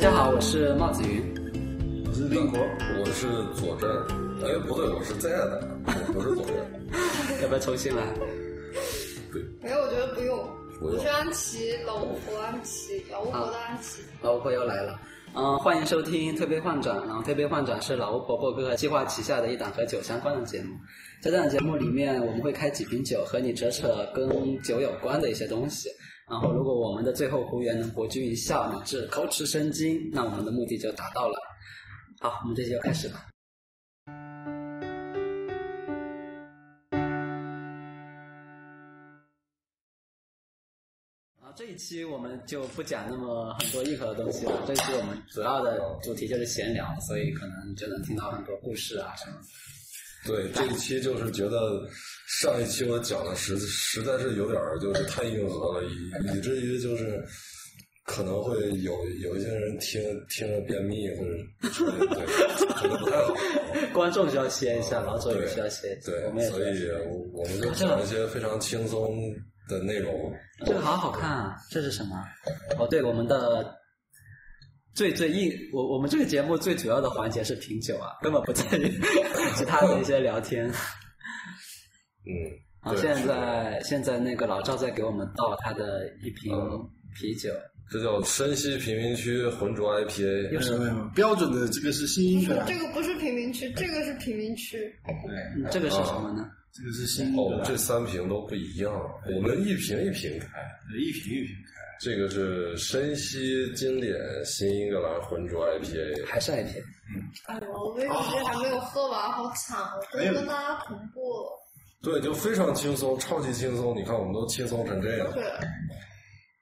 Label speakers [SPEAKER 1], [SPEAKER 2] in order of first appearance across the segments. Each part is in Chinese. [SPEAKER 1] 家好，我是帽子云。
[SPEAKER 2] 我是林国，
[SPEAKER 3] 我是左震，哎，不对，我是 Z 的，我不是左震。
[SPEAKER 1] 要不要重新来？
[SPEAKER 4] 没有，我觉得不用。
[SPEAKER 3] 不用
[SPEAKER 4] 我是安琪，老巫婆安琪，老巫婆的安琪。
[SPEAKER 1] 老巫婆又来了。嗯，欢迎收听《推杯换转》，然后《推杯换转》是老巫婆播客计划旗下的一档和酒相关的节目。在这档节目里面，我们会开几瓶酒，和你扯扯跟酒有关的一些东西。然后，如果我们的最后湖缘能博君一笑，乃至口齿生津，那我们的目的就达到了。好，我们这期就开始吧。啊，这一期我们就不讲那么很多硬核的东西了。这一期我们主要的主题就是闲聊，所以可能就能听到很多故事啊什么的。
[SPEAKER 3] 对，这一期就是觉得上一期我讲的实实在是有点儿就是太硬核了，以以至于就是可能会有有一些人听听着便秘或者之类的对，可能不太好。
[SPEAKER 1] 观众需要歇一下，老左也需要歇一下，我们
[SPEAKER 3] 哦对，
[SPEAKER 1] 也需要歇一
[SPEAKER 3] 所以
[SPEAKER 1] 下。
[SPEAKER 3] 我我们就讲一些非常轻松的内容。
[SPEAKER 1] 这个好好看啊！这是什么？哦，对，我们的最最硬，我我们这个节目最主要的环节是品酒啊，根本不在于 其他的一些聊天。
[SPEAKER 3] 嗯，
[SPEAKER 1] 啊，
[SPEAKER 3] 对，
[SPEAKER 1] 现在现在那个老赵在给我们倒他的一瓶啤酒，
[SPEAKER 3] 这叫山西贫民区浑浊 IPA。
[SPEAKER 1] 又是
[SPEAKER 2] 没有标准的这个是新英格兰
[SPEAKER 4] 这，个不是贫民区，这个是贫民区。
[SPEAKER 2] 对，
[SPEAKER 1] 嗯这个是什么呢？
[SPEAKER 2] 这个是新英格
[SPEAKER 3] 哦，
[SPEAKER 2] 兰，
[SPEAKER 3] 这三瓶都不一样，
[SPEAKER 1] 哎
[SPEAKER 3] 我们一瓶一瓶开。
[SPEAKER 2] 一瓶一瓶
[SPEAKER 3] 这个是山西经典新英格兰浑浊 IPA，
[SPEAKER 1] 还是 IPA？
[SPEAKER 4] 哎呦，我威士忌还没有喝完，好惨哦！我都跟大家同步了。
[SPEAKER 3] 对，就非常轻松，超级轻松。你看，我们都轻松成这样。
[SPEAKER 4] 对，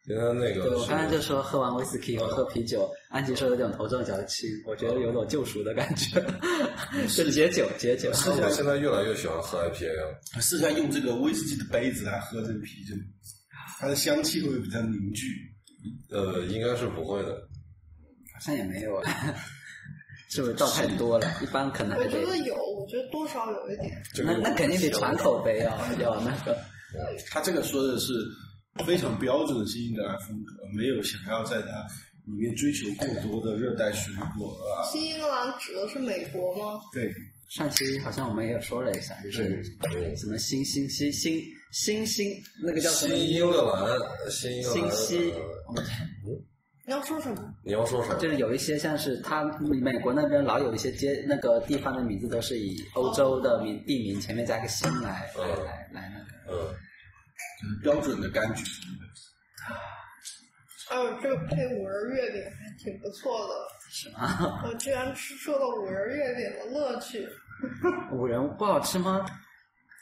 [SPEAKER 3] 今天那
[SPEAKER 1] 对
[SPEAKER 3] 个
[SPEAKER 1] 我
[SPEAKER 3] 是
[SPEAKER 1] 刚才就说喝完威士忌后喝啤酒，安吉说有点头重脚轻，我觉得有种救赎的感觉，就解酒解酒。啊
[SPEAKER 3] 但我现在越来越喜欢喝 IPA 了。
[SPEAKER 2] 开。试一下用这个威士忌的杯子来啊喝这个啤酒，它的香气会不会比较凝聚？
[SPEAKER 3] 呃，应该是不会的。
[SPEAKER 1] 好像也没有啊， 是不是倒太多了？一般可能还
[SPEAKER 4] 我觉
[SPEAKER 1] 得
[SPEAKER 4] 得有，我觉得多少有一点。
[SPEAKER 3] 这
[SPEAKER 1] 那
[SPEAKER 3] 个
[SPEAKER 1] 那肯定得传口碑啊，要那个
[SPEAKER 2] 它这个说的是非常标准的新英格兰风格，没有想要在它里面追求过多的热带水果啊。
[SPEAKER 4] 新英格兰指的是美国吗？
[SPEAKER 2] 对，
[SPEAKER 1] 上期好像我们也有说了一下，就是
[SPEAKER 3] 嗯
[SPEAKER 1] 什么新新新新新新那个叫什么
[SPEAKER 3] 新英格兰，新英格
[SPEAKER 1] 新
[SPEAKER 3] 兰，
[SPEAKER 1] 西
[SPEAKER 3] 呃
[SPEAKER 4] 你要说什么？
[SPEAKER 3] 你要说什么？
[SPEAKER 1] 就是有一些像是它美国那边老有一些街那个地方的名字都是以欧洲的名地名前面加个新来来来来那个。
[SPEAKER 3] 嗯，
[SPEAKER 2] 就是标准的柑橘。
[SPEAKER 4] 哎呦，这个配五仁月饼还挺不错的。
[SPEAKER 1] 是吗？
[SPEAKER 4] 我居然吃受到五仁月饼的乐趣。
[SPEAKER 1] 五仁不好吃吗？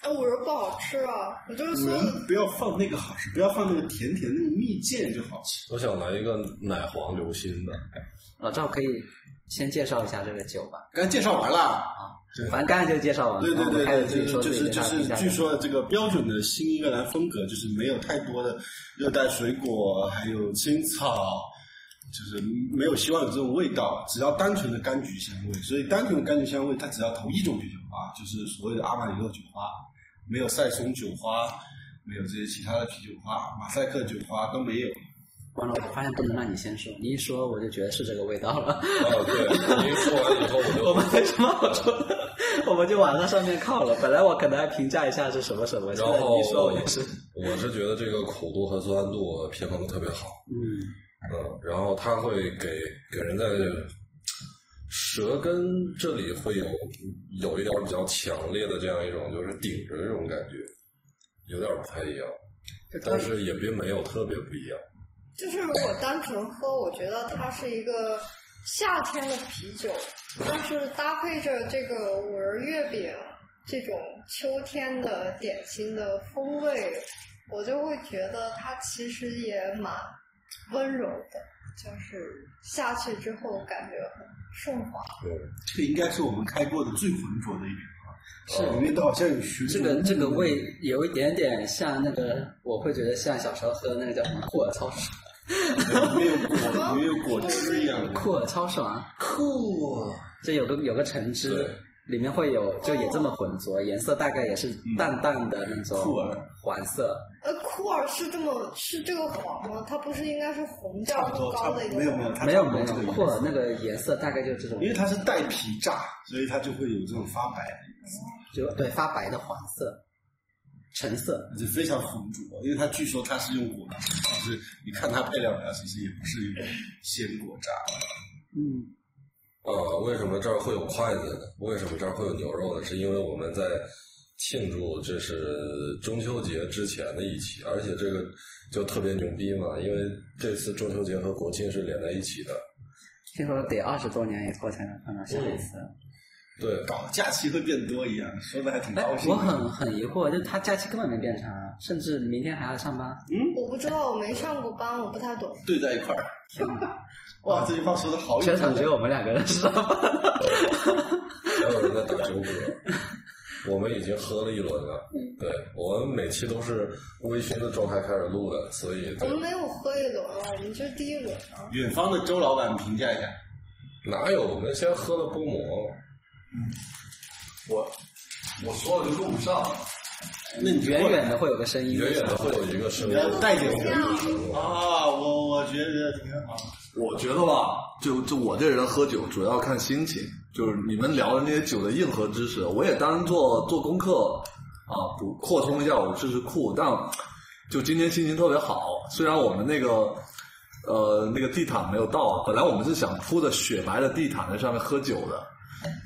[SPEAKER 4] 哎，五仁不好吃啊！我就是
[SPEAKER 2] 主
[SPEAKER 4] 说，
[SPEAKER 2] 人不要放那个好吃，不要放那个甜甜那个蜜饯就好吃。
[SPEAKER 3] 我想来一个奶黄流心的。
[SPEAKER 1] 老赵可以先介绍一下这个酒吧。
[SPEAKER 2] 刚介绍完了，对
[SPEAKER 1] 反正刚才就介绍完了，
[SPEAKER 2] 对对对
[SPEAKER 1] 还有
[SPEAKER 2] 对
[SPEAKER 1] 自己
[SPEAKER 2] 对，
[SPEAKER 1] 说
[SPEAKER 2] 就
[SPEAKER 1] 自己
[SPEAKER 2] 是
[SPEAKER 1] 介
[SPEAKER 2] 就
[SPEAKER 1] 绍一
[SPEAKER 2] 是
[SPEAKER 1] 下，
[SPEAKER 2] 据说这个标准的新英格兰风格就是没有太多的热带水果，还有青草，就是没有希望有这种味道，只要单纯的柑橘香味。所以单纯的柑橘香味，它只要投一种啤酒花，就是所谓的阿玛尼洛酒花，没有塞松酒花，没有这些其他的啤酒花，马赛克酒花都没有。
[SPEAKER 1] 完了，我发现不能让你先说，你一说我就觉得是这个味道 了。
[SPEAKER 3] 哦，对，您说完以后我 就
[SPEAKER 1] 我们为什么我说的，我们就往那上面靠了？本来我可能要评价一下是什么什么，现
[SPEAKER 3] 然
[SPEAKER 1] 在
[SPEAKER 3] 后
[SPEAKER 1] 你一说我就是，
[SPEAKER 3] 我是觉得这个苦度和酸度平衡的特别好，
[SPEAKER 1] 嗯，
[SPEAKER 3] 嗯，然后它会给给人在舌根这里会有有一点比较强烈的这样一种就是顶着这种感觉，有点不太一样，但是也并没有特别不一样。
[SPEAKER 4] 就是如果单纯喝，我觉得它是一个夏天的啤酒，但是搭配着这个五仁月饼这种秋天的点心的风味，我就会觉得它其实也蛮温柔的，就是下去之后感觉很顺滑。
[SPEAKER 3] 对，
[SPEAKER 2] 这个应该是我们开过的最浑浊的一瓶啊，
[SPEAKER 3] 是
[SPEAKER 2] 里面都好像有徐
[SPEAKER 1] 这个这个味有一点点像那个，我会觉得像小时候喝的那个叫什么酷尔超爽，
[SPEAKER 2] 没有果里面有果汁一样的。
[SPEAKER 1] 酷尔超爽，酷，这有个有个橙汁
[SPEAKER 3] 对，
[SPEAKER 1] 里面会有就也这么浑浊，颜色大概也是淡淡的那种
[SPEAKER 2] 酷儿
[SPEAKER 1] 黄色，
[SPEAKER 4] 呃，库尔是这么是这个黄吗？它不是应该是红调
[SPEAKER 2] 差不
[SPEAKER 4] 更
[SPEAKER 2] 多，差
[SPEAKER 4] 高
[SPEAKER 2] 不
[SPEAKER 4] 的一
[SPEAKER 2] 多，
[SPEAKER 4] 个？
[SPEAKER 2] 没有没有，它
[SPEAKER 1] 没有
[SPEAKER 2] 差不
[SPEAKER 1] 没
[SPEAKER 2] 多这个
[SPEAKER 1] 有，
[SPEAKER 2] 颜
[SPEAKER 1] 库尔
[SPEAKER 2] 色
[SPEAKER 1] 那个颜色大概就是这种，
[SPEAKER 2] 因为它是带皮炸，所以它就会有这种发白，
[SPEAKER 1] 就对发白的黄色、橙色，
[SPEAKER 2] 而且非常浑浊。因为它据说它是用果汁，就是你看它配料表，其实也不是用鲜果榨。
[SPEAKER 1] 嗯，
[SPEAKER 3] 啊，为什么这儿会有筷子呢？为什么这儿会有牛肉呢？是因为我们在庆祝这是中秋节之前的一期，而且这个就特别牛逼嘛，因为这次中秋节和国庆是连在一起的。
[SPEAKER 1] 听说得二十多年以后才能碰到下一次。
[SPEAKER 2] 嗯
[SPEAKER 3] 对，
[SPEAKER 2] 搞假期会变多一样，说的还挺
[SPEAKER 1] 哎
[SPEAKER 2] 高，兴的。
[SPEAKER 1] 我很很疑惑，就他假期根本没变长，甚至明天还要上班。
[SPEAKER 4] 我不知道，我没上过班，我不太懂。
[SPEAKER 2] 对在一块儿，
[SPEAKER 1] 天哪，
[SPEAKER 2] 哇，这句话说的好有啊
[SPEAKER 1] 全场
[SPEAKER 2] 道
[SPEAKER 1] 只
[SPEAKER 2] 理
[SPEAKER 1] 有我们两个人上班。
[SPEAKER 3] 还有人在打酒嗝。我们已经喝了一轮了，对我们每期都是微醺的状态开始录的，所以
[SPEAKER 4] 我
[SPEAKER 3] 对
[SPEAKER 4] 们没有喝一轮啊，我们就第一轮啊。
[SPEAKER 2] 远方的周老板评价一下，
[SPEAKER 3] 哪有我们先喝了波魔，
[SPEAKER 5] 嗯我我说了就用不上了。
[SPEAKER 2] 那你
[SPEAKER 1] 远远的会有个声音，
[SPEAKER 3] 远远的会有一个声
[SPEAKER 2] 你
[SPEAKER 3] 音，
[SPEAKER 2] 要带点回
[SPEAKER 4] 样
[SPEAKER 2] 忆啊，我我觉得挺好。
[SPEAKER 5] 我觉得吧，就就我这人喝酒主要看心情，就是你们聊的那些酒的硬核知识，我也当做做功课啊，补扩充一下我的知识库。但就今天心情特别好，虽然我们那个呃那个地毯没有到，本来我们是想铺着雪白的地毯在上面喝酒的，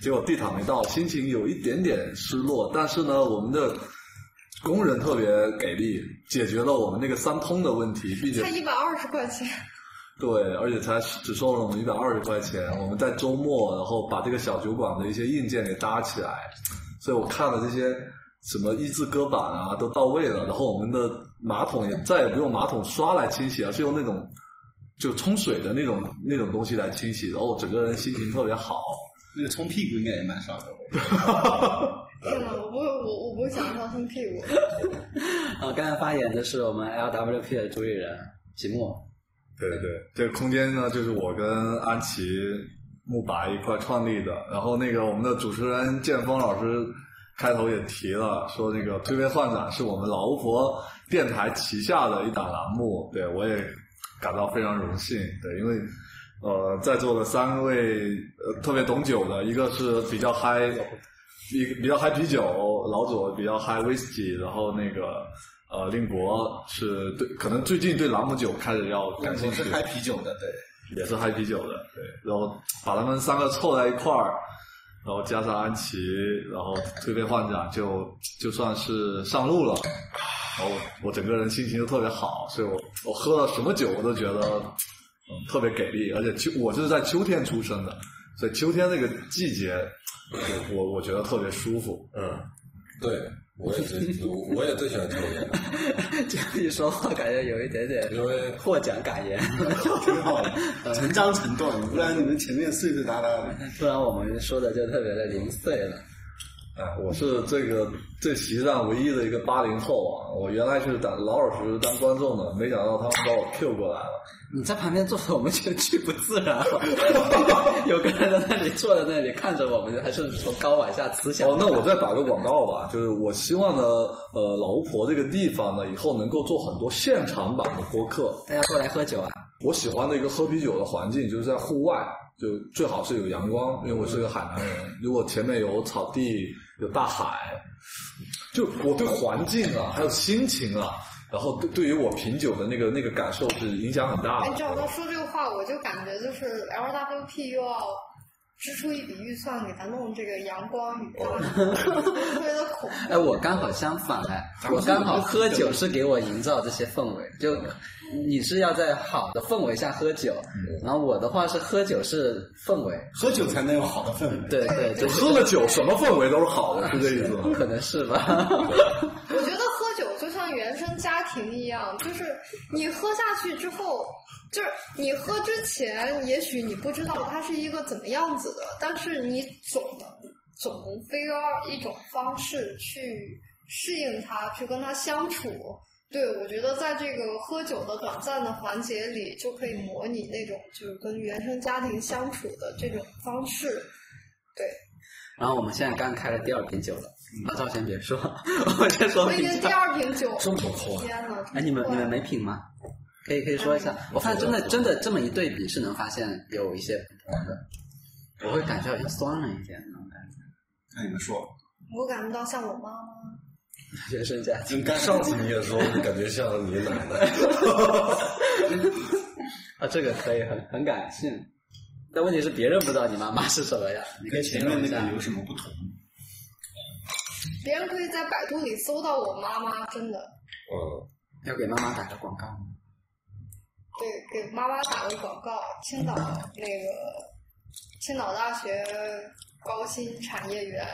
[SPEAKER 5] 结果地毯没到，心情有一点点失落。但是呢，我们的工人特别给力，解决了我们那个三通的问题，并且
[SPEAKER 4] 才一百二十块钱，
[SPEAKER 5] 对，而且才只收了我们一百二十块钱，我们在周末然后把这个小酒馆的一些硬件给搭起来，所以我看了这些什么一字搁板啊都到位了，然后我们的马桶也再也不用马桶刷来清洗，而是用那种就冲水的那种那种东西来清洗，然后整个人心情特别好。
[SPEAKER 2] 那个冲屁股应该也蛮爽的，
[SPEAKER 4] 天哪，啊我不我我不想掏心屁股。
[SPEAKER 1] 呃，刚才发言的是我们 LWP 的主理人吉木。
[SPEAKER 5] 对对，这个空间呢，就是我跟安琪、慕白一块创立的。然后那个我们的主持人建峰老师开头也提了，说那个《推杯换盏》是我们老巫婆电台旗下的一档栏目，对我也感到非常荣幸。对，因为呃，在座的三位、呃、特别懂酒的，一个是比较嗨，比比较嗨啤酒，老左比较嗨威士忌，然后那个。呃，令国是对，可能最近对朗姆酒开始要感兴
[SPEAKER 2] 我
[SPEAKER 5] 趣。
[SPEAKER 2] 是开啤酒的，对。
[SPEAKER 5] 也是嗨啤酒的，对，然后把他们三个凑在一块儿，然后加上安琪，然后推杯换盏，就就算是上路了。然后我整个人心情就特别好，所以我我喝了什么酒我都觉得、嗯、特别给力，而且秋我是在秋天出生的，所以秋天那个季节，我我我觉得特别舒服。
[SPEAKER 3] 嗯，对我也最我我也最喜欢秋天，
[SPEAKER 1] 这样一说话，感觉有一点点
[SPEAKER 3] 因为
[SPEAKER 1] 获奖感 言。
[SPEAKER 2] 挺好的，成章成段，不然你们前面碎碎哒哒的。
[SPEAKER 1] 不然我们说的就特别的零碎了。
[SPEAKER 5] 哎，我是这个这席上唯一的一个八零后啊，我原来是当老老实实当观众的，没想到他们把我 Q 过来了。
[SPEAKER 1] 你在旁边坐着，我们觉得巨不自然 了。有个人在那里坐在那里看着我们，还是从高往下慈祥。
[SPEAKER 5] 哦，那我再打个广告吧，就是我希望呢，呃，老巫婆这个地方呢，以后能够做很多现场版的播客。
[SPEAKER 1] 大家过来喝酒啊！
[SPEAKER 5] 我喜欢的一个喝啤酒的环境就是在户外，就最好是有阳光，因为我是个海南人。如果前面有草地、有大海，就我对环境啊，还有心情啊，然后对对于我品酒的那个那个感受是影响很大
[SPEAKER 4] 哎，
[SPEAKER 5] 的。
[SPEAKER 4] 你知道他说这个话，我就感觉就是 LWP 又要支出一笔预算给他弄这个阳光雨大，特别的恐怖。
[SPEAKER 1] 哎，我刚好相反哎，我刚好喝酒是给我营造这些氛围，就你是要在好的氛围下喝酒，然后我的话是喝酒是氛围，
[SPEAKER 2] 喝酒才能有好的氛围。
[SPEAKER 1] 对对，就是
[SPEAKER 5] 喝了酒，什么氛围都是好的，是这意思吗？
[SPEAKER 1] 可能是吧。
[SPEAKER 4] 我觉得喝酒就像原生家庭一样，就是你喝下去之后，就是你喝之前，也许你不知道它是一个怎么样子的，但是你总能总能 figure out 一种方式去适应它，去跟它相处。对，我觉得在这个喝酒的短暂的环节里，就可以模拟那种就是跟原生家庭相处的这种方式。对，
[SPEAKER 1] 然后我们现在刚开了第二瓶酒了，老赵先别说， 我先说
[SPEAKER 4] 我已
[SPEAKER 1] 瓶
[SPEAKER 4] 经
[SPEAKER 1] 酒
[SPEAKER 4] 第。二瓶酒，
[SPEAKER 3] 这么厚啊！
[SPEAKER 4] 天呐！
[SPEAKER 1] 哎，你们你们没品吗？可以可以说一下。我嗯发现真的真的这么一对比是能发现有一些不同的，我会感觉好像酸了一点那种感
[SPEAKER 2] 那你们说，
[SPEAKER 4] 我感觉到像我妈妈，
[SPEAKER 1] 觉。 学生家庭，
[SPEAKER 2] 应该
[SPEAKER 3] 上次你也说你感觉像你奶奶，
[SPEAKER 1] 啊，这个可以很很感性，但问题是别人不知道你妈妈是什么呀，你可以
[SPEAKER 2] 跟
[SPEAKER 1] 形
[SPEAKER 2] 前
[SPEAKER 1] 容
[SPEAKER 2] 面
[SPEAKER 1] 一
[SPEAKER 2] 那
[SPEAKER 1] 下
[SPEAKER 2] 个。有什么不同？
[SPEAKER 4] 别人可以在百度里搜到我妈妈，真的。
[SPEAKER 3] 嗯，
[SPEAKER 1] 要给妈妈打个广告吗，
[SPEAKER 4] 对，给妈妈打个广告，青岛那个青岛大学高新产业园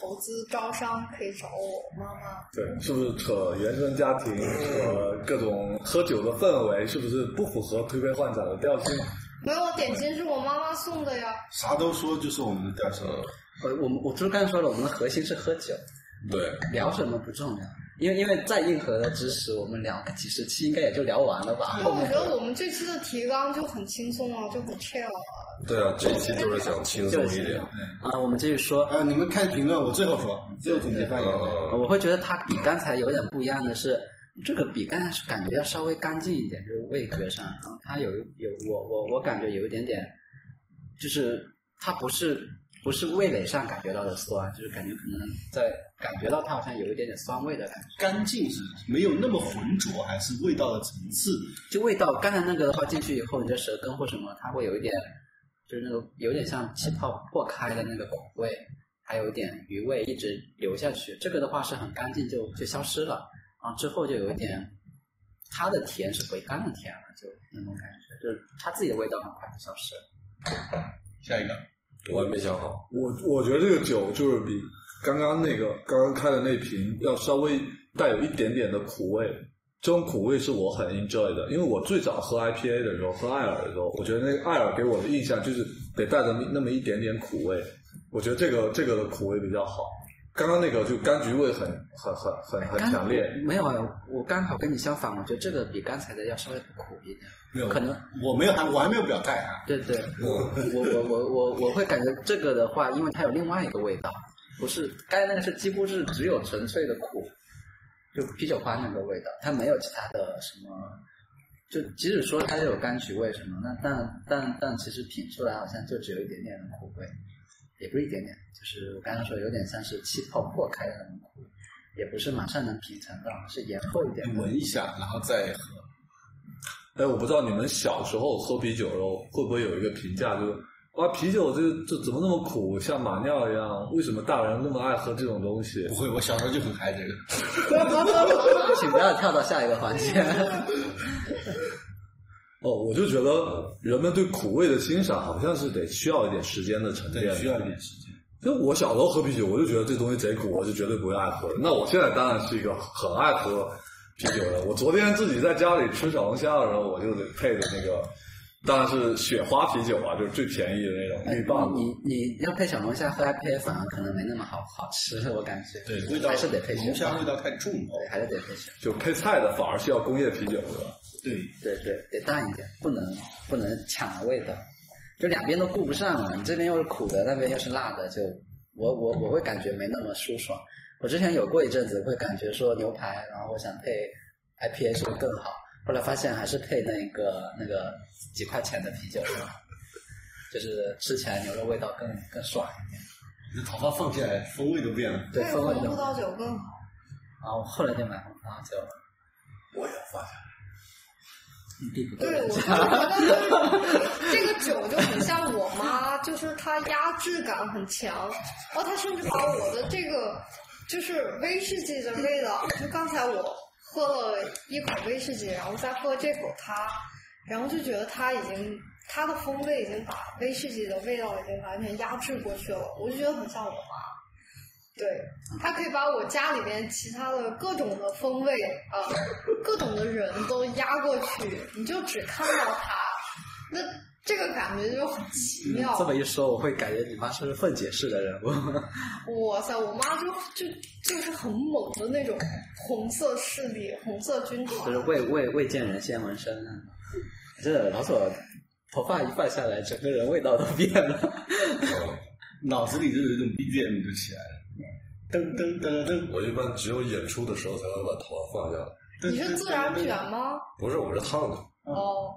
[SPEAKER 4] 投资招商可以找我妈妈。
[SPEAKER 5] 对，是不是扯原生家庭
[SPEAKER 3] 嗯
[SPEAKER 5] 和各种喝酒的氛围，是不是不符合推杯换盏的调性？
[SPEAKER 4] 没有点心是我妈妈送的呀，
[SPEAKER 2] 啥都说就是我们的调性，
[SPEAKER 3] 嗯
[SPEAKER 1] 我我们我就是刚才说了，我们的核心是喝酒，
[SPEAKER 3] 对，
[SPEAKER 1] 聊什么不重要，因为因为再硬核的知识，我们聊个几十期应该也就聊完了吧。
[SPEAKER 4] 因为
[SPEAKER 1] 后
[SPEAKER 4] 我
[SPEAKER 1] 面
[SPEAKER 4] 觉得我们这期的提纲就很轻松啊，就很 chill 啊。
[SPEAKER 3] 对啊，这期就是想轻松一点，
[SPEAKER 1] 啊，我们继续说。
[SPEAKER 2] 啊，你们看评论，我最后说，最后总结发言。
[SPEAKER 3] 嗯，
[SPEAKER 1] 我会觉得它比刚才有点不一样的是，这个比刚才是感觉要稍微干净一点，就是味觉上，啊它有有我我我感觉有一点点，就是它不是不是味蕾上感觉到的酸，就是感觉可能在感觉到它好像有一点点酸味的感觉。
[SPEAKER 2] 干净是没有那么浑浊，还是味道的层次？
[SPEAKER 1] 就味道，刚才那个的话进去以后，你的舌根或什么，它会有一点，就是那个有点像气泡破开的那个苦味，还有一点余味一直流下去。这个的话是很干净就就消失了，啊，之后就有一点，它的甜是回甘的甜了，就那种感觉，就是它自己的味道很快就消失了。
[SPEAKER 2] 下一个，
[SPEAKER 3] 我还没想好，
[SPEAKER 5] 我我觉得这个酒就是比刚刚那个刚刚开的那瓶要稍微带有一点点的苦味，这种苦味是我很 enjoy 的，因为我最早喝 IPA 的时候，喝艾尔的时候，我觉得那个艾尔给我的印象就是得带着那么一点点苦味，我觉得这个这个的苦味比较好。刚刚那个就柑橘味很很很很很
[SPEAKER 1] 刚
[SPEAKER 5] 强烈，
[SPEAKER 1] 没有啊，我刚好跟你相反，我觉得这个比刚才的要稍微苦一点，
[SPEAKER 2] 没有
[SPEAKER 1] 可能
[SPEAKER 2] 我没有还我还没有表态啊。
[SPEAKER 1] 对对，我我我我我我会感觉这个的话，因为它有另外一个味道，不是刚才那个是几乎是只有纯粹的苦，就啤酒花那个味道，它没有其他的什么。就即使说它有柑橘味什么，那但但但其实品出来好像就只有一点点的苦味，也不是一点点，就是我刚刚说有点像是气泡破开的那种苦，也不是马上能品尝到，是延后一点的。
[SPEAKER 2] 闻一下，然后再喝。
[SPEAKER 5] 哎，我不知道你们小时候喝啤酒的时候会不会有一个评价，就是哇，啤酒这这怎么那么苦，像马尿一样？为什么大人那么爱喝这种东西
[SPEAKER 2] 不？会，我小时候就很嗨这个。
[SPEAKER 1] 请不要跳到下一个环节。
[SPEAKER 5] 哦，我就觉得人们对苦味的欣赏好像是得需要一点时间的沉淀
[SPEAKER 2] 对，
[SPEAKER 5] 的，
[SPEAKER 2] 需要一点时间。
[SPEAKER 5] 就我小时候喝啤酒，我就觉得这东西贼苦，我是绝对不会爱喝的。那我现在当然是一个很爱喝啤酒的。我昨天自己在家里吃小龙虾的时候，我就得配的那个，当然是雪花啤酒啊，就是最便宜的那
[SPEAKER 2] 哎
[SPEAKER 5] 种绿棒子。
[SPEAKER 1] 你你要配小龙虾喝 IPA 反而可能没那么好好吃，我感觉。
[SPEAKER 2] 对，味道
[SPEAKER 1] 还是得配
[SPEAKER 2] 龙
[SPEAKER 1] 雪
[SPEAKER 2] 虾
[SPEAKER 1] 花
[SPEAKER 2] 味，道太重了。
[SPEAKER 1] 对，还是得配雪花。
[SPEAKER 5] 就配菜的反而是要工业啤酒的。
[SPEAKER 2] 对，
[SPEAKER 1] 对对，得淡一点，不能不能抢了味道，就两边都顾不上了。你这边又是苦的，那边又是辣的，就我我我会感觉没那么舒爽。我之前有过一阵子会感觉说牛排，然后我想配 IPA 是不是更好？后来发现还是配那个那个几块钱的啤酒更好，就是吃起来牛肉味道更更爽一点。
[SPEAKER 2] 你头发放下来，风味都变了。
[SPEAKER 1] 对，
[SPEAKER 4] 为什
[SPEAKER 1] 风
[SPEAKER 4] 么
[SPEAKER 1] 味
[SPEAKER 4] 葡
[SPEAKER 1] 更好。
[SPEAKER 4] 萄酒更好？
[SPEAKER 1] 然后后来就买红花酒了。
[SPEAKER 2] 我也发现，
[SPEAKER 1] 你弟不
[SPEAKER 4] 对，我就觉得这个酒就很像我妈，就是它压制感很强，然后它甚至把我的这个就是威士忌的味道，就刚才我喝了一口威士忌，然后再喝这口它，然后就觉得它已经它的风味已经把威士忌的味道已经完全压制过去了，我就觉得很像我妈。对，它可以把我家里面其他的各种的风味啊、各种的人都压过去，你就只看到它，那这个感觉就很奇妙。
[SPEAKER 1] 这么一说，我会感觉你妈是不是凤姐式的人物？
[SPEAKER 4] 哇塞，我妈就就就是很猛的那种红色势力、红色啊军团
[SPEAKER 1] 就是。未未未见人先闻声啊！这老左头发一放下来，整个人味道都变了。
[SPEAKER 3] 嗯
[SPEAKER 2] 脑子里就有一种 BGM 就起来了，噔噔噔噔
[SPEAKER 3] 我一般只有演出的时候才会把头发放下来，
[SPEAKER 2] 噔。
[SPEAKER 4] 你是自然卷吗？
[SPEAKER 3] 不是我是烫的。
[SPEAKER 4] 哦，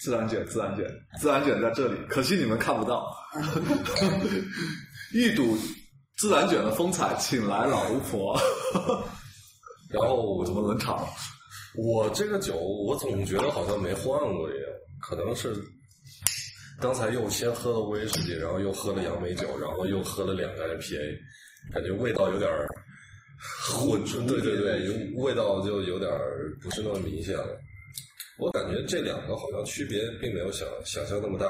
[SPEAKER 5] 自然卷，自然卷，自然卷在这里，可惜你们看不到。 一睹自然卷的风采，请来老巫婆。
[SPEAKER 3] 然后我
[SPEAKER 5] 我怎么冷场了？
[SPEAKER 3] 我这个酒，我总觉得好像没换过一样，可能是刚才又先喝了威士忌，然后又喝了杨梅酒，然后又喝了两个 IPA，感觉味道有点儿混浊，对对对，有味道就有点儿不是那么明显了。我感觉这两个好像区别并没有想想象那么大，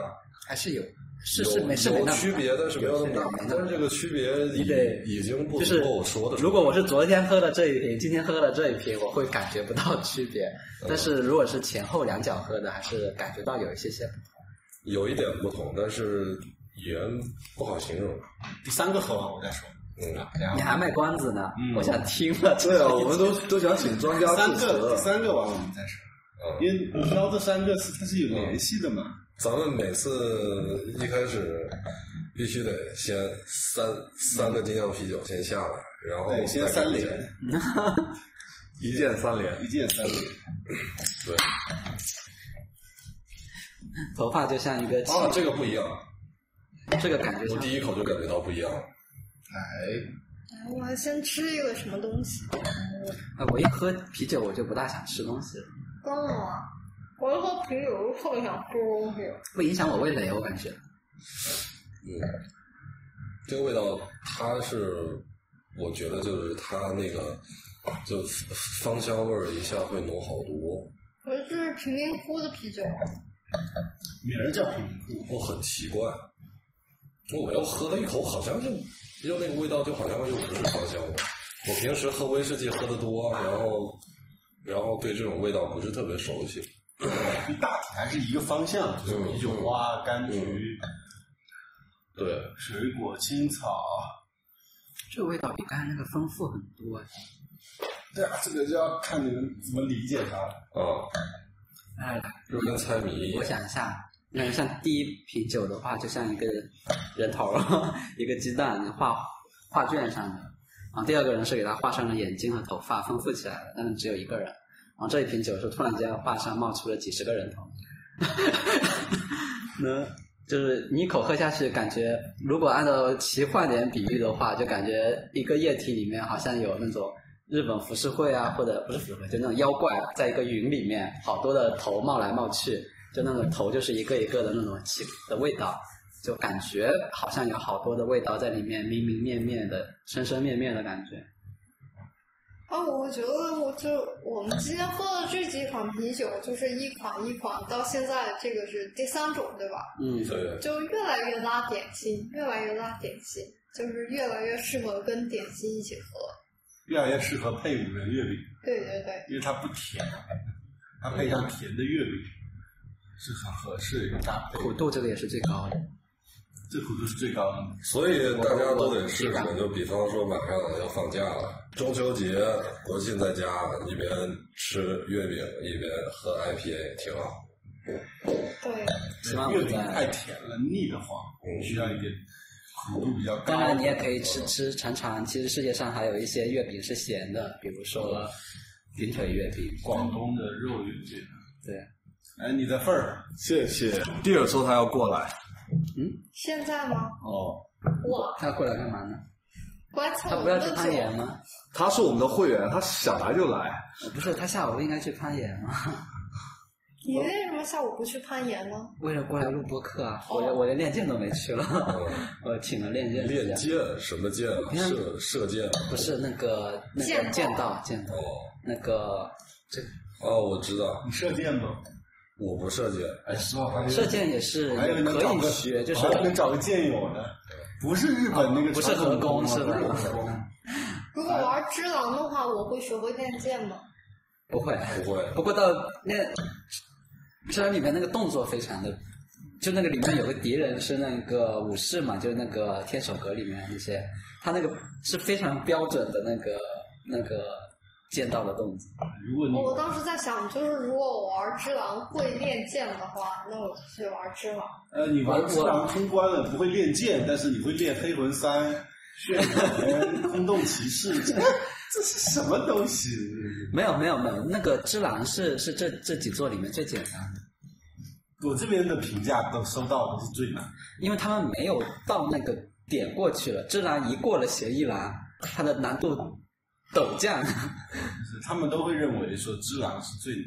[SPEAKER 1] 还是有，是是没是没
[SPEAKER 3] 有
[SPEAKER 1] 那么
[SPEAKER 3] 区
[SPEAKER 1] 大
[SPEAKER 3] 别，但是没有那么大
[SPEAKER 1] 没，那
[SPEAKER 3] 但
[SPEAKER 1] 么
[SPEAKER 3] 是这个区别
[SPEAKER 1] 你得
[SPEAKER 3] 已已经不
[SPEAKER 1] 就是
[SPEAKER 3] 足够我说的。
[SPEAKER 1] 如果我是昨天喝了这一瓶，今天喝了这一瓶，我会感觉不到区别。
[SPEAKER 3] 嗯
[SPEAKER 1] 但是如果是前后两脚喝的，还是感觉到有一些些不同。
[SPEAKER 3] 有一点不同，但是语言不好形容。
[SPEAKER 2] 第三个喝完我再说。
[SPEAKER 3] 嗯，
[SPEAKER 1] 你还卖关子呢，
[SPEAKER 2] 嗯
[SPEAKER 1] 我想听了。
[SPEAKER 5] 对啊，我们都都想请专家
[SPEAKER 2] 三
[SPEAKER 5] 致
[SPEAKER 2] 个，第
[SPEAKER 5] 辞。
[SPEAKER 2] 三个完我们再说，
[SPEAKER 3] 嗯
[SPEAKER 2] 因为你挑这三个是它是有联系的嘛。
[SPEAKER 3] 咱们每次一开始必须得先三三个精酿啤酒先下来，然后
[SPEAKER 2] 对，先
[SPEAKER 3] 再
[SPEAKER 2] 三
[SPEAKER 3] 改
[SPEAKER 2] 连
[SPEAKER 3] 进，
[SPEAKER 5] 一键三连，
[SPEAKER 2] 一键三连。
[SPEAKER 3] 对，
[SPEAKER 1] 头发就像一个气，
[SPEAKER 3] 啊，这个不一样，
[SPEAKER 1] 这个感觉
[SPEAKER 3] 我
[SPEAKER 1] 像
[SPEAKER 3] 第一口就感觉到不一样了。
[SPEAKER 2] 哎，
[SPEAKER 4] 哎我还先吃一个什么东西。
[SPEAKER 1] 啊，我一喝啤酒我就不大想吃东西了，
[SPEAKER 4] 干嘛？我要喝啤酒，特别想吃东西。
[SPEAKER 1] 不影响我味蕾，我感觉。
[SPEAKER 3] 嗯，这个味道，它是我觉得就是它那个就芳香味儿一下会浓好多。
[SPEAKER 4] 我这是贫民窟的啤酒，
[SPEAKER 2] 名儿叫平民
[SPEAKER 3] 我很奇怪，我又喝了一口，好像就就那个味道，就好像又不是芳香味。我平时喝威士忌喝的多，然后然后对这种味道不是特别熟悉。
[SPEAKER 2] 就大体还是一个方向，就是
[SPEAKER 3] 嗯
[SPEAKER 2] 啤酒花、柑橘、
[SPEAKER 3] 对，
[SPEAKER 2] 水果、青草。
[SPEAKER 1] 这味道比刚才那个丰富很多哎。
[SPEAKER 2] 对啊，这个就要看你们怎么理解它了。
[SPEAKER 3] 啊，
[SPEAKER 1] 哎，
[SPEAKER 3] 就跟猜谜一
[SPEAKER 1] 我
[SPEAKER 3] 样。
[SPEAKER 1] 想一下，那像第一瓶酒的话，就像一个人头， 一个鸡蛋画画卷上的。然后第二个人是给他画上了眼睛和头发，丰富起来了，但是只有一个人。然后这一瓶酒是突然间画上冒出了几十个人头。 那就是你一口喝下去，感觉如果按照奇幻点比喻的话，就感觉一个液体里面好像有那种日本浮世绘啊，或者不是浮世绘，就那种妖怪在一个云里面，好多的头冒来冒去，就那种头就是一个一个的那种奇的味道，就感觉好像有好多的味道在里面，明明面面的，深深面面的感觉。
[SPEAKER 4] 啊，我觉得我就我们今天喝的这几款啤酒，就是一款一款，到现在这个是第三种，对吧？
[SPEAKER 1] 嗯，
[SPEAKER 3] 对，
[SPEAKER 4] 就越来越拉点心，越来越拉点心，就是越来越适合跟点心一起喝。
[SPEAKER 2] 越来越适合配五仁月饼，
[SPEAKER 4] 对对对，
[SPEAKER 2] 因为它不甜，它配上甜的月饼是很合适的一个搭配。
[SPEAKER 1] 苦度这个也是最高的。
[SPEAKER 2] 这苦度是最高的。
[SPEAKER 3] 所以大家都得试试。就比方说，马上要放假了，中秋节、国庆在家一边吃月饼一边喝 IPA，挺好。
[SPEAKER 4] 对，
[SPEAKER 1] 希望
[SPEAKER 2] 月
[SPEAKER 1] 我
[SPEAKER 2] 饼太
[SPEAKER 1] 在。嗯
[SPEAKER 2] 甜了，腻得慌，需要一点苦度比较高。
[SPEAKER 1] 当然，你也可以吃吃尝尝。其实世界上还有一些月饼是咸的，比如说云腿月饼。
[SPEAKER 2] 广东的肉月饼。
[SPEAKER 1] 对，
[SPEAKER 2] 哎，你的份儿，
[SPEAKER 5] 谢谢。蒂尔说他要过来
[SPEAKER 4] 现在吗？
[SPEAKER 5] 哦，
[SPEAKER 4] 哇，
[SPEAKER 1] 他过来干嘛呢？
[SPEAKER 4] 过来蹭
[SPEAKER 1] 他
[SPEAKER 4] 我
[SPEAKER 1] 不要
[SPEAKER 4] 们
[SPEAKER 1] 去
[SPEAKER 4] 的
[SPEAKER 1] 攀岩
[SPEAKER 4] 酒。
[SPEAKER 1] 吗？
[SPEAKER 5] 他是我们的会员，他想来就来。
[SPEAKER 1] 呃不是，他下午不应该去攀岩啊吗？
[SPEAKER 4] 你为什么下午不去攀岩呢？
[SPEAKER 1] 为了过来录播客啊，我连我连练剑都没去了， 我请了练剑。啊
[SPEAKER 3] 练剑什么剑？
[SPEAKER 1] 看
[SPEAKER 3] 射射箭。
[SPEAKER 1] 不是那个那
[SPEAKER 4] 剑
[SPEAKER 1] 个
[SPEAKER 4] 道
[SPEAKER 1] 剑道剑道
[SPEAKER 3] 哦。
[SPEAKER 1] 那个
[SPEAKER 3] 哦，我知道，
[SPEAKER 2] 你射箭吗？
[SPEAKER 3] 我不射箭，
[SPEAKER 2] 哎，实话，还有
[SPEAKER 1] 射箭也是
[SPEAKER 2] 还有能
[SPEAKER 1] 可
[SPEAKER 2] 找
[SPEAKER 1] 以
[SPEAKER 2] 个哦
[SPEAKER 1] 学，就是啊
[SPEAKER 2] 还有能找个箭友呢，不是日本那个
[SPEAKER 1] 不是
[SPEAKER 2] 传统
[SPEAKER 1] 合弓
[SPEAKER 2] 弓
[SPEAKER 1] 是吧
[SPEAKER 2] 吧？不是合弓
[SPEAKER 4] 如果玩只狼的话，我会学会练剑吗？
[SPEAKER 1] 不会。
[SPEAKER 3] 不会。
[SPEAKER 1] 不过到那虽然里面那个动作非常的，就那个里面有个敌人是那个武士嘛，就是那个天守阁里面那些，他那个是非常标准的那个那个剑道的动作。
[SPEAKER 2] 如
[SPEAKER 1] 嗯
[SPEAKER 2] 果你
[SPEAKER 1] 哦
[SPEAKER 4] 我当时在想，就是如果我玩只狼会练剑的话，那我就去玩只狼。
[SPEAKER 2] 呃，你玩只狼通关了，不会练剑，但是你会练黑魂三、血缘、空洞骑士， 这这是什么东西？
[SPEAKER 1] 没有没有没有，那个之狼是是这这几座里面最简单的，
[SPEAKER 2] 我这边的评价都收到的是最难，
[SPEAKER 1] 因为他们没有到那个点过去了。之狼一过了协议栏，它的难度陡降，
[SPEAKER 2] 就是他们都会认为说只狼是最难。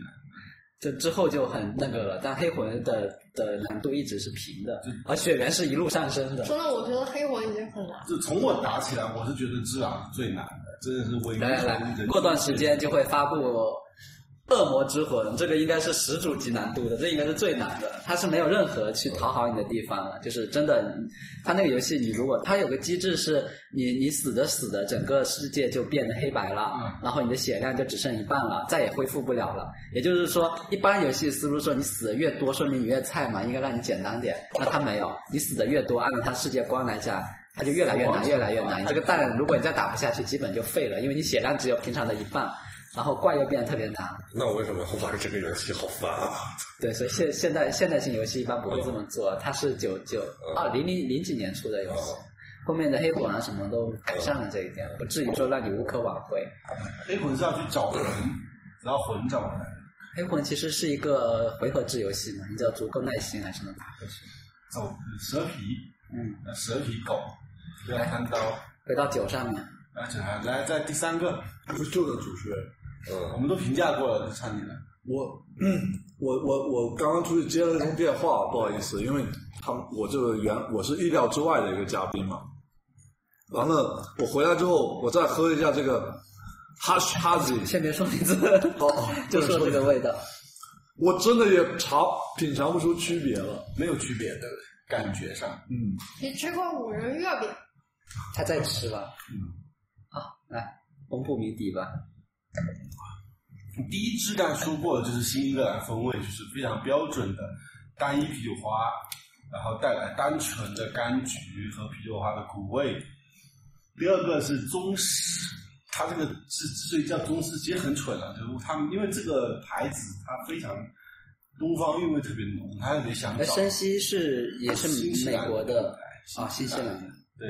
[SPEAKER 1] 这之后就很那个了。但黑魂的的难度一直是平的，而血缘是一路上升的。
[SPEAKER 4] 真的，我觉得黑魂已经很难。
[SPEAKER 2] 就从我打起来，我是觉得只狼是最难的，真的是唯一
[SPEAKER 1] 来来来，过段时间就会发布《恶魔之魂》，这个应该是始祖级难度的，这应该是最难的，它是没有任何去讨好你的地方了，就是真的，它那个游戏你如果它有个机制是你你死着死着，整个世界就变得黑白了，然后你的血量就只剩一半了，再也恢复不了了。也就是说，一般游戏思路说你死的越多，说明你越菜嘛，应该让你简单点，那它没有，你死的越多，按照它世界观来讲。它就越来越难，越来越难。你这个蛋，如果你再打不下去，基本就废了，因为你血量只有平常的一半，然后怪又变得特别难。
[SPEAKER 3] 那我为什么要玩这个游戏？好烦啊！
[SPEAKER 1] 对，所以现现代现代性游戏一般不会这么做，啊它是九九二零零零几年出的游戏，后面的黑魂啊什么都改善了这一点，不至于说让你无可挽回。
[SPEAKER 2] 黑魂是要去找魂，然后魂找回来。
[SPEAKER 1] 黑魂其实是一个回合制游戏嘛，你只要足够耐心，还是能打过去。
[SPEAKER 2] 走蛇皮，嗯，蛇皮狗，不要贪刀，
[SPEAKER 1] 回到九上面，
[SPEAKER 2] 而且还来在第三个，
[SPEAKER 5] 不是就的主持人。
[SPEAKER 2] 我
[SPEAKER 3] 嗯，
[SPEAKER 2] 们都评价过了，就差你了。
[SPEAKER 5] 我我我我刚刚出去接了一通电话，不好意思，因为他们我这个原我是意料之外的一个嘉宾嘛。完了，我回来之后，我再喝一下这个哈士哈吉，
[SPEAKER 1] 先别说名字，
[SPEAKER 5] 哦哦
[SPEAKER 1] 就说这个味道。
[SPEAKER 5] 我真的也尝品尝不出区别了。
[SPEAKER 2] 没有区别的感觉上，
[SPEAKER 5] 嗯，
[SPEAKER 4] 你吃过五仁月饼？
[SPEAKER 1] 他在吃吧？嗯，啊，来公布谜底吧。
[SPEAKER 2] 第一支刚才说过的就是新英格兰风味，就是非常标准的单一啤酒花，然后带来单纯的柑橘和啤酒花的苦味。第二个是中式，它这个之之所以叫中式，其实很蠢啊，就是他们因为这个牌子它非常东方韵味特别浓，他也想
[SPEAKER 1] 那
[SPEAKER 2] 找
[SPEAKER 1] 山西哎是也嗯是
[SPEAKER 2] 新西
[SPEAKER 1] 美
[SPEAKER 2] 兰
[SPEAKER 1] 国的啊，新
[SPEAKER 2] 新
[SPEAKER 1] 西
[SPEAKER 2] 西
[SPEAKER 1] 兰
[SPEAKER 2] 兰
[SPEAKER 1] 的。
[SPEAKER 2] 对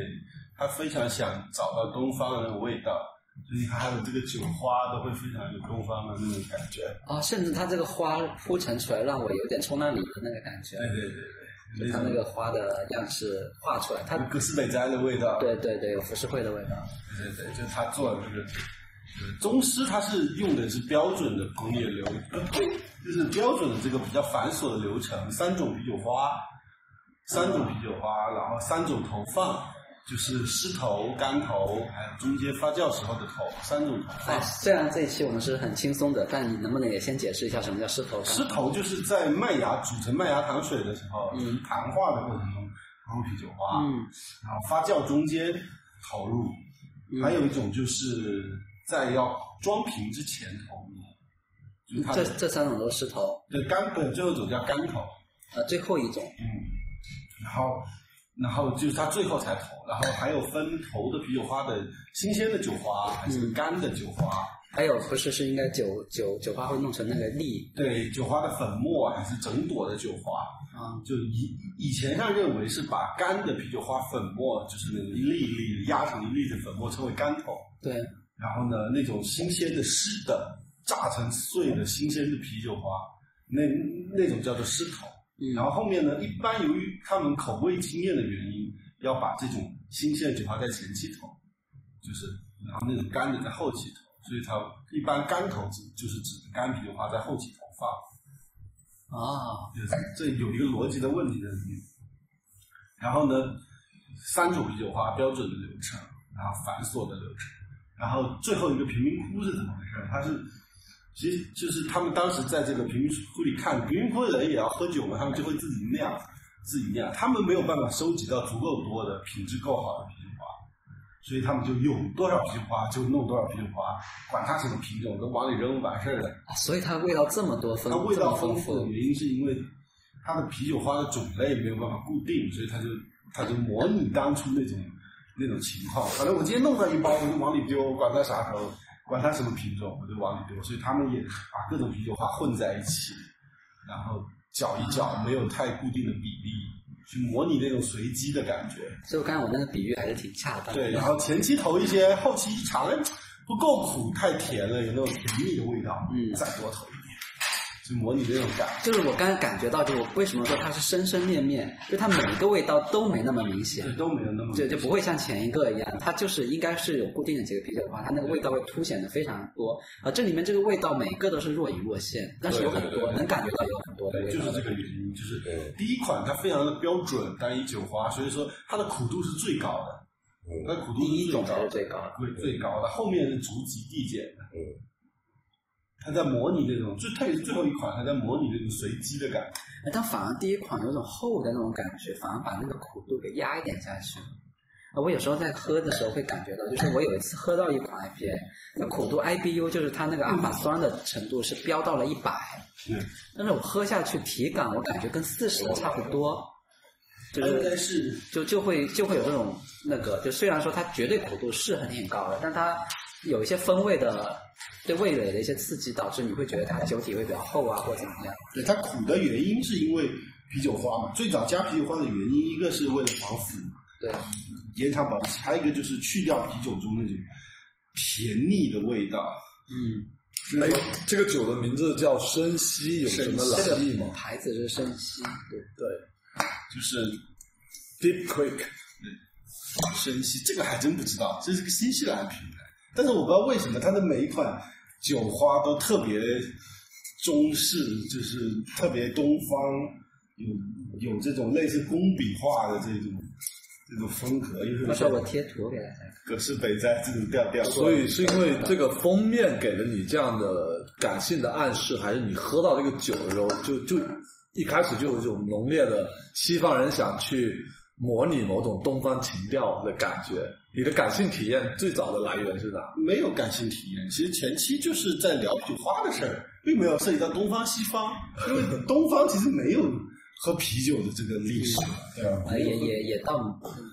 [SPEAKER 2] 他非常想找到东方人的味道，所以他还有这个酒花都会非常有东方的那种感觉。
[SPEAKER 1] 啊，甚至它这个花铺陈出来，让我有点冲浪里的那个感觉，啊
[SPEAKER 2] 对对对
[SPEAKER 1] 就
[SPEAKER 2] 对，
[SPEAKER 1] 它那个花的样式画出来，它
[SPEAKER 2] 格斯北斋的味道。
[SPEAKER 1] 对对对，有浮世绘的味道。
[SPEAKER 2] 对对，就是他做的这个。宗师它是用的是标准的工业流，呃就是标准的这个比较繁琐的流程，三种啤酒花，三种啤酒花，然后三种投放，就是湿头、干头，还有中间发酵时候的头，三种投放
[SPEAKER 1] 哎。，虽然这一期我们是很轻松的，但你能不能也先解释一下什么叫狮头柑？
[SPEAKER 2] 石头就是在麦芽煮成麦芽糖水的时候，
[SPEAKER 1] 嗯
[SPEAKER 2] 糖化的过程中投入啤酒花，
[SPEAKER 1] 嗯
[SPEAKER 2] 然后啊发酵中间投入，
[SPEAKER 1] 嗯
[SPEAKER 2] 还有一种就是在要装瓶之前投入，就是它
[SPEAKER 1] 这
[SPEAKER 2] 的
[SPEAKER 1] 这三种都是狮头，
[SPEAKER 2] 对干本最后一种叫干头，
[SPEAKER 1] 呃，最后一种
[SPEAKER 2] 然后然后就是它最后才投，然后还有分投的啤酒花的新鲜的酒花还是
[SPEAKER 1] 嗯
[SPEAKER 2] 干的酒花。
[SPEAKER 1] 还有不是是应该酒酒酒花会弄成那个粒
[SPEAKER 2] 对酒花的粉末还是整朵的酒花，
[SPEAKER 1] 啊，
[SPEAKER 2] 就以以前上认为是把干的啤酒花粉末，就是那种一粒一粒的压成一粒的粉末，称为干头。
[SPEAKER 1] 对，
[SPEAKER 2] 然后呢，那种新鲜的湿的榨成碎的新鲜的啤酒花，那那种叫做湿头。
[SPEAKER 1] 嗯
[SPEAKER 2] 然后后面呢，一般由于他们口味经验的原因，要把这种新鲜的酒花在前期投，就是然后那种干的在后期投，所以它一般干头指就是指干啤酒花在后期投放。
[SPEAKER 1] 啊，
[SPEAKER 2] 就是这有一个逻辑的问题在里面。然后呢，三种啤酒花标准的流程，然后繁琐的流程，然后最后一个贫民窟是怎么回事？它是其实就是他们当时在这个贫民窟里看，贫民窟的人也要喝酒嘛，他们就会自己酿，自己酿，他们没有办法收集到足够多的品质够好的啤酒花。所以他们就有多少啤酒花就弄多少啤酒花，管它什么品种都往里扔完事儿了。
[SPEAKER 1] 啊所以它味道这么多丰，
[SPEAKER 2] 它味
[SPEAKER 1] 这
[SPEAKER 2] 道
[SPEAKER 1] 么丰
[SPEAKER 2] 富的
[SPEAKER 1] 富，
[SPEAKER 2] 原因是因为它的啤酒花的种类没有办法固定，所以它就它就模拟当初那种那种情况。反正我今天弄上一包，我就往里丢，管它啥时候管它什么品种，我就往里丢。所以他们也把各种啤酒花混在一起，然后搅一搅，没有太固定的比例，去模拟那种随机的感觉。
[SPEAKER 1] 所以我刚才我那个比喻还是挺恰当的。
[SPEAKER 2] 对，然后前期投一些，后期一尝哎不够苦，太甜了，有那种甜蜜的味道，
[SPEAKER 1] 嗯
[SPEAKER 2] 再多投一点，就模拟那种感觉。
[SPEAKER 1] 就是我刚刚感觉到，就我为什么说它是生生面面，就它每一个味道都没那么明显
[SPEAKER 2] 对，，都没有那么
[SPEAKER 1] 就就不会像前一个一样，它就是应该是有固定的几个啤酒花，它那个味道会凸显的非常多。啊，这里面这个味道每个都是若隐若现，但是有很
[SPEAKER 3] 对对
[SPEAKER 1] 多
[SPEAKER 3] 对
[SPEAKER 1] 能感觉到有很多的
[SPEAKER 2] 对，
[SPEAKER 1] 味
[SPEAKER 2] 就
[SPEAKER 1] 道
[SPEAKER 2] 是这个原因，就是第一款它非常的标准单一酒花，所以说它的苦度是最高的，它
[SPEAKER 3] 嗯
[SPEAKER 2] 的苦度
[SPEAKER 1] 第一种才
[SPEAKER 2] 是
[SPEAKER 1] 是
[SPEAKER 2] 最
[SPEAKER 1] 最高的。
[SPEAKER 2] 高的，对，最高的，后面是逐级递减的。
[SPEAKER 3] 嗯，
[SPEAKER 2] 它在模拟那种，就特别是最后一款，它在模拟那种随机的感觉。
[SPEAKER 1] 哎但反而第一款有种厚的那种感觉，反而把那个苦度给压一点下去了。啊，我有时候在喝的时候会感觉到，就是我有一次喝到一款 IPA，那苦度 IBU 就是它那个阿法酸的程度是飙到了一百，
[SPEAKER 2] 嗯，
[SPEAKER 1] 但是我喝下去体感我感觉跟四十的差不多，就
[SPEAKER 2] 它应
[SPEAKER 1] 是
[SPEAKER 2] 该是
[SPEAKER 1] 就就会就会有这种那个，就虽然说它绝对苦度是很挺高的，但它有一些风味的对味蕾的一些刺激，导致你会觉得它酒体会比较厚啊，或者怎么样。
[SPEAKER 2] 对它苦的原因是因为啤酒花嘛，最早加啤酒花的原因，一个是为了防腐，
[SPEAKER 1] 对，
[SPEAKER 2] 延长保质期，还有一个就是去掉啤酒中那种甜腻的味道。
[SPEAKER 1] 嗯。
[SPEAKER 5] 哎，这个酒的名字叫深溪，有什么来历吗
[SPEAKER 1] 牌子是山西，对
[SPEAKER 2] 就是
[SPEAKER 5] ？Deep Creek，
[SPEAKER 2] 生西，这个还真不知道，这是个新西兰品牌，但是我不知道为什么它的每一款酒花都特别中式，就是特别东方，有有这种类似工笔画的这种这种风格，又有
[SPEAKER 1] 到时候我
[SPEAKER 2] 点
[SPEAKER 1] 贴图给大家看。
[SPEAKER 2] 葛饰北斋这种调调，
[SPEAKER 5] 所以是因为这个封面给了你这样的感性的暗示，还是你喝到这个酒的时候就就一开始就有一种浓烈的西方人想去模拟某种东方情调的感觉？你的感性体验最早的来源是哪？
[SPEAKER 2] 没有感性体验。其实前期就是在聊啤酒花的事儿，并没有涉及到东方西方，因为东方其实没有喝啤酒的这个历史，对吧？
[SPEAKER 1] 呃，也也也到，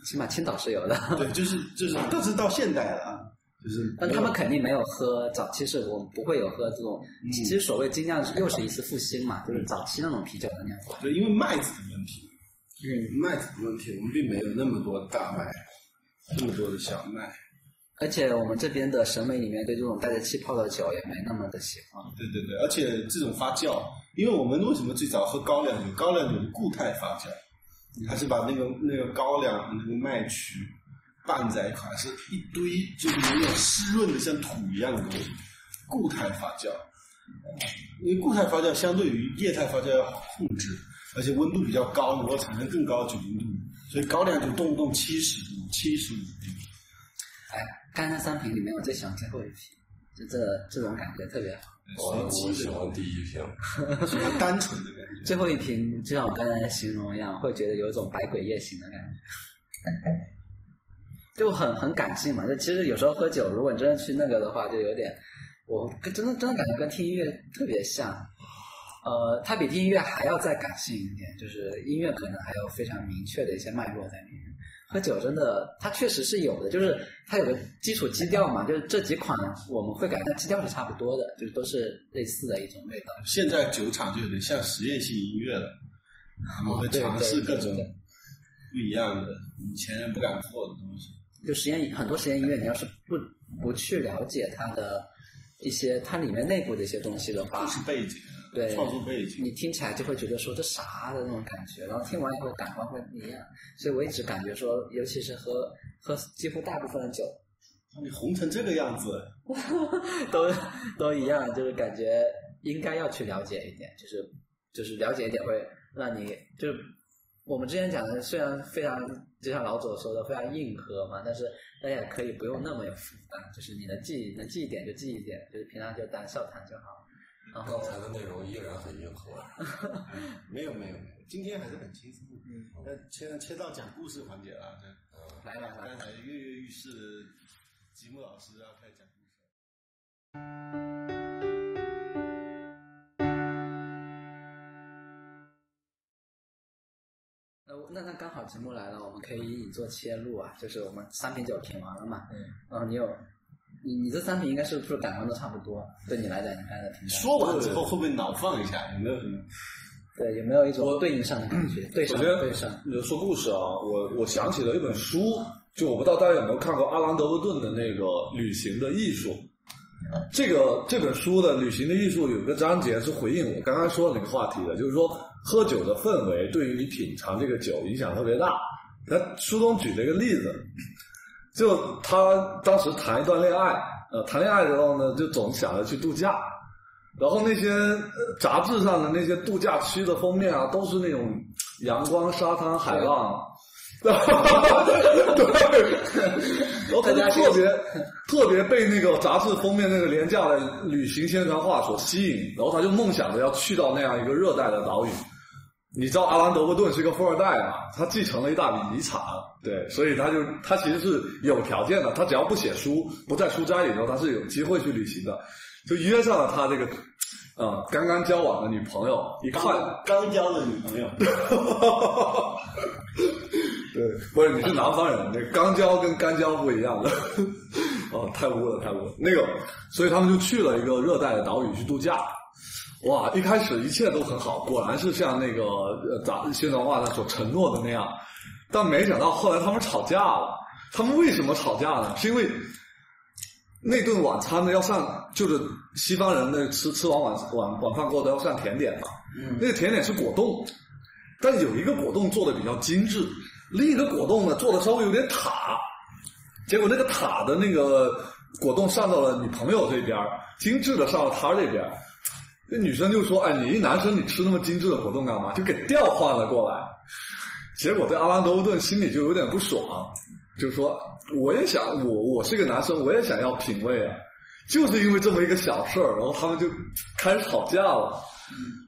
[SPEAKER 1] 起码青岛是有的，
[SPEAKER 2] 对，就是就是，但是到现代了，啊就是
[SPEAKER 1] 但他们肯定没有喝早期是我们不会有喝这种，其实所谓精酿又是一次复兴嘛，就是早期那种啤酒的酿法。
[SPEAKER 2] 对，因为麦子的问题，
[SPEAKER 1] 嗯，
[SPEAKER 2] 麦子的问题，我们并没有那么多的大麦，那么多的小麦。
[SPEAKER 1] 而且我们这边的审美里面对这种带着气泡的酒也没那么的喜欢。
[SPEAKER 2] 对对对，而且这种发酵，因为我们为什么最早喝高粱酒？高粱酒是固态发酵，它是把那个那个高粱的那个麦曲拌在一块，是一堆就是有点湿润的像土一样的东西，固态发酵。因为固态发酵相对于液态发酵要好控制，而且温度比较高，能够产生更高的酒精度，所以高粱酒动不动七十度、七十五度。
[SPEAKER 1] 哎，刚才那三瓶里面我最喜欢最后一瓶，就这这种感觉特别好。
[SPEAKER 3] 我我喜欢第一瓶，
[SPEAKER 2] 喜欢单纯的感觉。
[SPEAKER 1] 最后一瓶就像我刚才形容一样，会觉得有一种百鬼夜行的感觉，就很很感性嘛。就其实有时候喝酒，如果你真的去那个的话，就有点，我跟真的真的感觉跟听音乐特别像。呃，它比听音乐还要再感性一点，就是音乐可能还有非常明确的一些脉络在里面。喝酒真的，它确实是有的，就是它有个基础基调嘛，就是这几款我们会感觉基调是差不多的，就是都是类似的一种味道。
[SPEAKER 2] 现在酒厂就有点像实验性音乐了，他们会尝试各种不一样的以前人不敢做的东西。
[SPEAKER 1] 就实验很多实验音乐，你要是不不去了解它的一些它里面内部的一些东西的话
[SPEAKER 2] 故，事背景，
[SPEAKER 1] 对
[SPEAKER 2] 创作背景
[SPEAKER 1] 你，听起来就会觉得说这啥的那种感觉，然后听完以后感官会不一样。所以我一直感觉说，尤其是喝喝几乎大部分的酒
[SPEAKER 2] 你红成这个样子，
[SPEAKER 1] 都都一样，就是感觉应该要去了解一点，就是就是了解一点会让你就是我们之前讲的，虽然非常就像老左说的非常硬核嘛，但是大家也可以不用那么有负担，就是你能记能记一点就记一点，就是平常就当笑谈就好。然后
[SPEAKER 3] 刚才的内容依然很硬核。
[SPEAKER 2] 没有没有没有，今天还是很轻松。嗯，那现在切到讲故事环节了，对，
[SPEAKER 1] 来来来
[SPEAKER 2] 刚。才跃跃欲试的吉木老师要开始讲故事了。
[SPEAKER 1] 呃，那那刚好节目来了，我们可以以做切入啊，就是我们三瓶酒品完了嘛，
[SPEAKER 5] 嗯，
[SPEAKER 1] 然后你有你你这三瓶应该是不是感官都差不多？对你来讲，你刚才的评价，
[SPEAKER 2] 说完之后会不会脑放一下？有没有什么？
[SPEAKER 1] 对有没有一种对应上的感觉？对
[SPEAKER 5] 我
[SPEAKER 1] 上
[SPEAKER 5] 觉得
[SPEAKER 1] 对上，
[SPEAKER 5] 你说故事啊，我我想起了一本书，就我不知道大家有没有看过阿兰·德伯顿的那个《旅行的艺术》。这个这本书的《旅行的艺术》有个章节是回应我刚刚说的那个话题的，就是说喝酒的氛围对于你品尝这个酒影响特别大。那书中举了一个例子，就他当时谈一段恋爱，呃，谈恋爱之后呢，就总想着去度假，然后那些呃杂志上的那些度假区的封面啊，都是那种阳光、沙滩、海浪，对，然后他就特别特别被那个杂志封面那个廉价的旅行宣传画所吸引，然后他就梦想着要去到那样一个热带的岛屿。你知道阿兰·德伯顿是个富二代嘛？他继承了一大笔遗产，对，所以他就他其实是有条件的，他只要不写书，不在书斋里头，他是有机会去旅行的。就约上了他这个，呃，刚刚交往的女朋友，一看，
[SPEAKER 2] 刚刚交的女朋友，
[SPEAKER 5] 对，不是你是南方人，那肛交跟干交不一样的。 哦，太污了，太污了。那个，所以他们就去了一个热带的岛屿去度假。哇，一开始一切都很好，果然是像那个呃杂宣传画上所承诺的那样。但没想到后来他们吵架了。他们为什么吵架呢？是因为那顿晚餐呢要上，就是西方人的吃吃完晚晚晚饭过后都要上甜点嘛。那个甜点是果冻，但有一个果冻做的比较精致，另一个果冻呢做的稍微有点塔。结果那个塔的那个果冻上到了女朋友这边儿，精致的上到她这边儿。那女生就说：“哎，你一男生你吃那么精致的果冻干嘛？”就给调换了过来。结果这阿兰德沃顿心里就有点不爽，就说：“我也想，我我是个男生，我也想要品味啊。”就是因为这么一个小事儿，然后他们就开始吵架了。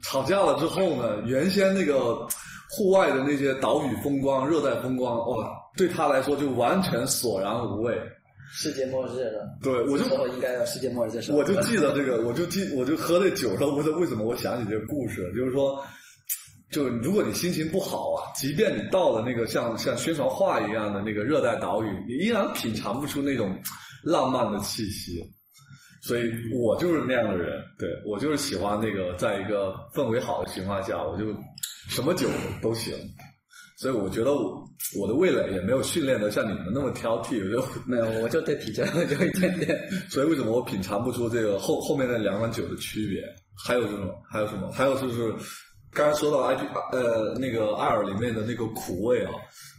[SPEAKER 5] 吵架了之后呢，原先那个户外的那些岛屿风光、热带风光，哇，对他来说就完全索然无味。
[SPEAKER 1] 世界末日了，
[SPEAKER 5] 对我就
[SPEAKER 1] 这时候应该要世界末日这首歌，
[SPEAKER 5] 我就记得这个，我就记，我就喝这酒的时候，我就为什么我想起这个故事，就是说，就如果你心情不好啊，即便你到了那个像像宣传画一样的那个热带岛屿，你依然品尝不出那种浪漫的气息。所以我就是那样的人，对我就是喜欢那个，在一个氛围好的情况下，我就什么酒都行。所以我觉得我我的味蕾也没有训练的像你们那么挑剔，我就
[SPEAKER 1] 没有，我就对啤酒有一点点。
[SPEAKER 5] 所以为什么我品尝不出这个后后面那两款酒的区别？还有这种，还有什么？还有就是刚才说到 I P 呃那个艾尔里面的那个苦味啊，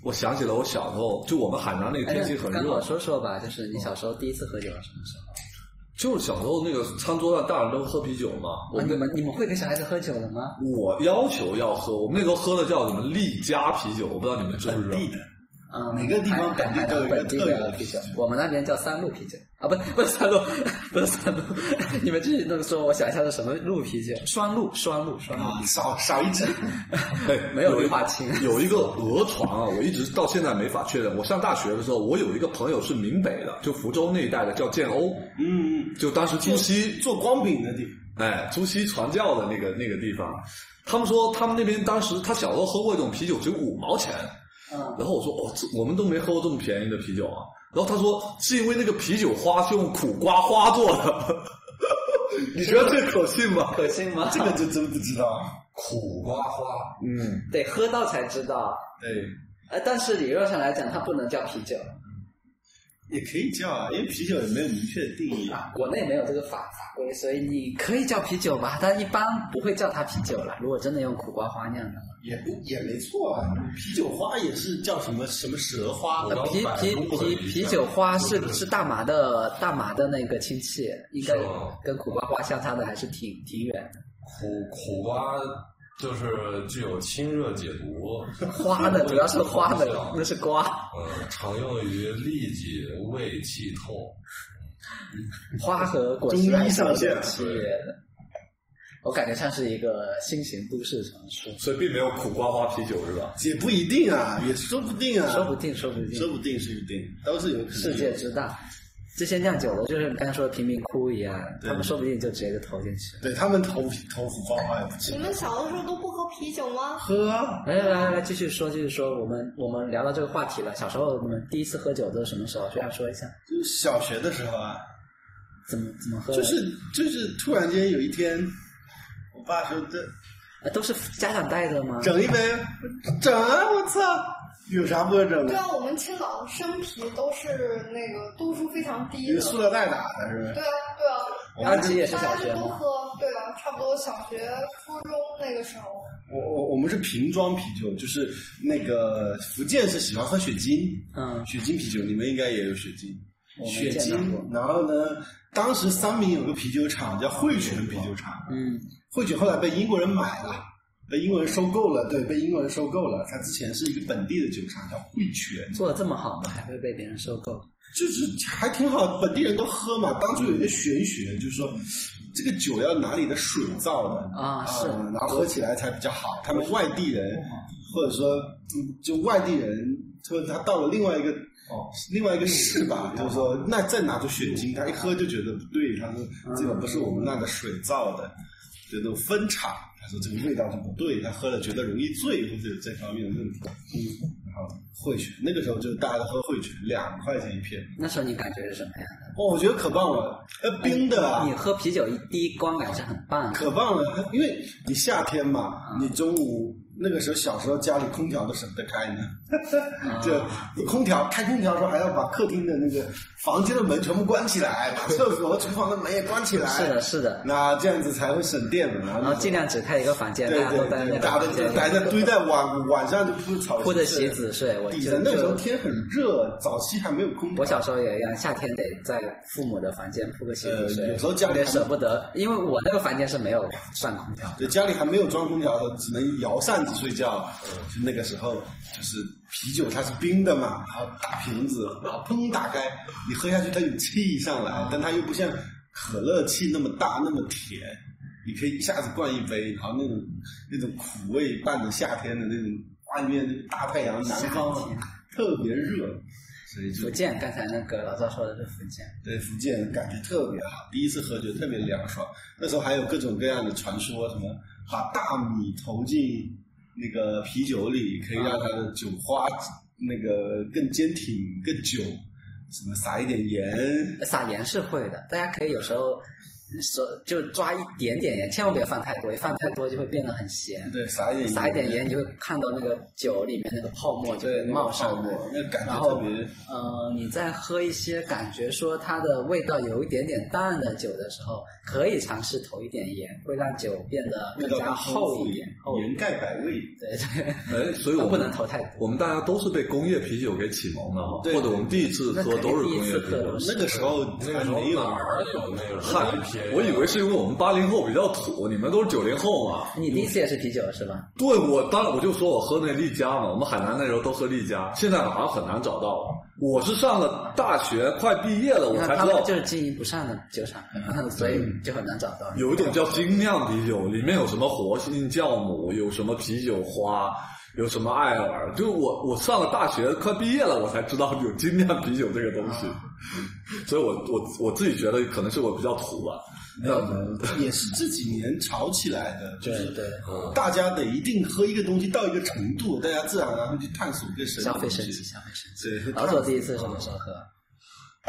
[SPEAKER 5] 我想起了我小时候，就我们海南那个天气很
[SPEAKER 1] 刚
[SPEAKER 5] 热
[SPEAKER 1] 好，说说吧，就是你小时候第一次喝酒是什么时候？
[SPEAKER 5] 就是小时候那个餐桌上大人都喝啤酒嘛，我
[SPEAKER 1] 啊，
[SPEAKER 5] 们
[SPEAKER 1] 你们你们会给小孩子喝酒的吗？
[SPEAKER 5] 我要求要喝，我们那时候喝的叫什么利佳啤酒，我不知道你们知不知道
[SPEAKER 2] 本地的。
[SPEAKER 1] 嗯，
[SPEAKER 2] 每个地方
[SPEAKER 1] 海
[SPEAKER 2] 本地
[SPEAKER 1] 海
[SPEAKER 2] 都有
[SPEAKER 1] 南
[SPEAKER 2] 一个
[SPEAKER 1] 本地
[SPEAKER 2] 特有
[SPEAKER 1] 的
[SPEAKER 2] 的
[SPEAKER 1] 啤
[SPEAKER 2] 啤
[SPEAKER 1] 酒
[SPEAKER 2] 酒，
[SPEAKER 1] 我们那边叫三鹿啤酒啊，不不是三鹿，不是三鹿，你们继续那个说，我想一下是什么鹿啤酒？双鹿，双鹿，双鹿
[SPEAKER 2] 啊，少少一 只，
[SPEAKER 5] 哎，
[SPEAKER 1] 没有绿
[SPEAKER 5] 一
[SPEAKER 1] 化青
[SPEAKER 5] 有一个鹅床啊，我一直到现在没法确认。我上大学的时候，我有一个朋友是闽北的，就福州那一带的，叫建瓯。
[SPEAKER 2] 嗯，
[SPEAKER 5] 就当时朱熹，
[SPEAKER 2] 做光饼的地方。
[SPEAKER 5] 哎，朱熹传教的那个那个地方，他们说他们那边当时他小时候喝过一种啤酒，只有五毛钱。
[SPEAKER 1] 嗯，
[SPEAKER 5] 然后我说哦，这我们都没喝过这么便宜的啤酒啊。然后他说是因为那个啤酒花是用苦瓜花做的， 你觉得这可信吗？
[SPEAKER 1] 可信吗？
[SPEAKER 2] 这个就真不知道。
[SPEAKER 5] 苦瓜花，嗯，
[SPEAKER 1] 得喝到才知道。
[SPEAKER 2] 对，
[SPEAKER 1] 呃，但是理论上来讲，它不能叫啤酒
[SPEAKER 2] 也可以叫啊，因为啤酒也没有明确的定义。
[SPEAKER 1] 啊，国内没有这个法法规，所以你可以叫啤酒吧，但一般不会叫它啤酒了。如果真的用苦瓜花酿的话，
[SPEAKER 2] 也不也没错啊，啤酒花也是叫什么什么蛇花
[SPEAKER 5] 我
[SPEAKER 1] 呃
[SPEAKER 5] 刚
[SPEAKER 1] 啤
[SPEAKER 5] 百
[SPEAKER 1] 啤
[SPEAKER 5] 度了
[SPEAKER 1] 啤
[SPEAKER 5] 一
[SPEAKER 1] 啤
[SPEAKER 5] 下
[SPEAKER 1] 酒花
[SPEAKER 5] 我
[SPEAKER 1] 是
[SPEAKER 5] 真的
[SPEAKER 1] 是大麻的大麻的那个亲戚，应该
[SPEAKER 5] 是吗
[SPEAKER 1] 跟苦瓜花相差的还是挺挺远的。
[SPEAKER 5] 苦苦瓜就是具有清热解毒，
[SPEAKER 1] 花的主要是花的那是瓜，
[SPEAKER 5] 呃，常用于痢疾、胃气痛。
[SPEAKER 1] 花和果
[SPEAKER 2] 中
[SPEAKER 1] 实
[SPEAKER 2] 医
[SPEAKER 1] 还是
[SPEAKER 2] 上
[SPEAKER 1] 有
[SPEAKER 2] 线
[SPEAKER 1] 点
[SPEAKER 2] 了
[SPEAKER 1] 区别的。我感觉像是一个新型都市传说，
[SPEAKER 5] 所以并没有苦瓜花啤酒是吧？
[SPEAKER 2] 也不一定啊，也说不定啊，
[SPEAKER 1] 说不定，说不定，
[SPEAKER 2] 说不定，说不定，都是有可能。
[SPEAKER 1] 世界之大，这些酿酒楼就是你刚才说的贫民窟一样，
[SPEAKER 2] 对
[SPEAKER 1] 他们说不定就直接就投进去了。
[SPEAKER 2] 对他们投投腐花花也不
[SPEAKER 4] 你
[SPEAKER 2] 吃，
[SPEAKER 4] 们小的时候都不喝啤酒吗？
[SPEAKER 2] 喝啊，
[SPEAKER 1] 来来来来，继续说，继续说，我们我们聊到这个话题了。小时候你们第一次喝酒都是什么时候？需要说一下。
[SPEAKER 2] 就是小学的时候啊，
[SPEAKER 1] 怎么怎么喝？
[SPEAKER 2] 就是就是突然间有一天，我爸说这
[SPEAKER 1] 啊都是家长带的吗？
[SPEAKER 2] 整一杯，整啊！我操，有啥不能整
[SPEAKER 4] 对
[SPEAKER 2] 的？
[SPEAKER 4] 啊，我们青岛生啤都是那个度数非常低
[SPEAKER 2] 有
[SPEAKER 4] 的。
[SPEAKER 2] 塑料袋打的是吧？
[SPEAKER 4] 对啊，对啊。
[SPEAKER 1] 安吉也是
[SPEAKER 4] 大
[SPEAKER 1] 小
[SPEAKER 4] 家
[SPEAKER 1] 学
[SPEAKER 4] 就都
[SPEAKER 1] 吗？
[SPEAKER 4] 喝，对啊，差不多小学、初中那个时候。
[SPEAKER 1] 嗯
[SPEAKER 2] 我我我们是瓶装啤酒，就是那个福建是喜欢喝雪晶，
[SPEAKER 1] 嗯，
[SPEAKER 2] 雪晶啤酒，你们应该也有雪晶。
[SPEAKER 1] 我没
[SPEAKER 2] 雪
[SPEAKER 1] 见到过
[SPEAKER 2] 晶，然后呢，当时三明有个啤酒厂叫汇泉啤酒厂，
[SPEAKER 1] 嗯，
[SPEAKER 2] 汇泉后来被英国人买了，被英国人收购了，对，被英国人收购了。它之前是一个本地的酒厂，叫汇泉，
[SPEAKER 1] 做的这么好吗？还会被别人收购？
[SPEAKER 2] 就是还挺好，本地人都喝嘛。当初有一个玄学，就是说这个酒要哪里的水造的
[SPEAKER 1] 啊是
[SPEAKER 2] 呃然后喝起来才比较好。他们外地人，或者说嗯就外地人，他他到了另外一个。哦，另外一个市吧，就是说，那再拿出雪晶，他一喝就觉得不对，他说这个不是我们那的水造的，就那种分厂，他说这个味道就不对，他喝了觉得容易醉，或者有这方面的问题。嗯，然后汇泉那个时候就大家都喝汇泉，两块钱一片，
[SPEAKER 1] 那时候你感觉是什么呀？
[SPEAKER 2] 哇，我觉得可棒了，呃，冰的啊
[SPEAKER 1] 你，喝啤酒一第一观感是很棒的。
[SPEAKER 2] 可棒了，因为你夏天嘛，你中午那个时候小时候家里空调都省得开 呢，就你空调开空调的时候还要把客厅的那个房间的门全部关起来，把厕所和厨房的门也关起来，
[SPEAKER 1] 是的，，是的。
[SPEAKER 2] 那这样子才会省电嘛，然
[SPEAKER 1] 然
[SPEAKER 2] 后
[SPEAKER 1] 后尽量只开一个房间，
[SPEAKER 2] 对
[SPEAKER 1] 大家
[SPEAKER 2] 对
[SPEAKER 1] 都在那
[SPEAKER 2] 对，
[SPEAKER 1] 个
[SPEAKER 2] 大家
[SPEAKER 1] 房
[SPEAKER 2] 都
[SPEAKER 1] 间
[SPEAKER 2] 待在
[SPEAKER 1] 里
[SPEAKER 2] 堆在晚晚上就铺着草
[SPEAKER 1] 铺着
[SPEAKER 2] 席
[SPEAKER 1] 席子睡。我
[SPEAKER 2] 底
[SPEAKER 1] 就
[SPEAKER 2] 层那个时候
[SPEAKER 1] 就
[SPEAKER 2] 天很热，早期还没有空调。
[SPEAKER 1] 我小时候也一样，夏天得在父母的房间铺个席子睡。
[SPEAKER 2] 呃有时候家里
[SPEAKER 1] 也舍不得，因为我那个房间是没有上空调。
[SPEAKER 2] 对，家里还没有装空调的，只能摇扇子睡觉。啊就那个时候，就是啤酒它是冰的嘛，然后大瓶子，然后砰打开，你喝下去它有气上来，但它又不像可乐气那么大那么甜，你可以一下子灌一杯，然后那种那种苦味伴着夏天的那种外面那个大太阳，南方
[SPEAKER 1] 夏天
[SPEAKER 2] 特别热，所以就
[SPEAKER 1] 福建，刚才那个老赵说的是福建，
[SPEAKER 2] 对福建感觉特别好，第一次喝觉得特别凉爽。那时候还有各种各样的传说，什么把大米投进那个啤酒里，可以让它的酒花那个更坚挺、更久。什么撒一点盐，
[SPEAKER 1] 撒盐是会的，大家可以有时候手就抓一点点盐，千万不要放太多，一放太多就会变得很咸。
[SPEAKER 2] 对，撒一点
[SPEAKER 1] 撒一点，盐，你就会看到那个酒里面那个泡沫就会
[SPEAKER 2] 对，
[SPEAKER 1] 冒上来。
[SPEAKER 2] 过，那感
[SPEAKER 1] 然
[SPEAKER 2] 觉
[SPEAKER 1] 后
[SPEAKER 2] 特别。
[SPEAKER 1] 呃，你在喝一些感觉说它的味道有一点点淡的酒的时候，可以尝试投一点盐，会让酒变得
[SPEAKER 2] 味
[SPEAKER 1] 更
[SPEAKER 2] 道
[SPEAKER 1] 加
[SPEAKER 2] 更
[SPEAKER 1] 厚一点。厚一点
[SPEAKER 2] 盐盖百味。
[SPEAKER 1] 对对，
[SPEAKER 5] 哎，所以我
[SPEAKER 1] 但
[SPEAKER 5] 们
[SPEAKER 1] 不能投太多。
[SPEAKER 5] 我们大家都是被工业啤酒给启蒙的哈，
[SPEAKER 2] 对
[SPEAKER 5] 或者我们第一次
[SPEAKER 1] 那
[SPEAKER 5] 喝
[SPEAKER 1] 肯定
[SPEAKER 5] 都是
[SPEAKER 1] 第一
[SPEAKER 5] 工业
[SPEAKER 1] 次
[SPEAKER 5] 啤
[SPEAKER 1] 喝
[SPEAKER 5] 酒
[SPEAKER 1] 都。是
[SPEAKER 2] 那个时候
[SPEAKER 3] 那
[SPEAKER 2] 还
[SPEAKER 3] 个时候
[SPEAKER 2] 没有
[SPEAKER 3] 哪儿有那个
[SPEAKER 5] 嗨
[SPEAKER 3] 什么便宜，
[SPEAKER 5] 我以为是因为我们八零后比较土，你们都是九零后嘛。
[SPEAKER 1] 你第一次也是啤酒是吧？
[SPEAKER 5] 对，我当我就说我喝那丽佳嘛，我们海南那时候都喝丽佳，现在好像很难找到了。我是上了大学快毕业了，我
[SPEAKER 1] 那
[SPEAKER 5] 才
[SPEAKER 1] 他
[SPEAKER 5] 知
[SPEAKER 1] 们
[SPEAKER 5] 道
[SPEAKER 1] 就是经营不善的酒厂，所以就很难找到。
[SPEAKER 5] 有一种叫精酿啤酒，里面有什么活性酵母，有什么啤酒花，有什么艾尔。就我我上了大学快毕业了，我才知道有精酿啤酒这个东西。 所以我我我自己觉得可能是我比较土吧。
[SPEAKER 2] 没有没有，也是这几年炒起来的，就
[SPEAKER 1] 对
[SPEAKER 2] 是
[SPEAKER 1] 对，
[SPEAKER 2] 大家得一定喝一个东西到一个程度，大家自然而然会去探索更深的
[SPEAKER 1] 消费
[SPEAKER 2] 东
[SPEAKER 1] 升
[SPEAKER 2] 西
[SPEAKER 1] 级，。消费升级。
[SPEAKER 2] 对，
[SPEAKER 1] 老左第一次什么时候喝？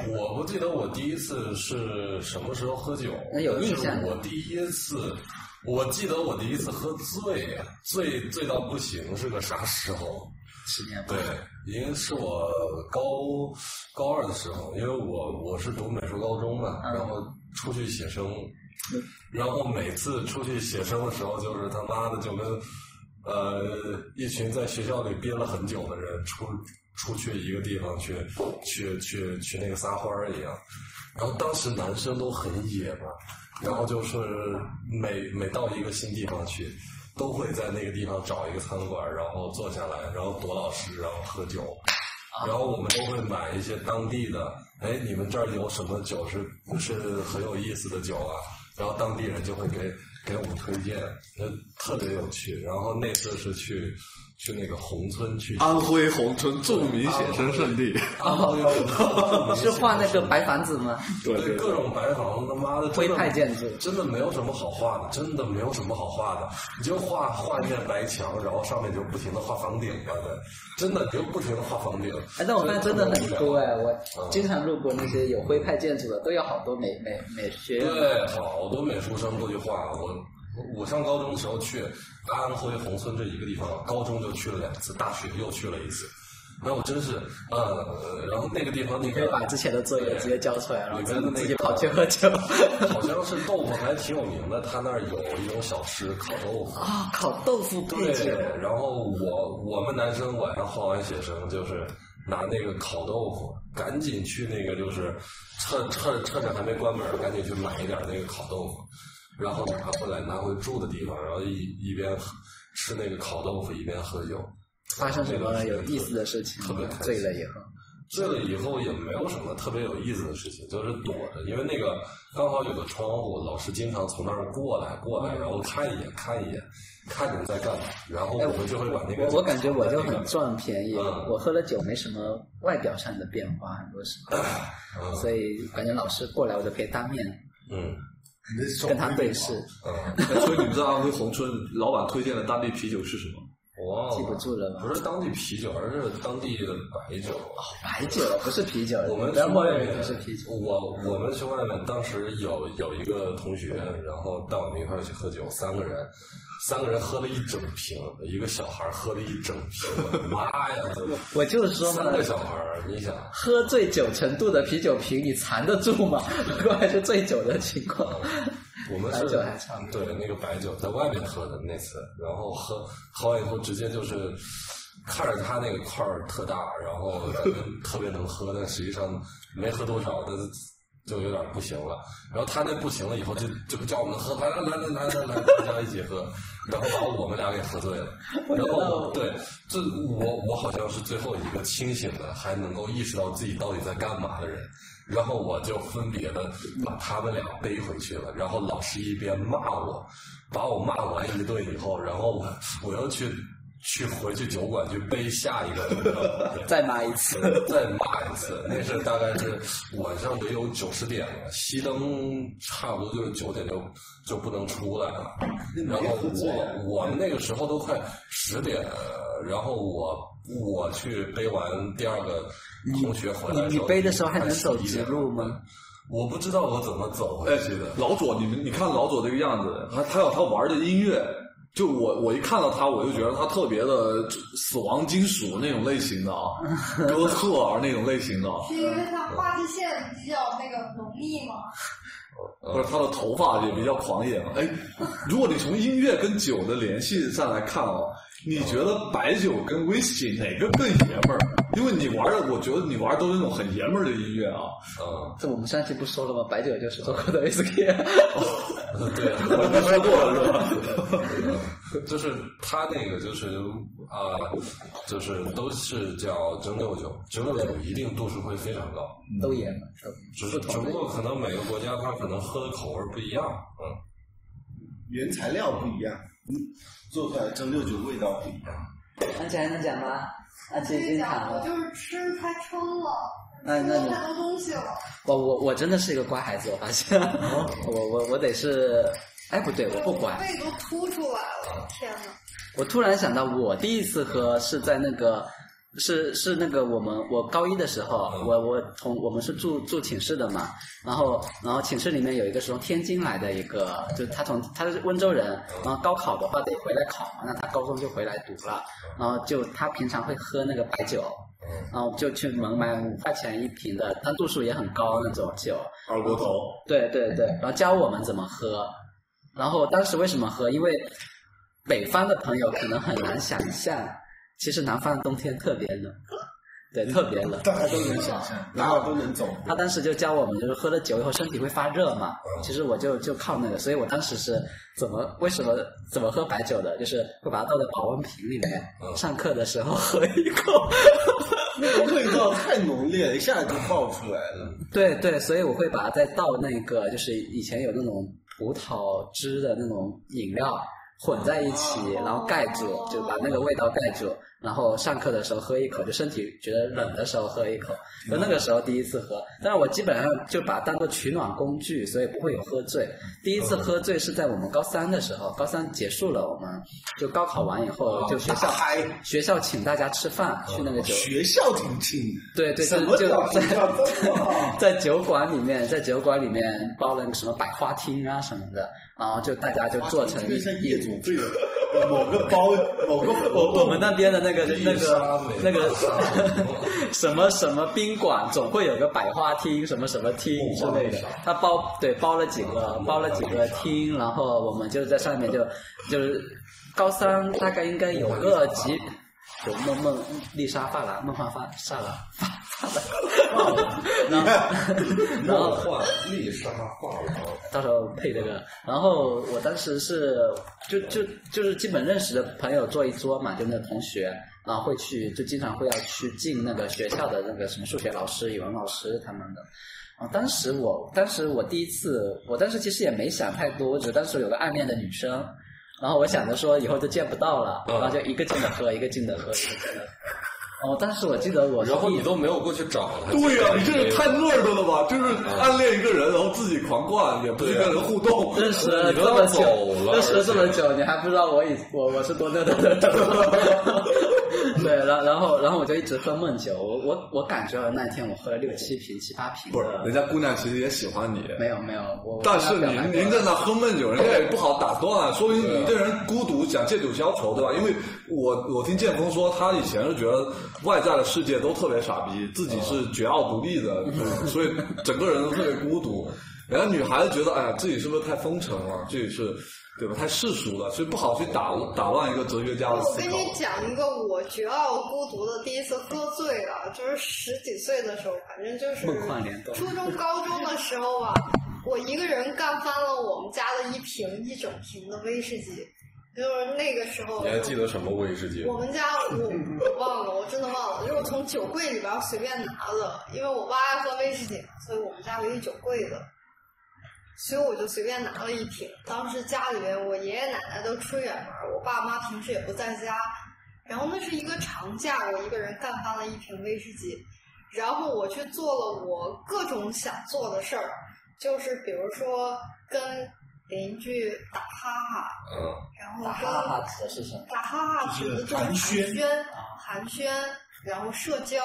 [SPEAKER 3] 我不记得我第一次是什么时候喝酒，
[SPEAKER 1] 那有印象
[SPEAKER 3] 但是我第一次，我记得我第一次喝醉呀，醉醉到不行是个啥时候？
[SPEAKER 1] 十年吧
[SPEAKER 3] 对。，因为是我高高二的时候，因为我我是读美术高中嘛，
[SPEAKER 1] 嗯
[SPEAKER 3] 然后出去写生，然后每次出去写生的时候，就是他妈的就跟呃一群在学校里憋了很久的人出出去一个地方去去去去那个撒欢儿一样，然后当时男生都很野嘛，然后就是每每到一个新地方去，都会在那个地方找一个餐馆，然后坐下来，然后躲老师，然后喝酒，然后我们都会买一些当地的，哎，你们这儿有什么酒是是很有意思的酒啊？然后当地人就会给给我们推荐，那特别有趣。然后那次是去去那个宏村去
[SPEAKER 5] 安徽宏村著名写生圣地，
[SPEAKER 1] 哦， 是画那个白房子吗？
[SPEAKER 5] 对对
[SPEAKER 3] 各种白房，他妈的
[SPEAKER 1] 徽派建筑
[SPEAKER 3] 真的没有什么好画的，真的没有什么好画的。你就画画一面白墙，然后上面就不停的画房顶吧，对，真的你就不停的画房顶。
[SPEAKER 1] 哎，但我发现真的很多哎，我
[SPEAKER 3] 嗯
[SPEAKER 1] 经常路过那些有徽派建筑的，都有好多美美美学院
[SPEAKER 3] 对，好多美术生过去画。我我上高中的时候去安徽宏村这一个地方，高中就去了两次，大学又去了一次。那我真是，呃，然后那个地方那
[SPEAKER 1] 可以
[SPEAKER 3] 个
[SPEAKER 1] 把之前的作业直接交出来，然后
[SPEAKER 3] 里面的那
[SPEAKER 1] 自己
[SPEAKER 3] 个
[SPEAKER 1] 跑去喝酒。
[SPEAKER 3] 好像是豆腐还挺有名的，他那儿有一种小吃烤豆腐。
[SPEAKER 1] 啊，烤豆腐配酒
[SPEAKER 3] 对，，然后我我们男生晚上画完写生，就是拿那个烤豆腐，赶紧去那个就是趁趁趁着还没关门，赶紧去买一点那个烤豆腐，然后拿回来拿回住的地方，然后一一边喝吃那个烤豆腐一边喝酒。
[SPEAKER 1] 发生什么有意思的事情
[SPEAKER 3] 特别？开心
[SPEAKER 1] 醉了以后，
[SPEAKER 3] 醉了以后也没有什么特别有意思的事情，就是躲着，因为那个刚好有个窗户，老师经常从那儿过来过来，然后看一眼看一眼，看你们在干嘛，然后我们就会把那个、
[SPEAKER 1] 哎我我感觉我就很占便宜，
[SPEAKER 3] 嗯
[SPEAKER 1] 我喝了酒没什么外表上的变化，很多时候，
[SPEAKER 3] 嗯
[SPEAKER 1] 所以感觉老师过来我就可以当面
[SPEAKER 3] 嗯
[SPEAKER 2] 你那手
[SPEAKER 1] 跟他对视，
[SPEAKER 3] 嗯，
[SPEAKER 5] 哎所以你们在安徽宏村，老板推荐的当地啤酒是什么？
[SPEAKER 3] 我忘了
[SPEAKER 1] 记不住了吧？
[SPEAKER 3] 不是当地啤酒，而是当地的白酒。
[SPEAKER 1] 白酒不是啤酒，
[SPEAKER 3] 我们
[SPEAKER 1] 啊不要
[SPEAKER 3] 去
[SPEAKER 1] 默
[SPEAKER 3] 外
[SPEAKER 1] 认为
[SPEAKER 3] 面
[SPEAKER 1] 它是啤酒。
[SPEAKER 3] 我我们去外面，当时有有一个同学，然后带我们一块儿去喝酒，三个人，三个人喝了一整瓶，一个小孩儿喝了一整瓶，我的妈呀！
[SPEAKER 1] 我就是 说嘛
[SPEAKER 3] 三，个小孩儿，你想，
[SPEAKER 1] 喝醉酒程度的啤酒瓶，你藏得住吗？如果还是醉酒的情况，
[SPEAKER 3] 我们是
[SPEAKER 1] 白酒还差不
[SPEAKER 3] 对那个白酒在外面喝的那次，然后喝喝完以后直接就是看着他那个块儿特大，然后感觉特别能喝，但实际上没喝多少，但是就有点不行了。然后他那不行了以后就就叫我们喝，来来来来来来来，大家一起喝，然后把我们俩给喝醉了。然后我对，这我我好像是最后一个清醒的，还能够意识到自己到底在干嘛的人。然后我就分别的把他们俩背回去了，然后老师一边骂我，把我骂完一顿以后，然后我我又去去回去酒馆去背下一个，对
[SPEAKER 1] 再买一次。
[SPEAKER 3] 再骂一次。那是大概是晚上得有九十点了，熄灯差不多就是九点就就不能出来了。然后我我们那个时候都快十点，然后我我去背完第二个同学回来的
[SPEAKER 1] 你
[SPEAKER 3] 时
[SPEAKER 1] 你
[SPEAKER 3] 候
[SPEAKER 1] 背的时候还能走
[SPEAKER 3] 快11
[SPEAKER 1] 直
[SPEAKER 3] 点了
[SPEAKER 1] 路吗？
[SPEAKER 3] 我不知道我怎么走
[SPEAKER 5] 哎
[SPEAKER 3] 回去的，。
[SPEAKER 5] 老左，你们你看老左这个样子，他他有他玩的音乐，就我我一看到他，我就觉得他特别的死亡金属那种类型 的啊，哥特啊那种类型的啊，
[SPEAKER 4] 是因为它画地线比较那个浓密嘛。
[SPEAKER 5] 或者他的头发也比较狂野嘛。哎，如果你从音乐跟酒的联系上来看哦，你觉得白酒跟 whisky 哪个更爷们儿？因为你玩的，我觉得你玩的都是那种很爷们儿的音乐啊。
[SPEAKER 3] 嗯，
[SPEAKER 1] 这我们上期不说了吗？白酒就是中国的威士忌。
[SPEAKER 3] 对啊，
[SPEAKER 5] 我没说过了是吧？
[SPEAKER 3] 就是他那个就是啊、就是都是叫蒸馏酒，蒸馏酒一定度数会非常高，
[SPEAKER 1] 都演了，
[SPEAKER 3] 只
[SPEAKER 1] 不
[SPEAKER 3] 是只
[SPEAKER 1] 同
[SPEAKER 3] 不
[SPEAKER 1] 的
[SPEAKER 3] 过可能每个国家它可能喝的口味不一样，嗯，
[SPEAKER 2] 原材料不一样，嗯，做出来蒸馏酒味道不一样。
[SPEAKER 1] 安琪还能讲吗？安琪
[SPEAKER 4] 跟
[SPEAKER 1] 已经
[SPEAKER 4] 你
[SPEAKER 1] 躺
[SPEAKER 4] 讲，我
[SPEAKER 1] 了。
[SPEAKER 4] 就是吃太撑了，
[SPEAKER 1] 那
[SPEAKER 4] 吃
[SPEAKER 1] 那
[SPEAKER 4] 了
[SPEAKER 1] 你
[SPEAKER 4] 太多东西了。
[SPEAKER 1] 我我我真的是一个乖孩子，我发现。 我我我得是，哎不对，我不乖。
[SPEAKER 4] 胃都凸出来了，天哪！
[SPEAKER 1] 我突然想到，我第一次喝是在那个，是是那个我们我高一的时候，我我同我们是住住寝室的嘛，然后然后寝室里面有一个是从天津来的一个，就是他从他是温州人，然后高考的话得回来考嘛，那他高中就回来读了，然后就他平常会喝那个白酒，然后就去门买五块钱一瓶的，它度数也很高那种酒，
[SPEAKER 5] 二锅头。
[SPEAKER 1] 对对对，然后教我们怎么喝。然后当时为什么喝？因为北方的朋友可能很难想象，其实南方的冬天特别冷，对，特别冷。
[SPEAKER 2] 大家都能想象，哪儿都能走。
[SPEAKER 1] 他当时就教我们，就是喝了酒以后身体会发热嘛。
[SPEAKER 5] 嗯
[SPEAKER 1] 其实我就就靠那个，所以我当时是怎么为什么怎么喝白酒的，就是会把它倒在保温瓶里面，
[SPEAKER 5] 嗯
[SPEAKER 1] 上课的时候喝一口。
[SPEAKER 2] 那个味道太浓烈了，一下就爆出来了。
[SPEAKER 1] 对对，所以我会把它再倒那个，就是以前有那种葡萄汁的那种饮料，混在一起，
[SPEAKER 4] 哦
[SPEAKER 1] 然后盖住，就把那个味道盖住。然后上课的时候喝一口，就身体觉得冷的时候喝一口，就那个时候第一次喝。但是我基本上就把它当做取暖工具，所以不会有喝醉。第一次喝醉是在我们高三的时候，高三结束了，我们就高考完以后，就学校
[SPEAKER 2] 嗨，
[SPEAKER 1] 学校请大家吃饭，去那个酒
[SPEAKER 2] 哎学校挺近的，
[SPEAKER 1] 对对，
[SPEAKER 2] 什
[SPEAKER 1] 就
[SPEAKER 2] 么
[SPEAKER 1] 就
[SPEAKER 2] 叫学
[SPEAKER 1] 在
[SPEAKER 2] 校这么好
[SPEAKER 1] 在酒馆里面，在酒馆里面包了什么百花厅啊什么的，然后就大家 就做成一
[SPEAKER 2] 像
[SPEAKER 1] 一
[SPEAKER 2] 夜总会的某个包某个
[SPEAKER 1] 我我们那边的那个那
[SPEAKER 3] 丽莎
[SPEAKER 1] 个
[SPEAKER 3] 美
[SPEAKER 1] 那个 什么什么宾馆，总会有个百花厅，什么什么厅之类的。他包对包了几个包了几个厅，然后我们就是在上面就就是高三大概应该有个几有梦梦丽莎发廊梦幻发发廊发发廊， 然后 然后
[SPEAKER 3] 梦幻丽莎画廊，
[SPEAKER 1] 到时候配这个。然后我当时是就就就是基本认识的朋友坐一桌嘛，就那同学，然后会去就经常会要去敬那个学校的那个什么数学老师、语文老师他们的。啊，当时我当时我第一次，我当时其实也没想太多，我只是当时有个暗恋的女生。然后我想着说以后就见不到了，
[SPEAKER 3] 哦
[SPEAKER 1] 然后就一个劲的喝，一个劲的喝，一个劲的喝。哦，当时我记得我是
[SPEAKER 3] 然后
[SPEAKER 1] 第
[SPEAKER 3] 你都没有过去找他。
[SPEAKER 5] 啊对呀、你这也太懦弱了吧！就是暗恋一个人，然后自己狂灌，也不去跟人互动。
[SPEAKER 1] 啊 认 识了这么久，认识了这么久，你还不知道我以我我是多嫩的 人。对，然然后然后我就一直喝闷酒，我我我感觉那天我喝了六七瓶、七八瓶
[SPEAKER 5] 不是，人
[SPEAKER 1] 的。
[SPEAKER 5] 家姑娘其实也喜欢你，
[SPEAKER 1] 没有没有，我
[SPEAKER 5] 但是
[SPEAKER 1] 我跟她表白
[SPEAKER 5] 您
[SPEAKER 1] 过
[SPEAKER 5] 您在那喝闷酒，人家也不好打断啊，说明你这人孤独，想借酒消愁，对吧？因为我我听建峰说，他以前是觉得外在的世界都特别傻逼，自己是绝傲独立的， 对所以整个人都特别孤独。然后女孩子觉得，哎呀，自己是不是太风尘了？自己是，对吧？太世俗了，所以不好去打打乱一个哲学家的
[SPEAKER 4] 我
[SPEAKER 5] 思
[SPEAKER 4] 跟
[SPEAKER 5] 考。
[SPEAKER 4] 你讲一个我绝傲孤独的第一次喝醉了，就是十几岁的时候，反正就是
[SPEAKER 1] 梦幻联动
[SPEAKER 4] 初中、高中的时候吧，我一个人干翻了我们家的一瓶一整瓶的威士忌，就是那个时候
[SPEAKER 3] 你。还记得什么威士忌？
[SPEAKER 4] 我们家我我忘了，我真的忘了，就是从酒柜里边随便拿的，因为我爸爱喝威士忌，所以我们家没有酒柜的，所以我就随便拿了一瓶。当时家里面我爷爷奶奶都出远门，我爸妈平时也不在家，然后那是一个长假，我一个人干翻了一瓶威士忌，然后我去做了我各种想做的事儿，就是比如说跟邻居打哈哈，
[SPEAKER 3] 嗯，
[SPEAKER 4] 然后
[SPEAKER 1] 打
[SPEAKER 4] 跟
[SPEAKER 1] 哈哈指的是什么？
[SPEAKER 4] 打哈哈指的就是寒暄、寒暄，然后社交，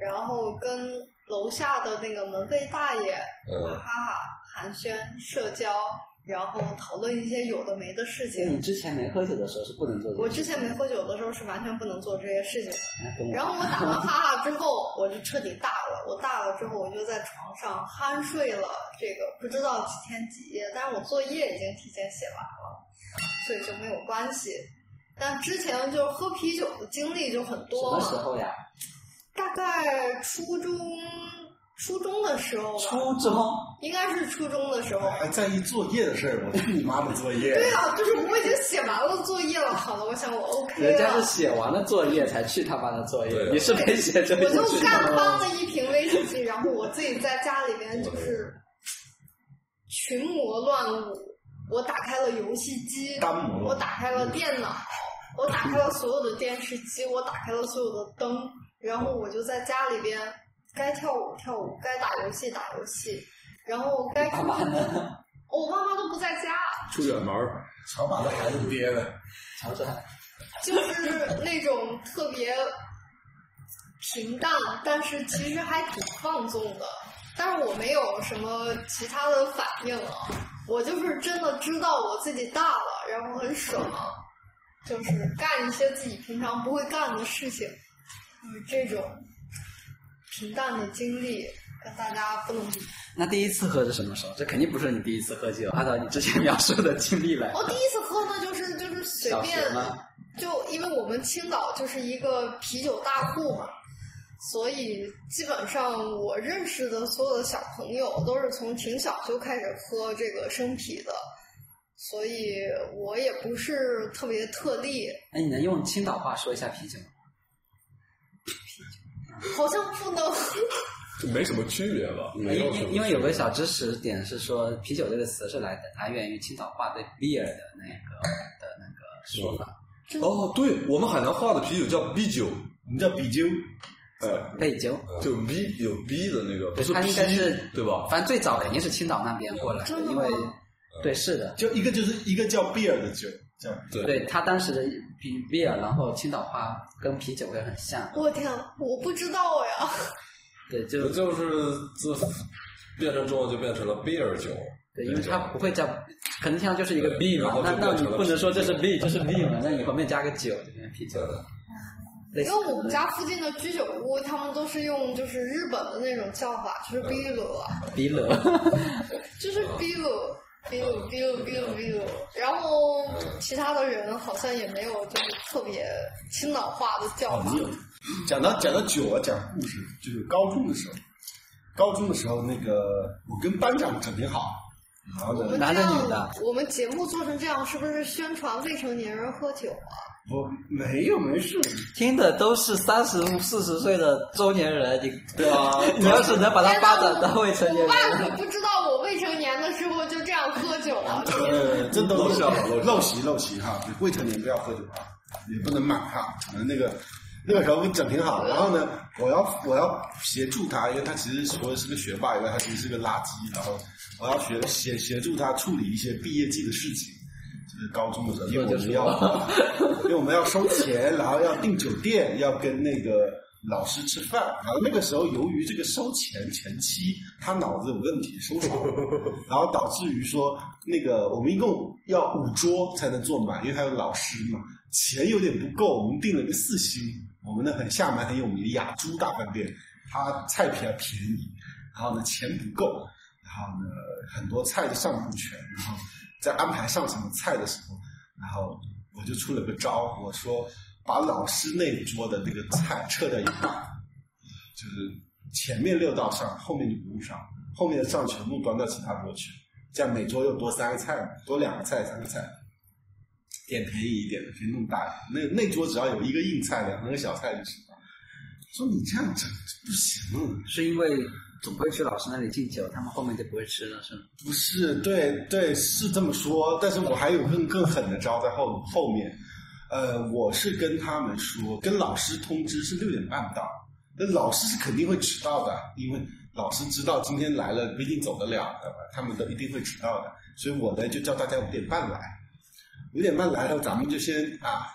[SPEAKER 4] 然后跟楼下的那个门卫大爷打
[SPEAKER 3] 嗯
[SPEAKER 4] 哈哈、寒暄、社交，然后讨论一些有的没的事
[SPEAKER 1] 就
[SPEAKER 4] 情。
[SPEAKER 1] 你之前没喝酒的时候是不能做这个。
[SPEAKER 4] 我之前没喝酒的时候是完全不能做这些事情的。
[SPEAKER 1] 哎跟我
[SPEAKER 4] 然后我打完哈哈之后，我就彻底大了。我大了之后，我就在床上酣睡了，这个不知道几天几夜。但是我作业已经提前写完了，所以就没有关系。但之前就是喝啤酒的经历就很
[SPEAKER 1] 什
[SPEAKER 4] 多
[SPEAKER 1] 么时
[SPEAKER 4] 嘛，
[SPEAKER 1] 候呀？
[SPEAKER 4] 大概初中初中的时候吧，
[SPEAKER 1] 初中。
[SPEAKER 4] 应该是初中的时候。
[SPEAKER 2] 哦还在意作业的事儿， 我去你妈的作业！
[SPEAKER 4] 对啊，就是我已经写完了作业了。好了，我想我 OK 了。
[SPEAKER 1] 人家是写完了作业才去他妈的作业，
[SPEAKER 5] 啊
[SPEAKER 3] 对
[SPEAKER 1] 你是没写就已
[SPEAKER 4] 我
[SPEAKER 1] 经
[SPEAKER 4] 就
[SPEAKER 1] 去
[SPEAKER 4] 干
[SPEAKER 1] 他
[SPEAKER 4] 翻
[SPEAKER 1] 妈的。
[SPEAKER 4] 了一瓶威士忌，然后我自己在家里面就是群魔乱舞。我打开了游戏机，
[SPEAKER 2] 单魔乱舞
[SPEAKER 4] 我打开了电脑，我打开了所有的电视机，我打开了所有的灯，然后我就在家里边该跳舞跳舞，该打游戏打游戏，然后该
[SPEAKER 1] 干嘛呢？
[SPEAKER 4] 我爸妈都不在家，
[SPEAKER 3] 出远门儿
[SPEAKER 2] 乔马的孩子爹的，
[SPEAKER 1] 乔治还
[SPEAKER 4] 就是那种特别平淡，但是其实还挺放纵的。但是我没有什么其他的反应了，我就是真的知道我自己大了，然后很爽，就是干一些自己平常不会干的事情，就是这种平淡的经历跟大家不能比。
[SPEAKER 1] 那第一次喝是什么时候？这肯定不是你第一次喝酒，按照你之前 描述的经历来。
[SPEAKER 4] 我第一次喝呢，就是就是随
[SPEAKER 1] 小
[SPEAKER 4] 便
[SPEAKER 1] 学吗？
[SPEAKER 4] 就因为我们青岛就是一个啤酒大户嘛，所以基本上我认识的所有的小朋友都是从挺小就开始喝这个生啤的，所以我也不是特别特例，
[SPEAKER 1] 哎，你能用青岛话说一下啤酒吗？
[SPEAKER 4] 好像不能。
[SPEAKER 3] 就没什么区别吧？
[SPEAKER 1] 因
[SPEAKER 3] 没有什么
[SPEAKER 1] 因因为
[SPEAKER 3] 区
[SPEAKER 1] 有
[SPEAKER 3] 别
[SPEAKER 1] 个小知识点是说，啤酒这个词是来来源于青岛话对 beer 的那个的说法，
[SPEAKER 5] 哦，对我们海南话的啤酒叫啤酒，
[SPEAKER 2] 我们叫比酒，呃，
[SPEAKER 1] 贝酒。
[SPEAKER 5] 就啤有啤的那个，不是
[SPEAKER 1] 它应该
[SPEAKER 5] 啤
[SPEAKER 1] 是
[SPEAKER 5] 对吧？
[SPEAKER 1] 反正最早肯定是青岛那边过来的，
[SPEAKER 4] 真的
[SPEAKER 1] 因
[SPEAKER 4] 吗
[SPEAKER 1] 为对是的，
[SPEAKER 2] 就一个就是一个叫 beer 的酒，叫
[SPEAKER 3] 对
[SPEAKER 1] 对他当时的比比尔，然后青岛话跟啤酒会很像，
[SPEAKER 4] 我天，啊我不知道呀。
[SPEAKER 1] 对，就
[SPEAKER 3] 不就是自变成中文就变成了 beer 酒，
[SPEAKER 1] 对，因为它不会叫，可能像就是一个
[SPEAKER 3] 对
[SPEAKER 1] B 嘛
[SPEAKER 3] 然，后
[SPEAKER 1] 那那
[SPEAKER 3] 就变
[SPEAKER 1] 你
[SPEAKER 3] 成了
[SPEAKER 1] 不能说这是 B，这是 B 嘛，那你后面加个酒就变成啤酒
[SPEAKER 3] 对
[SPEAKER 1] 了。
[SPEAKER 3] 的，
[SPEAKER 1] 类
[SPEAKER 4] 因
[SPEAKER 1] 似
[SPEAKER 4] 为我们家附近的居酒屋，他们都是用就是日本的那种叫法，
[SPEAKER 1] 嗯
[SPEAKER 4] 就是 b i l 啊，
[SPEAKER 1] 比勒，
[SPEAKER 4] 就是
[SPEAKER 1] 嗯
[SPEAKER 4] b i l b i l b i l b i l b i l 然后其他的人好像也没有就是特别青岛话的叫
[SPEAKER 1] 哦
[SPEAKER 4] 法
[SPEAKER 2] 哦你。有讲到讲到酒啊，讲故事，就是高中的时候，高中的时候那个我跟班长整挺好，然后
[SPEAKER 4] 我
[SPEAKER 2] 呢，
[SPEAKER 4] 们
[SPEAKER 1] 男
[SPEAKER 4] 这
[SPEAKER 1] 的
[SPEAKER 4] 样
[SPEAKER 1] 女的，
[SPEAKER 4] 我们节目做成这样，是不是宣传未成年人喝酒啊？
[SPEAKER 2] 我没有没事，
[SPEAKER 1] 听的都是三十四十岁的中年人，你
[SPEAKER 2] 对啊，
[SPEAKER 1] 你要是能把它发展到未成年
[SPEAKER 4] 哎我爸可
[SPEAKER 1] 人，
[SPEAKER 4] 不知道我未成年的时候就这样喝酒 啊。
[SPEAKER 2] 呃，这都
[SPEAKER 5] 陋习啊
[SPEAKER 2] 陋习陋习哈，未成年不要喝酒啊，也不能买哈。可能那个那个时候整挺好，然后呢，我要我要协助他，因为他其实除了是个学霸以外，他其实是个垃圾，然后我要学协协助他处理一些毕业季的事情。就是高中的时候，因为我们 要，因为我们要收钱，然后要订酒店，要跟那个老师吃饭。然后那个时候，由于这个收钱前期他脑子有问题，收少了，然后导致于说那个我们一共要五桌才能坐满，因为还有老师嘛，钱有点不够，我们订了个四星，我们那很厦门很有名的雅珠大饭店，它菜比较便宜，然后呢钱不够，然后呢很多菜就上不全，然后在安排上什么菜的时候，然后我就出了个招，我说把老师那一桌的那个菜撤掉一半，就是前面六道上，后面就不用上，后面的上全部端到其他桌去，这样每桌又多三个菜，多两个菜三个菜，点便宜一点的，别弄大一点。那那桌只要有一个硬菜，两三个小菜就行了。说你这样整不行，啊
[SPEAKER 1] 是因为总会去老师那里敬酒，他们后面就不会吃了，是吗？
[SPEAKER 2] 不是对对是这么说，但是我还有更更狠的招在后后面。呃，我是跟他们说，跟老师通知是六点半到，那老师是肯定会迟到的，因为老师知道今天来了不一定走得了的，他们都一定会迟到的，所以我呢就叫大家五点半来，五点半来了，咱们就先啊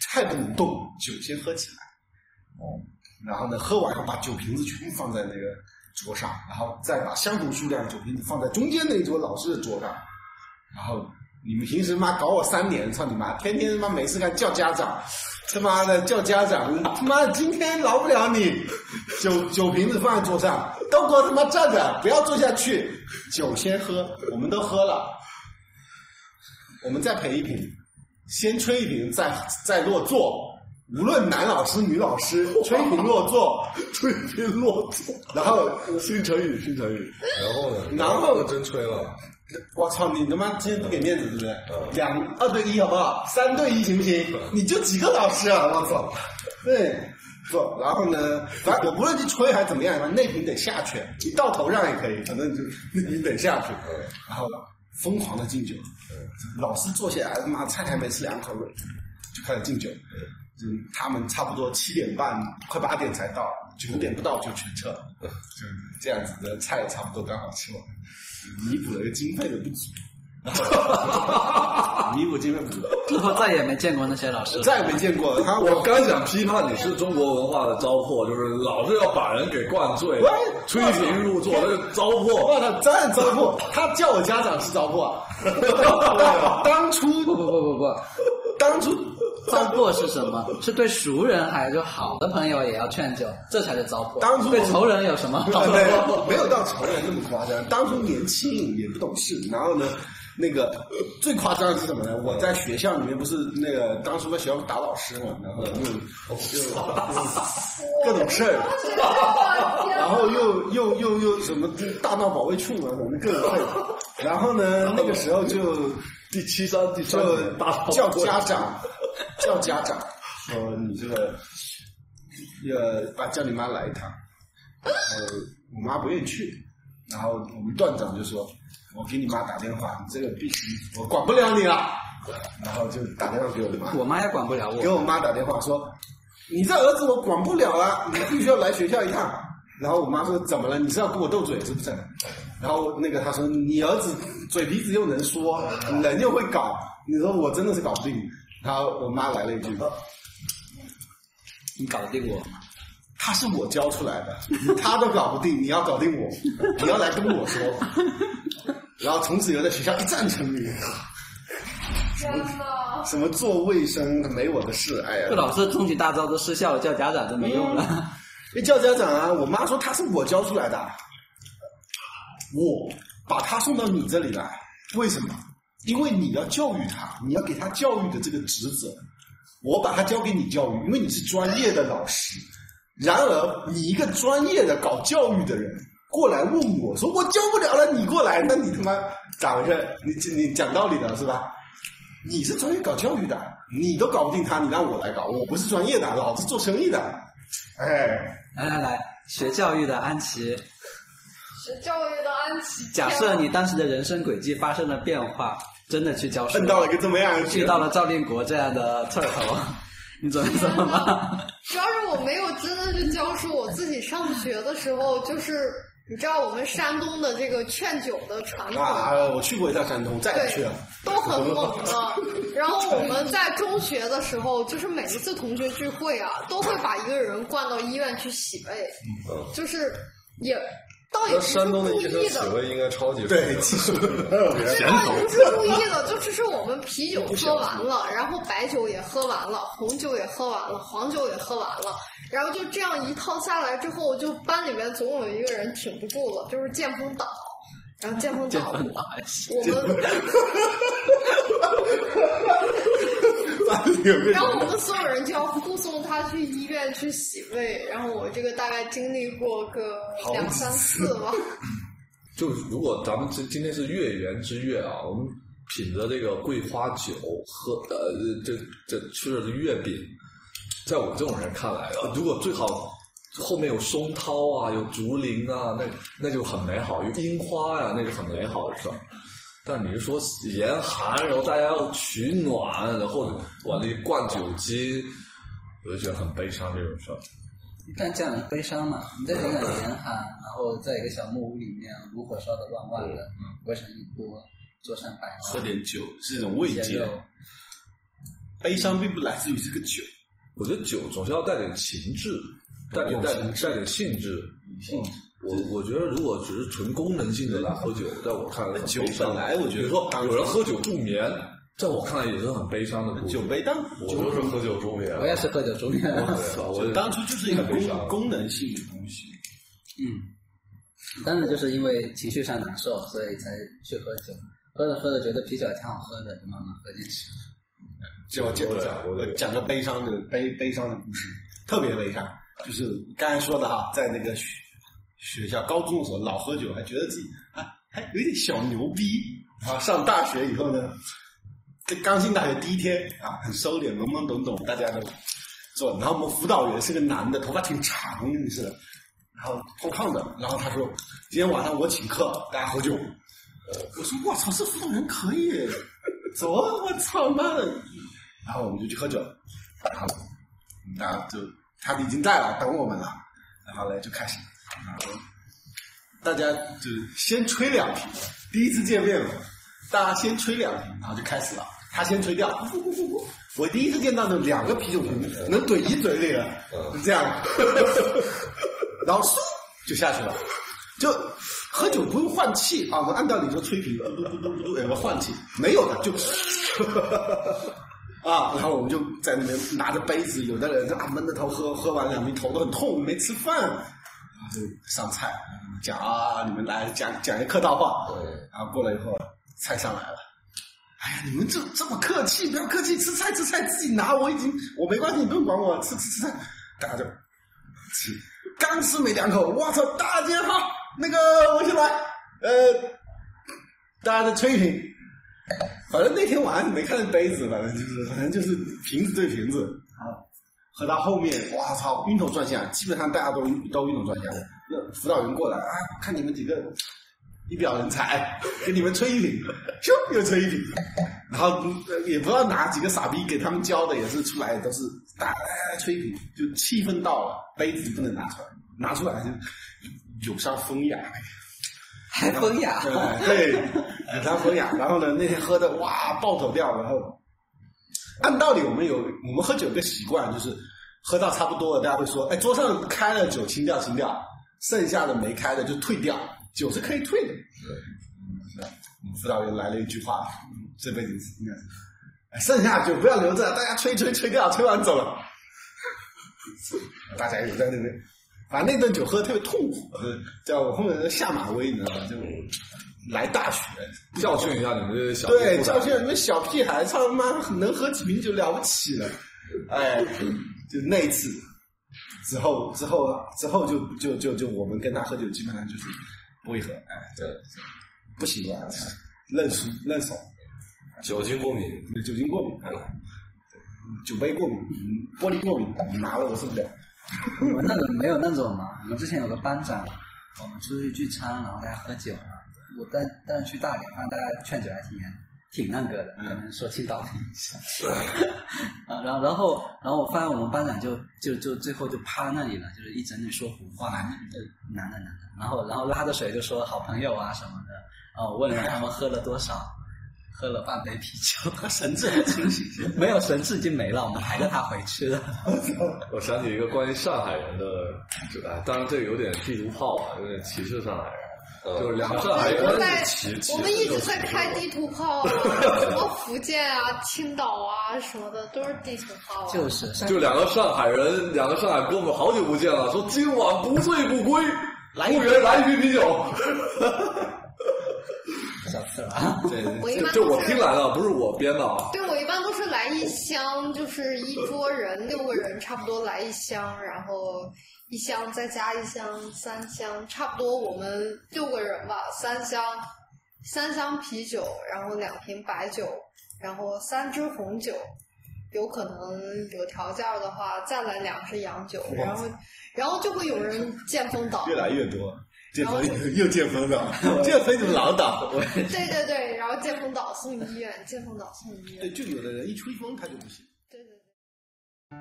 [SPEAKER 2] 菜不能动，酒先喝起来，哦，然后呢喝完后把酒瓶子全部放在那个桌上，然后再把相同数量的酒瓶子放在中间那一桌老师的桌上，然后你们平时妈搞我三年，操你妈，天天他妈没事干叫家长，他妈的叫家长，他妈的今天饶不了你，酒酒瓶子放在桌上，都给我他妈站着，不要坐下去，酒先喝，我们都喝了，我们再陪一瓶，先吹一瓶，再再落座。无论男老师女老师，吹一瓶落座， 吹一瓶落座，然后
[SPEAKER 5] 新成语，新成语，
[SPEAKER 3] 然后呢，
[SPEAKER 2] 然后
[SPEAKER 3] 真吹了，
[SPEAKER 2] 我操，你他妈今天不给面子对不对？两二对一好不好？三对一行不行？你就几个老师啊，我操！对，不，然后呢，反正我无论你吹还是怎么样，反正那瓶得下去，你到头上也可以，反正就那瓶得下去。然后疯狂的敬酒，老师坐下来，他妈菜还没吃两口，就开始敬酒。嗯，他们差不多七点半，快八点才到，九点不到就全撤了。就这样子的菜差不多刚好吃完，弥补了一个经费的不足，弥补经费不足，
[SPEAKER 1] 之后再也没见过那些老师了。
[SPEAKER 2] 再也没见过他
[SPEAKER 5] 我刚想批判你是中国文化的糟粕，就是老是要把人给灌醉
[SPEAKER 2] 喂，
[SPEAKER 5] 吹瓶入座，那个糟粕。
[SPEAKER 2] 我操，真的糟粕！他叫我家长是糟粕。当
[SPEAKER 1] 不
[SPEAKER 2] 初，
[SPEAKER 1] 不不不不，
[SPEAKER 2] 当初，
[SPEAKER 1] 糟粕是什么？是对熟人还是好的朋友也要劝酒，这才是糟粕。
[SPEAKER 2] 当初
[SPEAKER 1] 对仇人有什 么好？
[SPEAKER 2] 没有没有到仇人那么夸张。当初年轻也不懂事，然后呢，那个最夸张的是什么呢？我在学校里面不是那个当初在学校打老师嘛，然后就各种事儿。然后又又又又什么大闹保卫处啊，什么各种会。然后呢，那个时候就
[SPEAKER 5] 第七章第三
[SPEAKER 2] 就
[SPEAKER 5] 章大
[SPEAKER 2] 叫家长，叫家长说哦你这个呃，把叫你妈来一趟。呃，我妈不愿意去，然后我们段长就说：“我给你妈打电话，你这个必须，我管不了你了，然后就打电话给我妈，
[SPEAKER 1] 我妈也管不了我。
[SPEAKER 2] 给我妈打电话说：“你这儿子我管不了了，你必须要来学校一趟。”然后我妈说：“怎么了？你是要跟我斗嘴是不是？”然后那个他说：“你儿子嘴皮子又能说，人又会搞，你说我真的是搞不定。”然后我妈来了一句：“
[SPEAKER 1] 你搞定我，
[SPEAKER 2] 他是我教出来的，他都搞不定，你要搞定我，你要来跟我说。”然后从此以后在学校一战成名，
[SPEAKER 4] 真 的，
[SPEAKER 2] 什么做卫生没我的事，哎呀，
[SPEAKER 1] 这老师终极大招都失效了，叫家长就没用了。
[SPEAKER 2] 那叫家长啊，我妈说他是我教出来的，我把他送到你这里来，为什么？因为你要教育他，你要给他教育的这个职责，我把他交给你教育，因为你是专业的老师。然而，你一个专业的搞教育的人过来问我说我教不了了，你过来，那你他妈咋回事？你你讲道理的是吧？你是专业搞教育的，你都搞不定他，你让我来搞，我不是专业的，老子做生意的，哎。
[SPEAKER 1] 来来来，学教育的安琪，
[SPEAKER 4] 学教育的安琪。
[SPEAKER 1] 假设你当时的人生轨迹发生了变化，真的去教书，
[SPEAKER 2] 碰到了个这么样的
[SPEAKER 1] 遇到了赵立国这样的刺儿头，你准 备怎么办？
[SPEAKER 4] 主要是我没有真的去教书，我自己上学的时候就是。你知道我们山东的这个劝酒的传统，
[SPEAKER 2] 啊！我去过一趟山东，再也
[SPEAKER 4] 对
[SPEAKER 2] 不去了。，
[SPEAKER 4] 都很猛的。然后我 们在中学的时候，就是每一次同学聚会啊，都会把一个人灌到医院去洗胃，
[SPEAKER 3] 嗯，
[SPEAKER 4] 就是也倒也
[SPEAKER 3] 那
[SPEAKER 4] 不是
[SPEAKER 3] 山东的
[SPEAKER 4] 故
[SPEAKER 3] 医生
[SPEAKER 4] 意
[SPEAKER 3] 起
[SPEAKER 4] 的，
[SPEAKER 3] 位应该超级
[SPEAKER 2] 对，技术特别
[SPEAKER 4] 哎这倒也不是故意的，就只是我们啤酒喝完了，然后白酒也喝完了，红酒也喝完了，黄酒也喝完了。然后就这样一套下来之后，就班里面总有一个人挺不住了，就是见风倒，然后见风倒，我们
[SPEAKER 2] 有个
[SPEAKER 4] 然后我们所有人就要护送他去医院去洗胃，然后我这个大概经历过个两三次吧。
[SPEAKER 5] 就如果咱们今今天是月圆之月啊，我们品着这个桂花酒，喝呃这这吃着月饼，在我这种人看来，呃如果最好后面有松涛啊，有竹林啊，那那就很美好；有樱花呀、那就很美好的事儿。但你是说严寒，然后大家要取暖，然后往里灌酒精，我就觉得很悲伤这种事儿。
[SPEAKER 1] 但这样悲伤嘛，你再讲讲严寒，然后在一个小木屋里面，炉火烧得旺旺的，
[SPEAKER 2] 嗯
[SPEAKER 1] 围成一锅，桌上摆
[SPEAKER 2] 喝点酒是一种慰
[SPEAKER 1] 鲜
[SPEAKER 2] 藉
[SPEAKER 1] 肉，，
[SPEAKER 2] 悲伤并不来自于这个酒，
[SPEAKER 5] 我觉得酒总是要带点情致，带点带点带点性质。性质，我我觉得如果只是纯功能性的来喝酒，在我看来很
[SPEAKER 2] 酒
[SPEAKER 5] 悲伤
[SPEAKER 2] 本来我觉得
[SPEAKER 5] 比如说有人喝酒助眠，在我看来也是很悲伤的故事
[SPEAKER 2] 酒。杯当
[SPEAKER 3] 我就是喝酒助眠。
[SPEAKER 1] 我也是喝酒助眠。
[SPEAKER 3] 对啊，我
[SPEAKER 2] 酒
[SPEAKER 3] 也
[SPEAKER 2] 当初就是一个
[SPEAKER 3] 很悲伤
[SPEAKER 2] 功功能性的东西。
[SPEAKER 1] 嗯，当时就是因为情绪上难受，所以才去喝酒。喝着喝着觉得啤酒还挺好喝的，就慢慢喝进去。
[SPEAKER 2] 就讲
[SPEAKER 3] 对
[SPEAKER 2] 讲
[SPEAKER 3] 我
[SPEAKER 2] 讲个悲伤的悲悲伤的故事，特别悲伤，就是刚才说的哈，在那个学学校高中的时候老喝酒，还觉得自己啊还有点小牛逼，然后上大学以后呢，这刚进大学第一天啊，很收敛，懵懵懂懂，大家都做。然后我们辅导员是个男的，头发挺长的，是的，然后胖胖的，然后他说今天晚上我请客，大家喝酒。呃我说我操，这辅导员可以，走啊！我操妈的！然后我们就去喝酒，然后然后就他们已经在了，等我们了，然后嘞就开始，然后大家就先吹两瓶，第一次见面嘛，大家先吹两瓶，然后就开始了，他先吹掉， 不不不不，我第一次见到那两个啤酒瓶能怼一嘴里了，就这样， 然后嗖就下去了。就喝酒不用换气啊！我们按道理说吹瓶，呃嘟嘟嘟嘟嘟，有个换气，没有的就 啊，然后我们就在那边拿着杯子，有的人就啊闷着头喝，喝完两瓶头都很痛，没吃饭，然后就上菜，讲啊你们来讲讲一客套话，
[SPEAKER 3] 对，
[SPEAKER 2] 然后过了一会儿菜上来了，哎呀你们这这么客气，不要客气，吃菜吃菜自己拿，我已经我没关系，你不用管我，吃吃吃菜，大家就吃，刚吃没两口，我操，大姐好，那个我先来，呃，大家再吹一瓶。反正那天晚上你没看见杯子，反正就是反正就是瓶子对瓶子啊，喝到后面，哇操，晕头转向，基本上大家都晕都晕头转向。那辅导员过来啊，看你们几个一表人才，给你们吹一瓶，咻又吹一瓶，然后呃也不知道哪几个傻逼给他们教的，也是出来都是打来吹一瓶，就气氛到了，杯子不能拿出来，拿出来就有伤风雅。
[SPEAKER 1] 还风雅，
[SPEAKER 2] 对，很伤风雅。然后呢，那天喝的哇爆头掉，然后按道理我们有我们喝酒有个习惯，就是喝到差不多了，大家会说，哎，桌上开了酒清掉清掉，剩下的没开的就退掉，酒是可以退的。对，辅导员来了一句话，这辈子应该是，哎剩下的酒不要留着，大家吹吹吹掉，吹完走了。大家有在那边，反正那顿酒喝得特别痛苦，呃叫我后面下马威，你知道吗？就来大雪，
[SPEAKER 5] 教训一下你们这些小
[SPEAKER 2] 对，
[SPEAKER 5] 屁股
[SPEAKER 2] 教训你们小屁孩，操他妈能喝几瓶酒了不起了，哎，就那一次之后，之后之后就就就就我们跟他喝酒，基本上就是不会喝，哎，
[SPEAKER 3] 对，
[SPEAKER 2] 不习惯，认输认怂，
[SPEAKER 3] 酒精过敏，
[SPEAKER 2] 酒精过敏，哎酒杯过敏，嗯玻璃过敏，拿了我受不了。
[SPEAKER 1] 我们那种没有那种嘛。我们之前有个班长，我们出去聚餐，然后大家喝酒嘛。我但但是去大连，反正大家劝酒还挺严，挺那个的，可能说青岛挺啊， 然后然后然后我发现我们班长就就就最后就趴那里了，就是一整整说胡话，呃男的男的，然后然后拉着水就说好朋友啊什么的，然后我问了他们喝了多少，喝了半杯啤酒，他神志还清醒，没有神志已经没了，我们抬着他回去了。
[SPEAKER 5] 我想起一个关于上海人的，就哎，当然这个有点地图炮啊，有点歧视上海人。
[SPEAKER 3] 呃
[SPEAKER 5] 就是两
[SPEAKER 4] 我
[SPEAKER 5] 上海
[SPEAKER 4] 们
[SPEAKER 5] 人
[SPEAKER 4] 在
[SPEAKER 3] 骑骑
[SPEAKER 4] 我们一直在开地图炮啊，什么福建啊、青岛啊什么的，都是地图炮啊。
[SPEAKER 1] 就是， 上
[SPEAKER 5] 就两个上海人，两个上海哥们好久不见了，说今晚不醉不归，服务员来一 瓶啤酒。
[SPEAKER 1] 小次了 啊，
[SPEAKER 2] 对，
[SPEAKER 4] 我一般
[SPEAKER 5] 就
[SPEAKER 4] 都
[SPEAKER 5] 我
[SPEAKER 4] 是
[SPEAKER 5] 听来的，不是我编的啊。
[SPEAKER 4] 对，我一般都是来一箱，就是一桌人六个人，差不多来一箱，然后一箱再加一箱，三箱，差不多我们六个人吧，三箱，三箱啤酒，然后两瓶白酒，然后三支红酒，有可能有条件的话再来两支洋酒，然后然后就会有人见风倒
[SPEAKER 2] 越来越多，见风 又见 风了，见风怎么老倒？
[SPEAKER 4] 对对对，然后见风倒送医院，见风倒送医院，
[SPEAKER 2] 对，就有的人一吹风他就不行。
[SPEAKER 4] 对对对。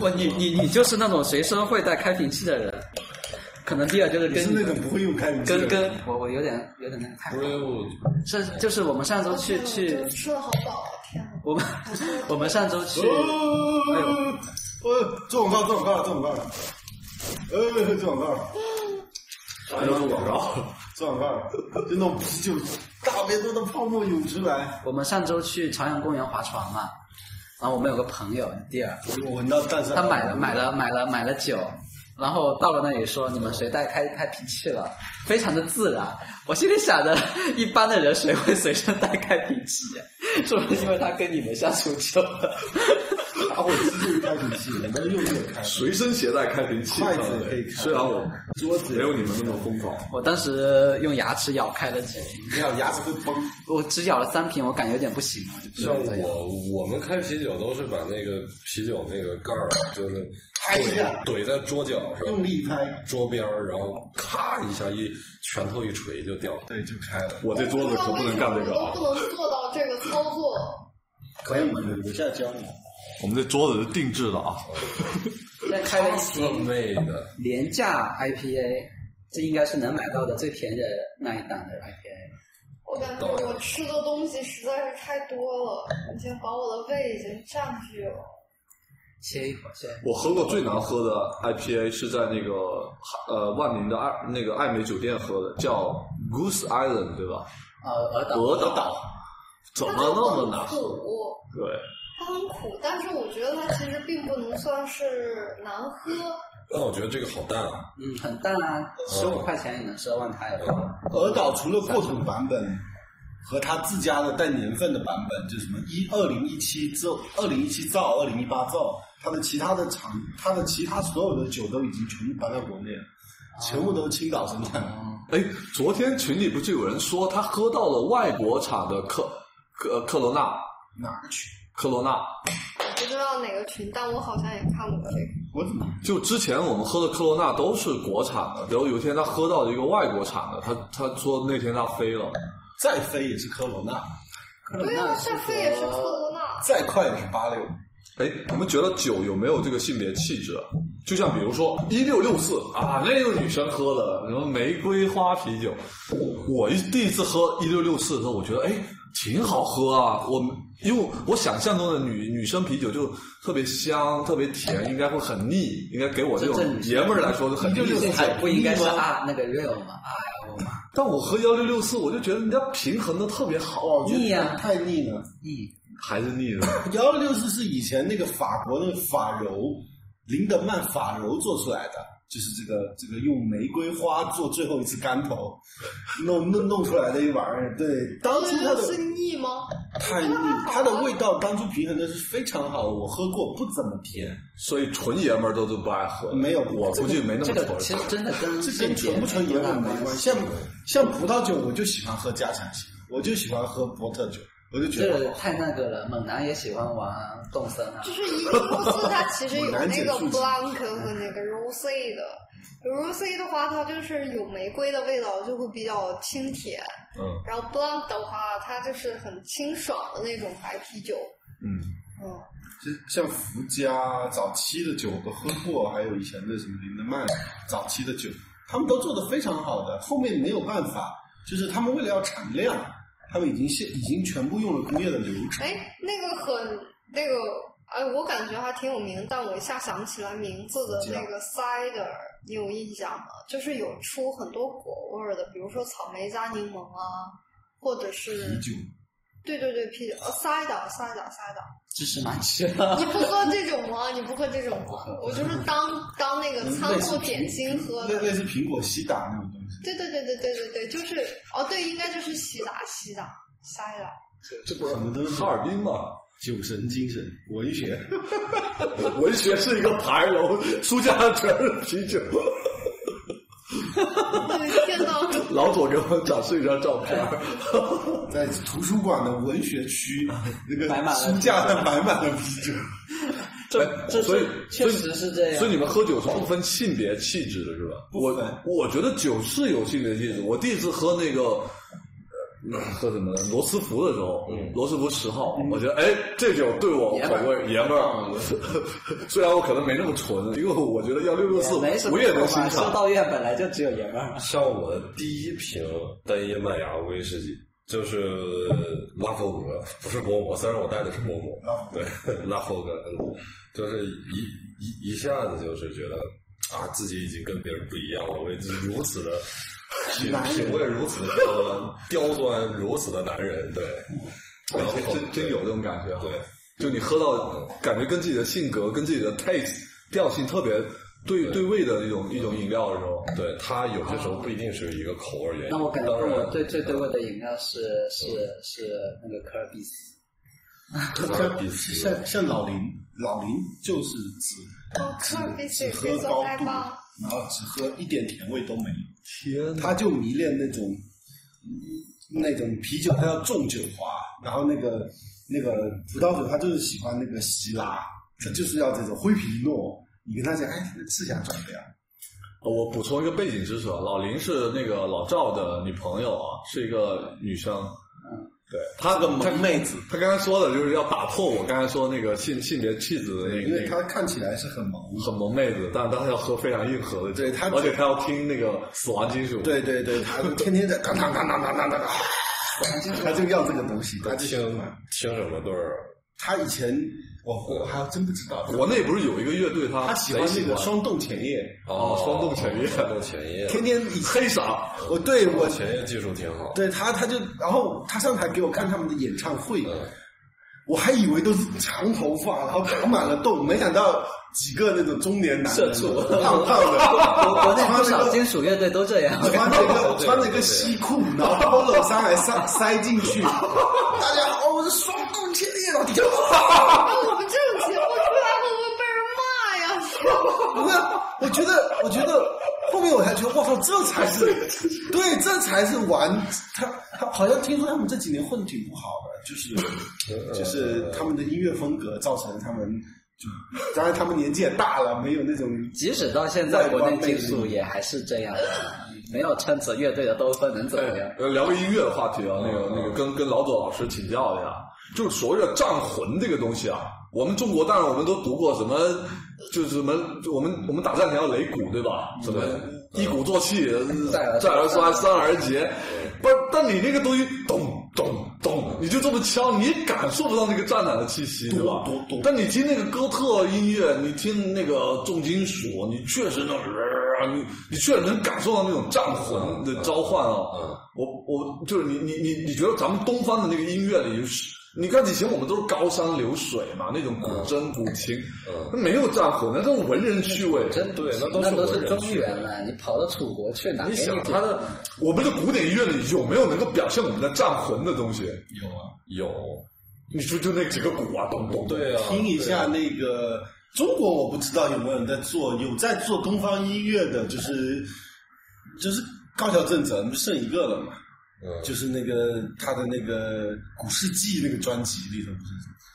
[SPEAKER 1] 我你你你就是那种随身会带开瓶器的人，可能第二就是
[SPEAKER 2] 你是
[SPEAKER 1] 跟
[SPEAKER 2] 那种不会用开哦瓶器的
[SPEAKER 1] 跟
[SPEAKER 2] 人
[SPEAKER 1] 跟我我有点有点那个太
[SPEAKER 3] 不是我
[SPEAKER 1] 是就是我们上周去去
[SPEAKER 4] 我吃的好饱，啊天哪！
[SPEAKER 1] 我们 我们上周去哎
[SPEAKER 2] 哦，呃，做广告，做广告了，做广告了，呃，做广告了，
[SPEAKER 1] 哎
[SPEAKER 5] 然后我告，
[SPEAKER 2] 做广告了，就那种啤酒大别多的泡沫涌出来，
[SPEAKER 1] 我们上周去朝阳公园划船嘛，然后我们有个朋友第二，
[SPEAKER 2] 我闻到淡
[SPEAKER 1] 他买了买了买了买了酒，然后到了那里说你们谁带开开瓶器了，非常的自然。我心里想着，一般的人谁会随身带开瓶器 呀、是不是因为他跟你们相处久了？
[SPEAKER 2] 打火机就是开瓶器，我们用也开，
[SPEAKER 5] 随身携带开瓶器，
[SPEAKER 2] 筷子也可以开
[SPEAKER 5] 虽然我
[SPEAKER 2] 桌子
[SPEAKER 5] 没有你们那么疯狂，
[SPEAKER 1] 我当时用牙齿咬开了几瓶，
[SPEAKER 2] 你看牙齿会崩，
[SPEAKER 1] 我只咬了三瓶，我感觉有点不行了，就不
[SPEAKER 3] 像
[SPEAKER 1] 能再咬了。
[SPEAKER 3] 我我们开啤酒都是把那个啤酒那个盖儿啊就是
[SPEAKER 2] 拍一下
[SPEAKER 3] 怼怼在桌角
[SPEAKER 2] 用
[SPEAKER 3] 上。
[SPEAKER 2] 力拍，
[SPEAKER 3] 桌边儿，然后咔一下一拳头一锤就掉了，
[SPEAKER 2] 对，就开了。
[SPEAKER 5] 我这桌子可不能干这个啊
[SPEAKER 4] 我！不能做到这个操作。
[SPEAKER 2] 可以，我下教你。
[SPEAKER 5] 我们这桌子是定制的啊，
[SPEAKER 1] 现在开了一瓶
[SPEAKER 3] 这妹的，
[SPEAKER 1] 廉价 IPA，这应该是能买到的最便宜的那一档的 IPA。
[SPEAKER 4] 我感觉我吃的东西实在是太多了，已经把我的胃已经占据了。
[SPEAKER 1] 切一口，切一口。
[SPEAKER 5] 我喝过最难喝的 IPA 是在那个呃万宁的爱那个爱美酒店喝的，叫 Goose Island 对吧？
[SPEAKER 1] 呃，鹅岛。
[SPEAKER 5] 鹅岛怎么那么难
[SPEAKER 4] 它很
[SPEAKER 5] 喝？
[SPEAKER 4] 苦，
[SPEAKER 5] 对，
[SPEAKER 4] 它很苦，但是我觉得它其实并不能算是难喝。
[SPEAKER 3] 但我觉得这个好淡啊，
[SPEAKER 1] 嗯，很淡啊，十五块钱也能奢望它有。
[SPEAKER 2] 鹅岛除了过桶版本和它自家的带年份的版本，就什么一二零一七造、二零一七造、二零一八造，它的其他的厂，它的其他所有的酒都已经全部搬到国内了，全部都是青岛生产的。
[SPEAKER 5] 哎，昨天群里不就有人说他喝到了外国产的克克克罗纳，
[SPEAKER 2] 哪去？
[SPEAKER 5] 克罗纳
[SPEAKER 4] 我觉知道哪个群，但我好像也看过这个。
[SPEAKER 2] 我怎么
[SPEAKER 5] 就之前我们喝的科罗娜都是国产的，然后有一天他喝到一个外国产的，他他说那天他飞了，
[SPEAKER 2] 再飞也是科罗娜，
[SPEAKER 1] 科罗
[SPEAKER 4] 对
[SPEAKER 1] 娜
[SPEAKER 4] 啊，
[SPEAKER 1] 是
[SPEAKER 4] 赛飞也是科
[SPEAKER 1] 和
[SPEAKER 4] 罗娜，
[SPEAKER 2] 再快也是八六。
[SPEAKER 5] 哎，你们觉得酒有没有这个性别气质？啊就像比如说一六六四啊，那就是女生喝的什么玫瑰花啤酒。我一第一次喝一六六四的时候，我觉得哎挺好喝啊，我因为我想象中的女女生啤酒就特别香、特别甜，应该会很腻，应该给我这
[SPEAKER 1] 真正
[SPEAKER 5] 种
[SPEAKER 1] 女
[SPEAKER 5] 爷们儿来说是很腻
[SPEAKER 1] 这
[SPEAKER 5] 的。
[SPEAKER 1] 酒不应该是啊那个 real 吗？啊
[SPEAKER 5] 但我喝幺六六四，我就觉得人家平衡的特别好，啊
[SPEAKER 1] 腻呀
[SPEAKER 2] 太腻了。
[SPEAKER 1] 腻，
[SPEAKER 5] 还是腻的。
[SPEAKER 2] 幺六四是以前那个法国的法柔，林德曼法柔做出来的，就是这个这个用玫瑰花做最后一次干头，弄弄弄出来的一玩意儿。对，当初它
[SPEAKER 4] 那是
[SPEAKER 2] 的
[SPEAKER 4] 腻吗？
[SPEAKER 2] 太腻，它的味道当初平衡的是非常好的，我喝过不怎么甜。
[SPEAKER 5] 所以纯爷们儿都是不爱喝的。
[SPEAKER 2] 没有
[SPEAKER 5] 我估计没那么
[SPEAKER 1] 这
[SPEAKER 5] 纯。
[SPEAKER 1] 个其实真的跟
[SPEAKER 2] 这跟纯不纯
[SPEAKER 1] 性
[SPEAKER 2] 也
[SPEAKER 1] 别
[SPEAKER 2] 很没
[SPEAKER 1] 大
[SPEAKER 2] 关系。像像葡萄酒，我就喜欢喝加强型，我就喜欢喝波特酒，我就觉
[SPEAKER 1] 这
[SPEAKER 2] 得
[SPEAKER 1] 个太那个了，猛男也喜欢玩动森啊
[SPEAKER 4] 就。是一个公司， 它其实有那个
[SPEAKER 2] 我难解释
[SPEAKER 4] blanc 和那个 rosé 的。rosé 的话，它就是有玫瑰的味道，就会比较清甜。
[SPEAKER 5] 嗯
[SPEAKER 4] 然后 blanc 的话，它就是很清爽的那种白啤酒。
[SPEAKER 5] 嗯，
[SPEAKER 4] 嗯，
[SPEAKER 2] 其实像福佳早期的酒我喝过，还有以前的什么林德曼早期的酒，他们都做得非常好的。后面没有办法，就是他们为了要产量，他们已经现已经全部用了工业的流程。
[SPEAKER 4] 哎，那个很那个，哎，我感觉还挺有名，但我一下想不起来名字的那个 cider，你有印象吗？就是有出很多果味儿的，比如说草莓加柠檬啊，或者
[SPEAKER 2] 啤
[SPEAKER 4] 是
[SPEAKER 2] 酒，
[SPEAKER 4] 对对对啤酒呃 cider cider cider。
[SPEAKER 1] 知识蛮吃了。
[SPEAKER 4] 你不喝这种吗？你不喝这种吗？我就是当当那个餐后点心喝
[SPEAKER 2] 类
[SPEAKER 4] 的。
[SPEAKER 2] 类似苹果西打那种东西。
[SPEAKER 4] 对对对对对对对，就是哦，对，应该就是西打西打塞的。
[SPEAKER 2] 这不什么都是
[SPEAKER 5] 哈尔滨嘛，
[SPEAKER 2] 酒神精神文学，
[SPEAKER 5] 文学是一个牌楼，书架上全是啤酒。
[SPEAKER 4] 对，天呐，
[SPEAKER 5] 老左给我们展示一张照片儿，
[SPEAKER 2] 在图书馆的文学区，那个
[SPEAKER 1] 摆满了
[SPEAKER 2] 书架上摆满了啤酒。
[SPEAKER 1] 这这
[SPEAKER 5] 哎所以
[SPEAKER 1] 是确实是这样。
[SPEAKER 5] 所以你们喝酒是不分性别气质的是吧？
[SPEAKER 2] 不
[SPEAKER 5] 我
[SPEAKER 2] 分
[SPEAKER 5] 我觉得酒是有性别气质。我第一次喝那个。呃喝什么呢？罗斯福的时候，罗斯福十号，我觉得哎，这酒对我
[SPEAKER 1] 嗯爷
[SPEAKER 5] 口
[SPEAKER 1] 们儿嗯
[SPEAKER 5] 味爷们儿。 虽然我可能没那么纯，因为我觉得幺六六四，
[SPEAKER 1] 没什么
[SPEAKER 5] 我也能欣
[SPEAKER 1] 嘛修
[SPEAKER 5] 赏。
[SPEAKER 1] 道院本来就只有爷们儿嘛。
[SPEAKER 3] 像我的第一瓶单一麦芽威士忌就是拉佛格，不是波摩，虽然我带的是波摩，对，拉佛格，嗯就是一一一下子就是觉得啊，自己已经跟别人不一样了，我已经如此 的品品味如此的刁刁钻，如此的男人，对，然后
[SPEAKER 5] 嗯真真有这种感觉啊。
[SPEAKER 3] 对。
[SPEAKER 5] 就你喝到，感觉跟自己的性格、跟自己的 taste 调性特别对对味的一种一种饮料的时候，
[SPEAKER 3] 对它有些时候不一定是一个口味原因。
[SPEAKER 1] 那我感觉
[SPEAKER 3] 当然
[SPEAKER 1] 我最最对味的饮料是是是那个科尔必斯，
[SPEAKER 3] 科比斯
[SPEAKER 2] 像像老林，老林就是指
[SPEAKER 4] 我科尔必斯也
[SPEAKER 2] 只
[SPEAKER 4] 可
[SPEAKER 2] 喝
[SPEAKER 4] 以做
[SPEAKER 2] 高
[SPEAKER 4] 开
[SPEAKER 2] 度，
[SPEAKER 4] 吧？
[SPEAKER 2] 然后只喝一点甜味都没有，
[SPEAKER 5] 天
[SPEAKER 2] 他就迷恋那种那种啤酒，他要重酒花，然后那个那个葡萄酒，他就是喜欢那个希拉，他就是要这种灰皮诺。你跟他讲，哎，试下转不了，
[SPEAKER 5] 呃我补充一个背景知识啊，老林是那个老赵的女朋友啊，是一个女生。对，她
[SPEAKER 2] 嗯这个萌妹子，
[SPEAKER 5] 她刚才说的就是要打破我刚才说那个性性别气质的那个
[SPEAKER 2] 因为
[SPEAKER 5] 那个
[SPEAKER 2] 他看起来是很萌。
[SPEAKER 5] 很萌妹子，但但她要喝非常硬核的酒，
[SPEAKER 2] 对她
[SPEAKER 5] 而且她要听那个死亡金属。
[SPEAKER 2] 对对对，他就天天在当当当当当当当，他就要这个东西，他就喜
[SPEAKER 3] 听
[SPEAKER 2] 欢。
[SPEAKER 3] 听什么对儿？
[SPEAKER 2] 他以前我我还真不知道，
[SPEAKER 5] 国内不是有一个乐队，她
[SPEAKER 2] 他
[SPEAKER 5] 她
[SPEAKER 2] 喜欢那个双动前夜，
[SPEAKER 5] 哦双动前夜
[SPEAKER 3] 双动前 夜，
[SPEAKER 2] 天天以
[SPEAKER 5] 黑傻，
[SPEAKER 2] 我对我
[SPEAKER 3] 前夜技术挺好。
[SPEAKER 2] 对他，他就然后他上台给我看他们的演唱会，
[SPEAKER 3] 嗯
[SPEAKER 2] 我还以为都是长头发，然后长满了痘，没想到几个那种中年男人，胖 胖的，
[SPEAKER 1] 国国内不
[SPEAKER 2] 穿了
[SPEAKER 1] 少
[SPEAKER 2] 一个
[SPEAKER 1] 金属乐队都这样。
[SPEAKER 2] 穿了一个穿了一个西裤，然后 polo 衫还塞塞 进去。大家好，我是双动前列老弟。
[SPEAKER 4] 我们这种节目出来会不会被人骂呀？
[SPEAKER 2] 啊不是，我觉得，我觉得后面我才觉得，我操，这才是，对，这才是玩。他他好像听说他们这几年混的挺不好的，就是
[SPEAKER 3] 嗯
[SPEAKER 2] 就是他们的音乐风格造成他们就，当然他们年纪也大了，没有那种
[SPEAKER 1] 即使到现在国内技术也还是这样，没有撑起乐队的都分能怎么样？嗯
[SPEAKER 5] 呃，聊个音乐的话题啊，那个那个跟跟老左老师请教一下，就是所谓的战魂这个东西啊，我们中国当然我们都读过什么，就是什么我们我们打战前要擂鼓对吧？什么一鼓作 气，
[SPEAKER 1] 再而
[SPEAKER 5] 再而衰，三而竭。不是，但你那个东西咚咚咚，你就这么敲，你也感受不到那个战场的气息，对吧？
[SPEAKER 2] 咚咚
[SPEAKER 5] 但你听那个哥特音乐，你听那个重金属，你确实能，你你确实能感受到那种战魂的召唤啊！
[SPEAKER 3] 嗯
[SPEAKER 5] 我我就是你你你你觉得咱们东方的那个音乐里，你看以前我们都是高山流水嘛，那种古筝古琴，
[SPEAKER 3] 嗯
[SPEAKER 5] 那没有战魂，那种文人趣味。
[SPEAKER 1] 真
[SPEAKER 3] 对那都是
[SPEAKER 1] 那都是
[SPEAKER 3] 文人
[SPEAKER 1] 中原了，你跑到楚国去哪？
[SPEAKER 3] 你想啊
[SPEAKER 1] 给
[SPEAKER 3] 他的
[SPEAKER 5] 我们的古典音乐里有没有能够表现我们的战魂的东西？
[SPEAKER 2] 有啊。
[SPEAKER 3] 有
[SPEAKER 5] 你说就那几个鼓啊，咚咚，
[SPEAKER 3] 对啊，
[SPEAKER 2] 听一下那个中国，我不知道有没有人在做，有在做东方音乐的，就是就是高桥正则，不剩一个了嘛。
[SPEAKER 3] 嗯
[SPEAKER 2] 就是那个他的那个《古世纪》那个专辑里头不是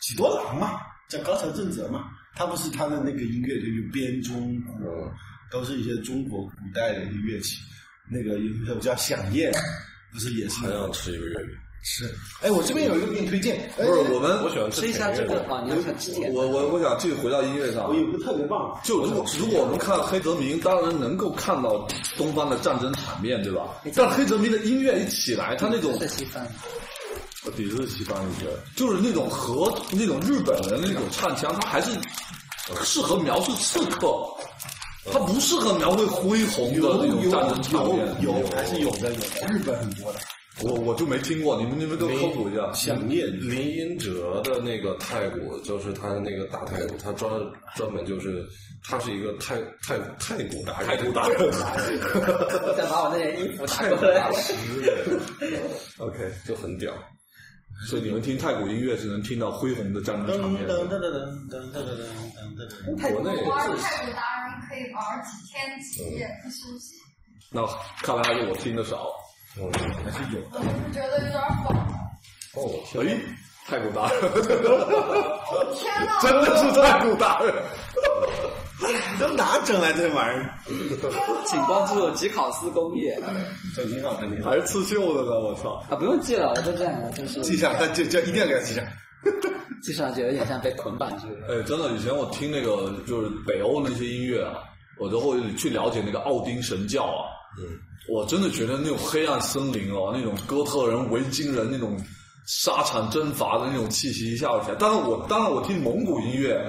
[SPEAKER 2] 喜多郎嘛，叫高桥正则嘛，他不是他的那个音乐就有编钟鼓，都是一些中国古代的乐器。那个有一首叫《响宴》，不是也是
[SPEAKER 3] 很想吃一个月饼，
[SPEAKER 2] 是？哎，我这边有一个给你推荐，哎
[SPEAKER 5] 不是我们
[SPEAKER 3] 我喜欢吃
[SPEAKER 1] 吃一下这
[SPEAKER 3] 甜月
[SPEAKER 1] 个
[SPEAKER 3] 饼
[SPEAKER 1] 啊，你要想吃点的
[SPEAKER 5] 我我我想继续回到音乐上
[SPEAKER 2] 我。有个特别棒的，
[SPEAKER 5] 就如果如果我们看黑泽明，当然能够看到东方的战争场面，对吧？但黑泽明的音乐一起来，他那种
[SPEAKER 1] 是西 方，
[SPEAKER 5] 抵制西方音乐，就是那种和那种日本人的那种唱腔，他还是适合描述刺客，他不适合描绘恢宏的
[SPEAKER 2] 有
[SPEAKER 5] 那种
[SPEAKER 2] 有
[SPEAKER 5] 战争场面。
[SPEAKER 2] 有有还是有的有的，日本很多的。
[SPEAKER 5] 我我就没听过，你们你们都科普一下。
[SPEAKER 2] 响宴
[SPEAKER 3] 林音哲的那个太鼓，就是他的那个大太鼓，他专专门就是他是一个太太太鼓达人，太鼓达人，
[SPEAKER 1] 我想把我那件衣服拿
[SPEAKER 3] 太鼓
[SPEAKER 1] 过来
[SPEAKER 3] 大。师，对
[SPEAKER 5] OK，
[SPEAKER 3] 就很屌。
[SPEAKER 5] 所以你们听太古音乐是能听到恢宏的战
[SPEAKER 2] 噔噔噔噔噔噔噔噔噔
[SPEAKER 5] 争场面的。
[SPEAKER 2] 噔噔
[SPEAKER 3] 国内
[SPEAKER 4] 玩泰国达人可以玩几天几夜不休息，
[SPEAKER 5] 那看来还是我听的少。
[SPEAKER 3] 嗯，
[SPEAKER 2] 还是有的。
[SPEAKER 4] 我是觉得有点疯。
[SPEAKER 3] 哦，
[SPEAKER 5] 哎，太古达人，
[SPEAKER 4] 天呐，
[SPEAKER 5] 真的是太古达人。
[SPEAKER 2] 你都哪整来这玩意儿？
[SPEAKER 1] 请关注吉考斯攻略
[SPEAKER 2] 这挺好的，挺好。
[SPEAKER 5] 还是刺绣的呢，我操！
[SPEAKER 1] 啊，不用记了，我就这样了，就是
[SPEAKER 2] 记下，但这这一定要给他记下。
[SPEAKER 1] 记上就有点像被捆绑住了。
[SPEAKER 5] 哎，真的，以前我听那个就是北欧那些音乐啊，我都会去了解那个奥丁神教啊。
[SPEAKER 3] 嗯，
[SPEAKER 5] 我真的觉得那种黑暗森林哦，那种哥特人、维京人那种沙场征伐的那种气息一下子起来。当然我当然我听蒙古音乐，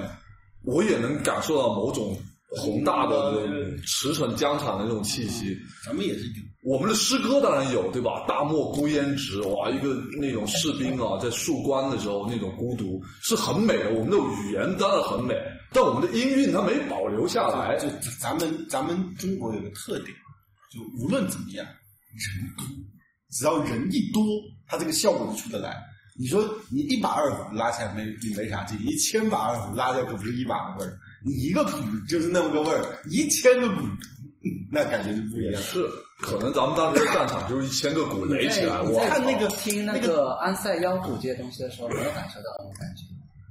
[SPEAKER 5] 我也能感受到某种宏大的这种驰骋疆场的那种气息。
[SPEAKER 2] 咱们也是有，
[SPEAKER 5] 我们的诗歌当然有，对吧？大漠孤烟直，哇，一个那种士兵啊，在戍关的时候那种孤独是很美的。我们的语言当然很美，但我们的音韵它没保留下来。
[SPEAKER 2] 就咱们咱们中国有个特点，就无论怎么样，人多，只要人一多，它这个效果就出得来。你说你一把二胡拉起来没你没啥劲，一千把二胡拉起来可不是一把的味儿，你一个鼓就是那么个味儿，一千个鼓，那感觉就不一样。
[SPEAKER 5] 是，可能咱们当时的战场就是一千个鼓垒起来，
[SPEAKER 1] 哎你
[SPEAKER 5] 哇
[SPEAKER 1] 在！
[SPEAKER 2] 看那个
[SPEAKER 1] 听那个安塞腰鼓这些东西的时候，没有感受到那种感觉。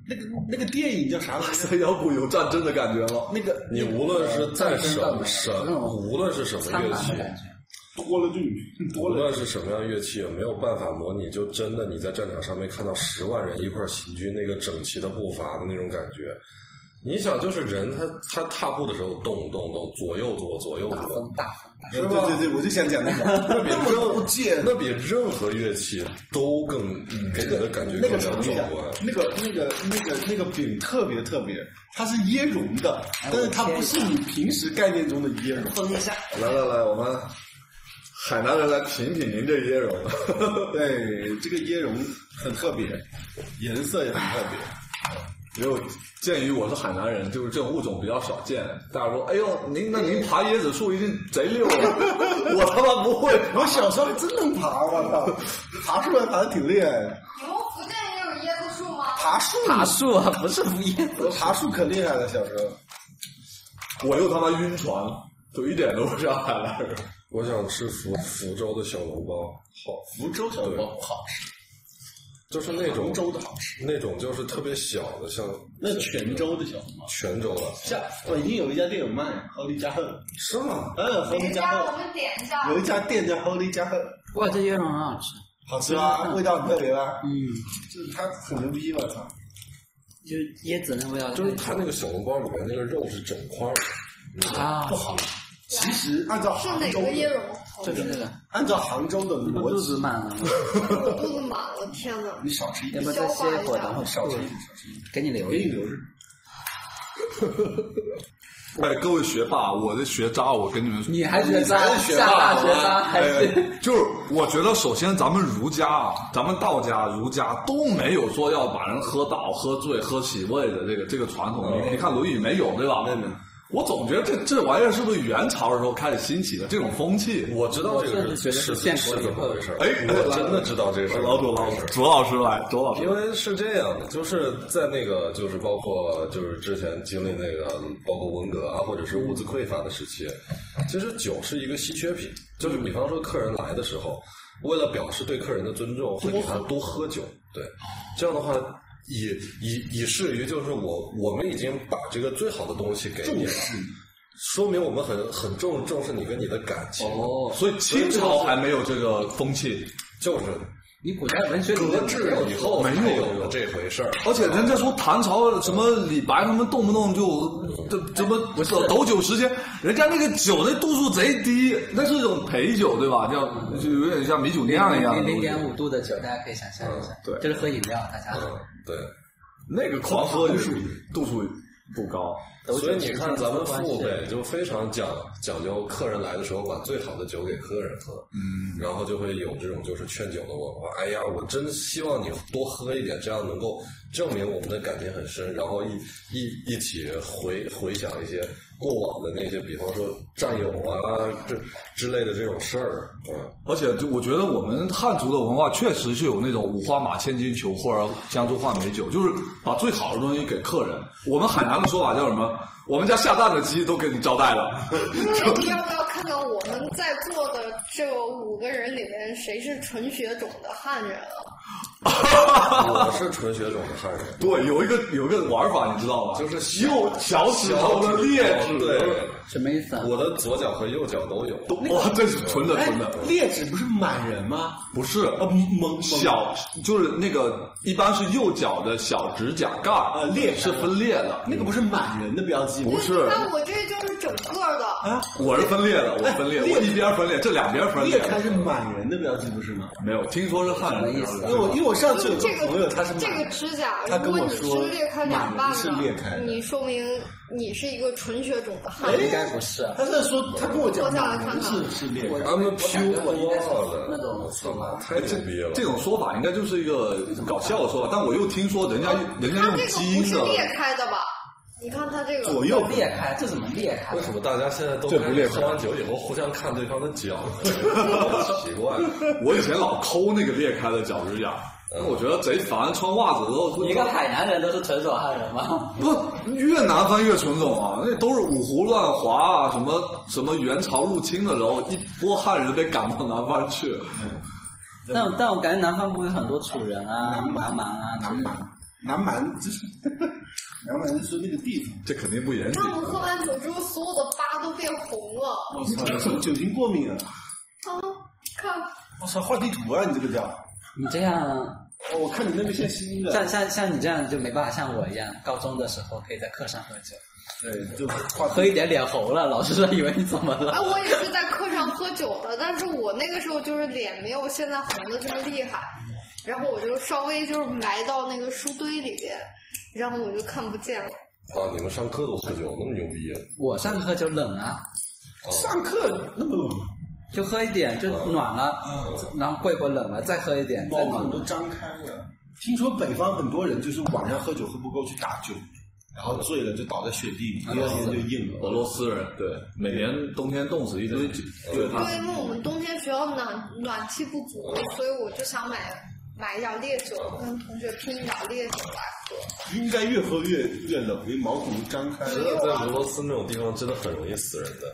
[SPEAKER 2] 那个那个电影叫啥来着？
[SPEAKER 5] 三摇鼓有战争的感觉吗？
[SPEAKER 2] 那个
[SPEAKER 3] 你无论是在什么什，无论是什么
[SPEAKER 1] 苍
[SPEAKER 3] 乐
[SPEAKER 1] 茫
[SPEAKER 3] 器
[SPEAKER 1] 的，感觉。
[SPEAKER 2] 多了就
[SPEAKER 3] 无论是什么样乐器，也没有办法模拟，就真的你在战场上面看到十万人一块儿行军，那个整齐的步伐的那种感觉。你想，就是人他他踏步的时候动动动，左右左左右
[SPEAKER 1] 大
[SPEAKER 3] 左
[SPEAKER 1] 啊风，大风，大
[SPEAKER 2] 对对对，我就想讲那个，那么多见
[SPEAKER 3] 那比任何乐器都更嗯给人的感觉
[SPEAKER 2] 那个
[SPEAKER 3] 更加壮
[SPEAKER 2] 场景啊
[SPEAKER 3] 观。，
[SPEAKER 2] 那个那个那个那个饼特别特别，它是椰蓉的，但是它不是你平时概念中的椰蓉。
[SPEAKER 1] 风一下，
[SPEAKER 5] 来来来，我们海南人来品品您这椰蓉。
[SPEAKER 2] 对，这个椰蓉很特别，颜色也很特别。
[SPEAKER 5] 因为鉴于我是海南人，就是这种物种比较少见。大家说，哎呦，您那您爬椰子树一定贼溜啊！ 我他妈不会，
[SPEAKER 2] 我小时候还真能爬，我操，爬树还爬的挺厉害的，
[SPEAKER 4] 你们福建也有椰子树吗？
[SPEAKER 2] 爬树
[SPEAKER 1] 大树啊，不是不叶子。
[SPEAKER 2] 爬树可厉害了，小时候。
[SPEAKER 5] 我又他妈晕船。就一点都不像海南人。
[SPEAKER 3] 我想吃福福州的小笼包，好，
[SPEAKER 2] 福州小笼包好吃，
[SPEAKER 3] 就是那种
[SPEAKER 2] 杭州的好吃，
[SPEAKER 3] 那种就是特别小的，像
[SPEAKER 2] 那泉州的小笼包，
[SPEAKER 3] 泉州的，
[SPEAKER 2] 像北京有一家店有卖，Holy 家贺，
[SPEAKER 3] 是吗？
[SPEAKER 2] 嗯，Holy
[SPEAKER 4] 人
[SPEAKER 2] 家
[SPEAKER 4] 家我
[SPEAKER 2] 贺，
[SPEAKER 4] 们点一下，
[SPEAKER 2] 有一家店叫 Holy 家贺，
[SPEAKER 1] 哇，这椰蓉很好吃。
[SPEAKER 2] 好吃吧？味道很特别吧？
[SPEAKER 1] 嗯，
[SPEAKER 2] 就是它很牛逼，我操！
[SPEAKER 1] 就椰子那味道，
[SPEAKER 3] 就是它那个小笼包里面那个肉是整块儿的，
[SPEAKER 1] 啊，不好，
[SPEAKER 2] 其实按照
[SPEAKER 4] 是
[SPEAKER 2] 杭
[SPEAKER 4] 哪
[SPEAKER 2] 州
[SPEAKER 4] 个椰
[SPEAKER 2] 的，
[SPEAKER 4] 蓉好
[SPEAKER 1] 就是
[SPEAKER 4] 吃？
[SPEAKER 1] 那个，
[SPEAKER 2] 按照杭州的
[SPEAKER 1] 我
[SPEAKER 2] 逻
[SPEAKER 1] 肚子
[SPEAKER 2] 辑，
[SPEAKER 1] 满了，
[SPEAKER 4] 我肚子满了，天哪！
[SPEAKER 2] 你少吃一
[SPEAKER 1] 要
[SPEAKER 2] 点，
[SPEAKER 1] 不再歇一会儿，等会儿
[SPEAKER 2] 少吃
[SPEAKER 1] 吐
[SPEAKER 2] 一
[SPEAKER 1] 了
[SPEAKER 2] 点，少吃一点，
[SPEAKER 1] 给你留
[SPEAKER 2] 给你
[SPEAKER 1] 一个。
[SPEAKER 2] 留着。
[SPEAKER 5] 哎，各位学霸，我的学渣，我跟你们说，
[SPEAKER 1] 你还学渣
[SPEAKER 2] 你还是学
[SPEAKER 1] 下
[SPEAKER 2] 霸
[SPEAKER 1] 大学渣还是
[SPEAKER 5] 哎就是我觉得，首先咱们儒家啊，咱们道家、儒家都没有说要把人喝倒、喝醉、喝洗胃的这个这个传统。
[SPEAKER 1] 哦
[SPEAKER 5] 你你看《论语》没有，对吧？我总觉得这这玩意儿是不是元朝的时候开始兴起的这种风气？
[SPEAKER 3] 我知道这
[SPEAKER 1] 我
[SPEAKER 3] 个
[SPEAKER 1] 甚至觉得
[SPEAKER 3] 是
[SPEAKER 1] 是建国
[SPEAKER 3] 是
[SPEAKER 1] 以
[SPEAKER 3] 怎
[SPEAKER 1] 后
[SPEAKER 3] 么
[SPEAKER 1] 的
[SPEAKER 3] 回事儿，
[SPEAKER 5] 哎
[SPEAKER 3] 我真的知道这个事儿。
[SPEAKER 5] 老左老师，左老师来，左老师
[SPEAKER 3] 因为是这样的，就是在那个，就是包括就是之前经历那个，包括文革啊，或者是物资匮乏的时期，其实酒是一个稀缺品。就是比方说客人来的时候，为了表示对客人的尊重，会给他多喝酒。对，这样的话。以以以至于就是我我们已经把这个最好的东西给你了，说明我们很很重重视你跟你的感情，
[SPEAKER 1] 哦，
[SPEAKER 5] 所以清朝还没有这个风气，
[SPEAKER 3] 就是
[SPEAKER 1] 你古代文学里
[SPEAKER 3] 革
[SPEAKER 1] 面
[SPEAKER 3] 制
[SPEAKER 1] 没有
[SPEAKER 3] 以后
[SPEAKER 5] 没有
[SPEAKER 3] 才有了这回事儿。
[SPEAKER 5] 而且人家说唐朝什么李白他们动不动就这怎么斗酒十千，人家那个酒那度数贼低，那是一种陪酒对吧？叫就有点像米酒酿一样的
[SPEAKER 1] 零零
[SPEAKER 5] 东西
[SPEAKER 1] 点五嗯度的嗯酒，大家可以想象一下，
[SPEAKER 5] 对
[SPEAKER 1] 就是喝饮料，大家
[SPEAKER 3] 嗯，对。
[SPEAKER 5] 那个狂喝就是度数不高。
[SPEAKER 1] 都
[SPEAKER 3] 所以你
[SPEAKER 1] 是
[SPEAKER 3] 看，咱们父
[SPEAKER 1] 关
[SPEAKER 3] 辈
[SPEAKER 1] 系
[SPEAKER 3] 就非常讲讲究，客人来的时候把最好的酒给客人喝，嗯，然后就会有这种就是劝酒的文化。哎呀，我真希望你多喝一点，这样能够证明我们的感情很深，然后一一一起回回想一些过往的那些，比方说战友啊这之类的这种事儿，嗯，
[SPEAKER 5] 而且就我觉得我们汉族的文化确实是有那种五花马千金裘或者江州话美酒，就是把最好的东西给客人。我们海南的说法叫什么？我们家下蛋的鸡都给你招待了。
[SPEAKER 4] 那你要不要看到我们在座的这五个人里面，谁是纯血种的汉人啊？
[SPEAKER 3] 我是纯血种的汉 人，
[SPEAKER 5] 对，有一个有一个玩法，你知道吗？
[SPEAKER 3] 就是
[SPEAKER 5] 右小指头的劣质，
[SPEAKER 3] 对，
[SPEAKER 1] 什么意思啊？
[SPEAKER 3] 我的左脚和右脚都有，
[SPEAKER 5] 哇，这是纯的
[SPEAKER 2] 哎
[SPEAKER 5] 纯的，，
[SPEAKER 2] 劣质不是满人吗？
[SPEAKER 5] 不是
[SPEAKER 2] 呃，蒙
[SPEAKER 5] 小，就是那个一般是右脚的小指甲盖儿
[SPEAKER 2] 呃裂开
[SPEAKER 5] 是分裂的，
[SPEAKER 2] 那个不是满人的标记吗？
[SPEAKER 5] 不是
[SPEAKER 4] 那我这就是整个的，
[SPEAKER 2] 啊，
[SPEAKER 5] 我是分裂的，我分裂，
[SPEAKER 2] 裂
[SPEAKER 5] 我一边分裂，这两边分裂
[SPEAKER 2] 裂，开是满人的标记不是吗？
[SPEAKER 5] 没有听说是汉人的
[SPEAKER 1] 什么意
[SPEAKER 2] 因为我因为我上次有
[SPEAKER 4] 这
[SPEAKER 2] 个
[SPEAKER 4] 个
[SPEAKER 2] 朋友他是
[SPEAKER 4] 这
[SPEAKER 2] 满
[SPEAKER 4] 个
[SPEAKER 2] 人，
[SPEAKER 4] 指甲，
[SPEAKER 2] 他
[SPEAKER 4] 如
[SPEAKER 2] 跟
[SPEAKER 4] 果
[SPEAKER 2] 我
[SPEAKER 4] 你
[SPEAKER 2] 说
[SPEAKER 4] 是裂开两
[SPEAKER 2] 马
[SPEAKER 4] 半
[SPEAKER 2] 是裂开的
[SPEAKER 4] 你说明你是一个纯血种的汉
[SPEAKER 1] 应
[SPEAKER 4] 人。
[SPEAKER 1] 该不是啊。
[SPEAKER 2] 他在说他跟我讲
[SPEAKER 4] 我想
[SPEAKER 2] 满
[SPEAKER 4] 来看
[SPEAKER 2] 人
[SPEAKER 4] 看
[SPEAKER 2] 是是裂开
[SPEAKER 1] 我
[SPEAKER 2] 的，
[SPEAKER 3] 他们
[SPEAKER 1] 我
[SPEAKER 3] 飘
[SPEAKER 1] 感觉我应该是
[SPEAKER 3] 过了，
[SPEAKER 1] 那种
[SPEAKER 3] 我操，太牛逼了！
[SPEAKER 5] 这种说法应该就是一个搞笑的说法，但我又听说人家人家
[SPEAKER 4] 它这啊
[SPEAKER 5] 用
[SPEAKER 4] 个
[SPEAKER 5] 基
[SPEAKER 4] 不
[SPEAKER 5] 因
[SPEAKER 4] 是
[SPEAKER 5] 的，
[SPEAKER 4] 裂开的吧？你看它这个
[SPEAKER 2] 左右
[SPEAKER 1] 裂开，这怎么裂开
[SPEAKER 3] 为？什么大家现在都
[SPEAKER 5] 这不裂开
[SPEAKER 3] 喝完酒以后互相看对方的 脚？好奇怪，
[SPEAKER 5] 我以前老抠那个裂开的脚指甲，我觉得贼烦，穿袜子之后会
[SPEAKER 1] 你一个海南人都是纯手汉人吗？
[SPEAKER 5] 不，越南翻越纯种啊，那都是五胡乱华啊，什么什么元朝入侵的时候，一波汉人被赶到南方去。
[SPEAKER 1] 但但我感觉南方不会有很多楚人啊、南蛮啊，
[SPEAKER 2] 南蛮，南蛮就是南蛮是那个地方。
[SPEAKER 5] 这肯定不严谨
[SPEAKER 4] 那。我喝完酒之后，所有的疤都变红了
[SPEAKER 2] 我操，你是不是酒精过敏啊？
[SPEAKER 4] 啊！看，
[SPEAKER 2] 我操，画地图啊，你这个叫！
[SPEAKER 1] 你这样
[SPEAKER 2] 哦，我看你那个像新的，
[SPEAKER 1] 像像像你这样就没办法像我一样，高中的时候可以在课上喝酒，
[SPEAKER 2] 对，就 画
[SPEAKER 1] 喝一点脸红了，老师说以为你怎么
[SPEAKER 4] 哎，
[SPEAKER 1] 了？
[SPEAKER 4] 我也是在课上喝酒的，但是我那个时候就是脸没有现在红的这么厉害，然后我就稍微就是埋到那个书堆里边，然后我就看不见了。
[SPEAKER 3] 啊！你们上课都喝酒，那么牛逼啊！
[SPEAKER 1] 我上课喝酒冷啊，
[SPEAKER 2] 上课那么冷，
[SPEAKER 1] 就喝一点就暖了，
[SPEAKER 2] 嗯
[SPEAKER 1] 然后过一会儿冷了再喝一点再
[SPEAKER 2] 毛
[SPEAKER 1] 暖
[SPEAKER 2] 孔
[SPEAKER 1] 了。
[SPEAKER 2] 都张开了。听说北方很多人就是晚上喝酒喝不够去打酒，然后醉了就倒在雪地里，第二天就硬
[SPEAKER 5] 俄
[SPEAKER 2] 了。
[SPEAKER 5] 罗斯人对，每年冬天冻死一堆酒，对
[SPEAKER 4] 因为因为我们冬天学校暖暖气不足，所以我就想买买一点烈酒，跟同学拼一点烈酒来喝。
[SPEAKER 2] 应该越喝越越冷，因为毛孔都张开
[SPEAKER 3] 真的
[SPEAKER 2] 了。
[SPEAKER 3] 在俄罗斯那种地方，真的很容易死人的。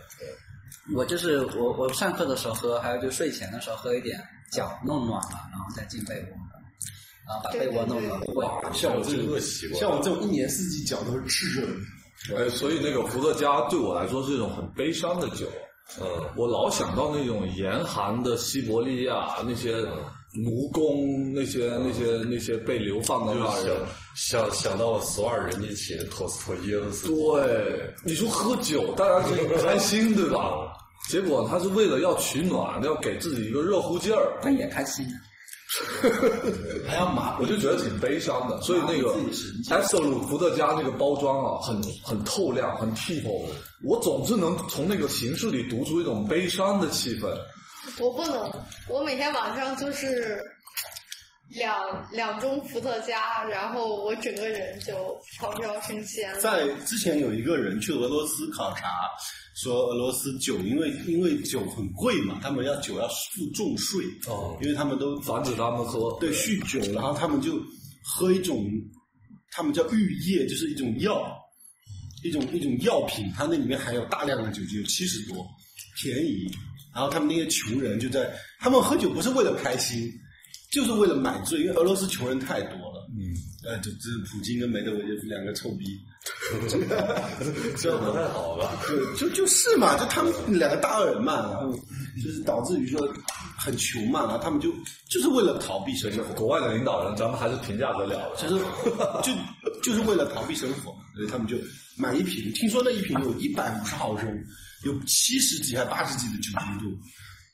[SPEAKER 1] 我就是我我上课的时候喝，还有就睡前的时候喝一点，脚弄暖了，然后再进被窝，然后把被窝弄暖
[SPEAKER 3] 哇，
[SPEAKER 5] 啊
[SPEAKER 1] 会。
[SPEAKER 3] 像我这个习惯，
[SPEAKER 2] 像我这种一年四季脚都是炙热的，
[SPEAKER 5] 哎，所以那个伏特加对我来说是一种很悲伤的酒，
[SPEAKER 3] 嗯，
[SPEAKER 5] 我老想到那种严寒的西伯利亚那些
[SPEAKER 3] 嗯
[SPEAKER 5] 奴工，那些那些那些被流放的
[SPEAKER 3] 就
[SPEAKER 5] 那
[SPEAKER 3] 是
[SPEAKER 5] 人。
[SPEAKER 3] 想想想到了索尔仁尼琴、陀思妥耶夫斯基，
[SPEAKER 5] 对，你说喝酒，大家觉得开心，对 吧？结果他是为了要取暖，要给自己一个热乎劲儿，
[SPEAKER 1] 但也开心。啊
[SPEAKER 2] 还要麻
[SPEAKER 5] 我就觉得挺悲伤的。所以那个 Absolute 伏特加那个包装啊，很很透亮，很 people。我总是能从那个形式里读出一种悲伤的气氛。
[SPEAKER 4] 我不能，我每天晚上就是两两盅伏特加，然后我整个人就飘飘升仙了。
[SPEAKER 2] 在之前有一个人去俄罗斯考察，说俄罗斯酒因为因为酒很贵嘛，他们要酒要付重税，
[SPEAKER 5] 哦
[SPEAKER 2] 因为他们都
[SPEAKER 5] 防止他们喝。
[SPEAKER 2] 对酗酒，然后他们就喝一种，他们叫玉液，就是一种药，一种一种药品，它那里面含有大量的酒精，有七十多，便宜。然后他们那些穷人就在，他们喝酒不是为了开心，就是为了买醉，因为俄罗斯穷人太多了。嗯，呃，就这普京跟梅德韦杰夫两个臭逼，
[SPEAKER 3] 这样不太好吧？
[SPEAKER 2] 对，就就是嘛，就他们两个大恶人嘛，然后就是导致于说很穷嘛，然后他们就就是为了逃避生活。
[SPEAKER 5] 国外的领导人，咱们还是评价得了的。
[SPEAKER 2] 就是就就是为了逃避生活，所以他们就买一瓶，听说那一瓶有一百五十毫升，有七十几还八十几的酒精度，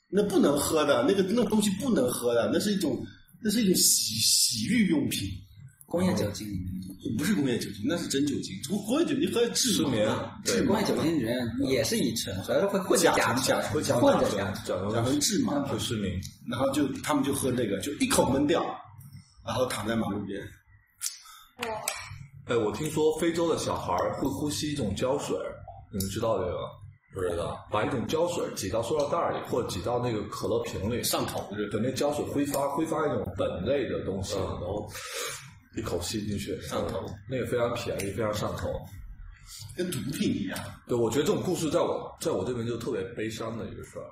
[SPEAKER 2] 那不能喝的，那个那个东西不能喝的，那是一种那是一种洗洗浴用品，
[SPEAKER 1] 工业酒精里面，
[SPEAKER 2] 不是工业酒精，那是真酒精，从工业酒精喝致
[SPEAKER 5] 失
[SPEAKER 2] 盲
[SPEAKER 5] 眠
[SPEAKER 2] 啊，
[SPEAKER 1] 对，工业酒精里面也是乙醇，主要是会混着
[SPEAKER 2] 甲
[SPEAKER 1] 甲
[SPEAKER 2] 醇
[SPEAKER 1] 醇
[SPEAKER 2] 甲醇甲醇
[SPEAKER 1] 混着
[SPEAKER 5] 讲
[SPEAKER 1] 甲醇。
[SPEAKER 5] 讲
[SPEAKER 2] 然
[SPEAKER 5] 成
[SPEAKER 2] 后致盲，
[SPEAKER 5] 会失明，
[SPEAKER 2] 然后就他们就喝那个，就一口闷掉，然后躺在马路边，
[SPEAKER 4] 哇，
[SPEAKER 5] 哎，我听说非洲的小孩儿会呼吸一种胶水儿，你们知道这个吗？
[SPEAKER 3] 不知道，
[SPEAKER 5] 把一种胶水儿挤到塑料袋儿里，或者挤到那个可乐瓶里，
[SPEAKER 2] 上头就
[SPEAKER 5] 等那胶水挥发挥发一种苯类的东西，
[SPEAKER 3] 嗯
[SPEAKER 5] 然后一口吸进去，
[SPEAKER 2] 上头
[SPEAKER 5] 嗯那个非常便宜，非常上头。
[SPEAKER 2] 跟毒品一样。
[SPEAKER 5] 对，我觉得这种故事在我在我这边就特别悲伤的一个事儿。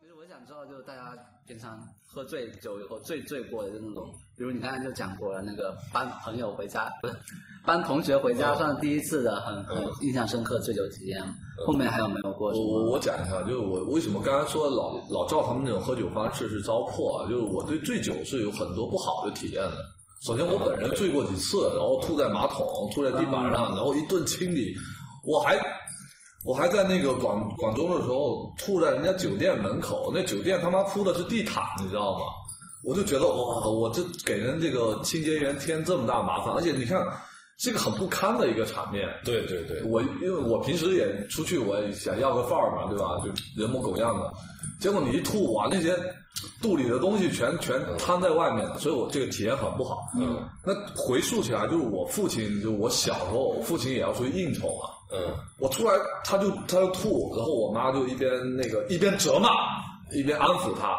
[SPEAKER 1] 其实我想知道，就是大家平常喝醉酒以后最醉过的就是那种，比如你刚才就讲过了，那个搬朋友回家，不是搬同学回家，算第一次的很很印象深刻醉酒体验。后面还有没有过什
[SPEAKER 5] 我我
[SPEAKER 1] 么？
[SPEAKER 5] 我讲一下，就是我为什么刚才说老老赵他们那种喝酒方式是糟粕啊，就是我对醉酒是有很多不好的体验的。首先我本人醉过几次，然后吐在马桶，吐在地板上，然后一顿清理，我还。我还在那个广广州的时候吐在人家酒店门口，那酒店他妈铺的是地毯，你知道吗？我就觉得哇，我这给人这个清洁员添这么大麻烦，而且你看，这个很不堪的一个场面。
[SPEAKER 3] 对对对，
[SPEAKER 5] 我因为我平时也出去，我也想要个范儿嘛，对吧？就人模狗样的，结果你一吐，哇，那些肚里的东西全全摊在外面了，所以我这个体验很不好。
[SPEAKER 3] 嗯，
[SPEAKER 5] 那回溯起来，就是我父亲，就我小时候，我父亲也要出去应酬嘛，
[SPEAKER 3] 嗯，
[SPEAKER 5] 我出来他就他就吐，然后我妈就一边那个一边责骂，一边安抚他。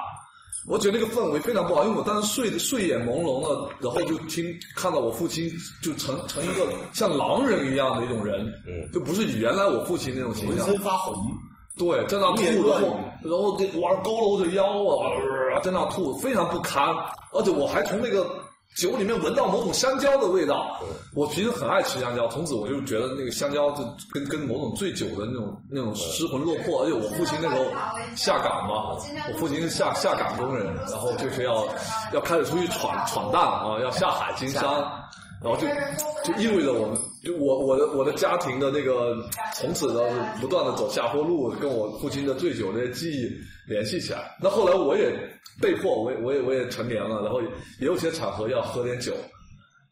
[SPEAKER 5] 我觉得那个氛围非常不好，因为我当时睡睡眼朦胧的，然后就听看到我父亲就成成一个像狼人一样的一种人，
[SPEAKER 3] 嗯，
[SPEAKER 5] 就不是原来我父亲那种形
[SPEAKER 2] 浑
[SPEAKER 5] 象，
[SPEAKER 2] 身发红，
[SPEAKER 5] 对，在那吐，
[SPEAKER 2] 面
[SPEAKER 5] 然后
[SPEAKER 2] 乱
[SPEAKER 5] 然后这哇佝偻着腰啊，呃在那吐，非常不堪，而且我还从那个酒里面闻到某种香蕉的味道。我平时很爱吃香蕉，从此我就觉得那个香蕉就跟跟某种醉酒的那种那种失魂落魄，而且我父亲那时候下岗嘛，我父亲是下下岗工人，然后就是要要开始出去闯闯荡啊，要下海经商，然后就就意味着我们就我我的我的家庭的那个从此呢是不断的走下坡路，跟我父亲的醉酒这些记忆联系起来。那后来我也被迫，我也我也我也成年了，然后也有些场合要喝点酒，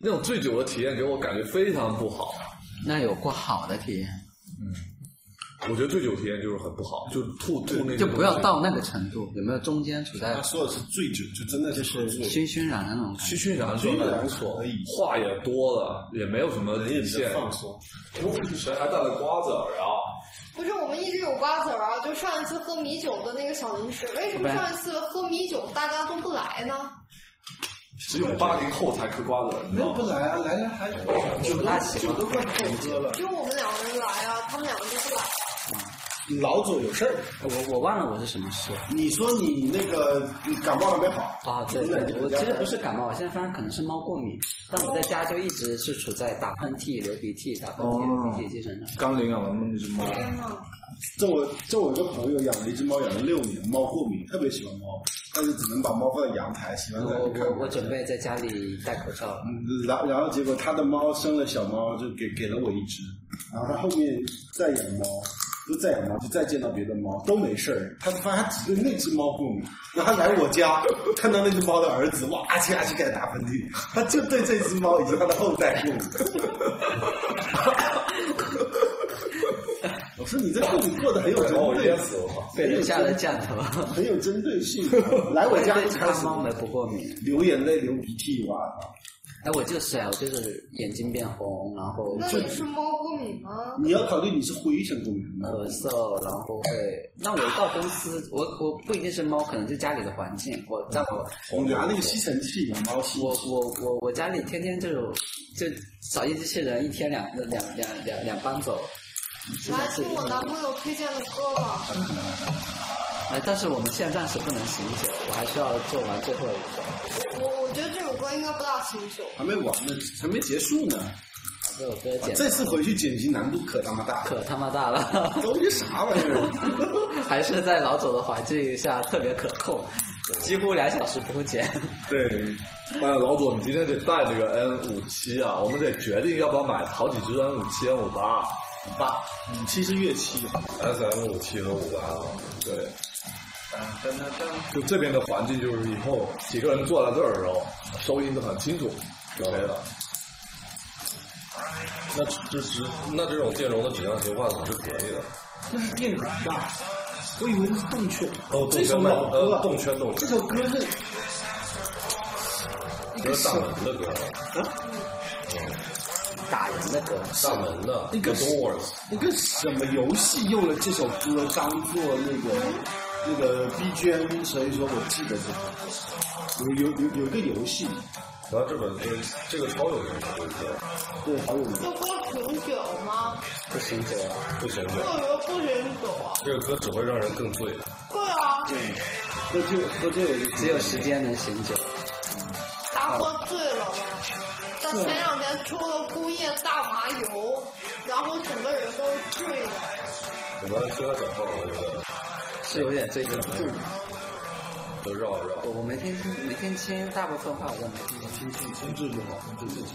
[SPEAKER 5] 那种醉酒的体验给我感觉非常不好。
[SPEAKER 1] 那有过好的体验，
[SPEAKER 5] 我觉得醉酒体验就是很不好，就吐吐那
[SPEAKER 1] 就
[SPEAKER 5] 种
[SPEAKER 1] 不要到那个程度，有没有中间处在
[SPEAKER 2] 他说的是醉酒，哎就真的是喝醉。
[SPEAKER 1] 醺醺然的那种感
[SPEAKER 5] 虚
[SPEAKER 1] 觉？
[SPEAKER 5] 虚然说的不错
[SPEAKER 2] 可以，
[SPEAKER 5] 话也多了，也没有什么
[SPEAKER 2] 人也
[SPEAKER 5] 底
[SPEAKER 2] 比
[SPEAKER 5] 线
[SPEAKER 2] 较。放松。
[SPEAKER 5] 谁还带了瓜子儿啊？
[SPEAKER 4] 不是，我们一直有瓜子儿啊，就上一次喝米酒的那个小零食，为什么上一次喝米酒大家都不来呢？
[SPEAKER 6] 只有八零后才嗑瓜子儿，你知
[SPEAKER 2] 那
[SPEAKER 6] 道
[SPEAKER 2] 不
[SPEAKER 6] 吗？
[SPEAKER 2] 来啊，来了还酒
[SPEAKER 1] 不
[SPEAKER 2] 都
[SPEAKER 1] 大喜
[SPEAKER 2] 酒
[SPEAKER 1] 欢
[SPEAKER 2] 都快口喝了。
[SPEAKER 4] 就我们两个人来啊，他们两个都不来。
[SPEAKER 2] 老左有事儿，
[SPEAKER 1] 我我忘了我是什么事
[SPEAKER 2] 你说你那个感冒还没好，
[SPEAKER 1] 啊？对对，我其实不是感冒，我现在发现可能是猫过敏，但我在家就一直是处在打喷嚏、流鼻涕、打喷嚏、
[SPEAKER 2] 哦
[SPEAKER 1] 流鼻涕精神上。
[SPEAKER 5] 刚领养完那只猫，
[SPEAKER 4] 天呐，
[SPEAKER 2] 这我这我有个朋友养了一只猫，养了六年，猫过敏，特别喜欢猫，但是只能把猫放在阳台，喜欢在
[SPEAKER 1] 我
[SPEAKER 2] 那看
[SPEAKER 1] 我我准备在家里戴口罩了。
[SPEAKER 2] 嗯然然后结果他的猫生了小猫，就给给了我一只，然后他后面再养猫，就再养猫，就再见到别的猫都没事儿。他发现他只对那只猫过敏，然后他来我家看到那只猫的儿子，哇啊叽啊叽开始打喷嚏，他就对这只猫以及它的后代过敏。 我说你这过敏过得很有针
[SPEAKER 3] 把我
[SPEAKER 2] 对
[SPEAKER 3] 噎，哦死了。
[SPEAKER 1] 被人下了降头。
[SPEAKER 2] 很有针对性。 啊来我家
[SPEAKER 1] 对
[SPEAKER 2] 就开
[SPEAKER 1] 大
[SPEAKER 2] 始
[SPEAKER 1] 猫没不过敏。
[SPEAKER 2] 流眼泪、流鼻涕哇，
[SPEAKER 1] 哎，我就是啊，我就是眼睛变红，然后
[SPEAKER 4] 那
[SPEAKER 1] 就
[SPEAKER 4] 你是猫过敏吗？
[SPEAKER 2] 你要考虑你是灰尘过敏吗？
[SPEAKER 1] 咳嗽，然后会。那我一到公司，我我不一定是猫，可能是家里的环境。我在我
[SPEAKER 2] 我拿那个吸尘器养猫吸，
[SPEAKER 1] 我我我我家里天天就有就扫地机器人，一天两两两两两班走。
[SPEAKER 4] 来听我男朋友推荐的歌吧。
[SPEAKER 1] 哎，但是我们现在暂时不能醒酒，我还需要做完最后一个。
[SPEAKER 4] 我我觉得这首歌应该不大清楚。
[SPEAKER 2] 还没完呢，还没结束呢。
[SPEAKER 1] 把这首歌剪
[SPEAKER 2] 这次回去剪辑难度可他妈大，
[SPEAKER 1] 可他妈大了。
[SPEAKER 2] 都是啥玩意儿？
[SPEAKER 1] 还是在老总的环境下特别可控，几乎两小时不会减。
[SPEAKER 5] 对，
[SPEAKER 6] 哎，老左，你今天得带这个 N 五七啊，我们得决定要不要买好几只 N 五七、N 五八、
[SPEAKER 2] 八五七是乐器，
[SPEAKER 3] S M 五七和五八啊，
[SPEAKER 2] 哦
[SPEAKER 6] 对，就这边的环境，就是以后几个人坐在这儿的时候，收音都很清楚就可以了。
[SPEAKER 3] 那这是那这种电容的质量替换可是可以的。
[SPEAKER 2] 那是电容吧？我以为是动圈。
[SPEAKER 3] 哦，
[SPEAKER 2] 这
[SPEAKER 3] 动
[SPEAKER 2] 首
[SPEAKER 3] 圈
[SPEAKER 2] 老歌
[SPEAKER 3] 呃
[SPEAKER 2] 啊，
[SPEAKER 3] 动圈动
[SPEAKER 2] 这
[SPEAKER 3] 圈，
[SPEAKER 2] 首歌是
[SPEAKER 3] 这是大门的歌，
[SPEAKER 1] 打人的歌，
[SPEAKER 3] 大门的
[SPEAKER 2] 一个
[SPEAKER 3] The Doors，
[SPEAKER 2] 一个什么游戏用了这首歌当做那个那个 BGM，所以说我记得这个有有有有一个游戏，
[SPEAKER 3] 然后这本这这个超有名的这个歌，
[SPEAKER 2] 对，好有名。
[SPEAKER 4] 这歌挺久吗？
[SPEAKER 1] 不行酒啊！
[SPEAKER 3] 不行
[SPEAKER 4] 这
[SPEAKER 3] 的，
[SPEAKER 4] 首歌不很久啊。
[SPEAKER 3] 这个歌只会让人更醉。
[SPEAKER 4] 对啊，
[SPEAKER 2] 喝醉喝醉了就
[SPEAKER 1] 只有时间能醒酒。
[SPEAKER 4] 他喝醉了吧？他前两天抽了工业大麻油，然后整个人都是醉的。
[SPEAKER 3] 我们听他讲话，我觉得
[SPEAKER 1] 是有点醉酒。
[SPEAKER 3] 都绕一绕。
[SPEAKER 1] 我我没听清，没听清大部分话，我都没听清。
[SPEAKER 2] 听醉就好，听醉就好。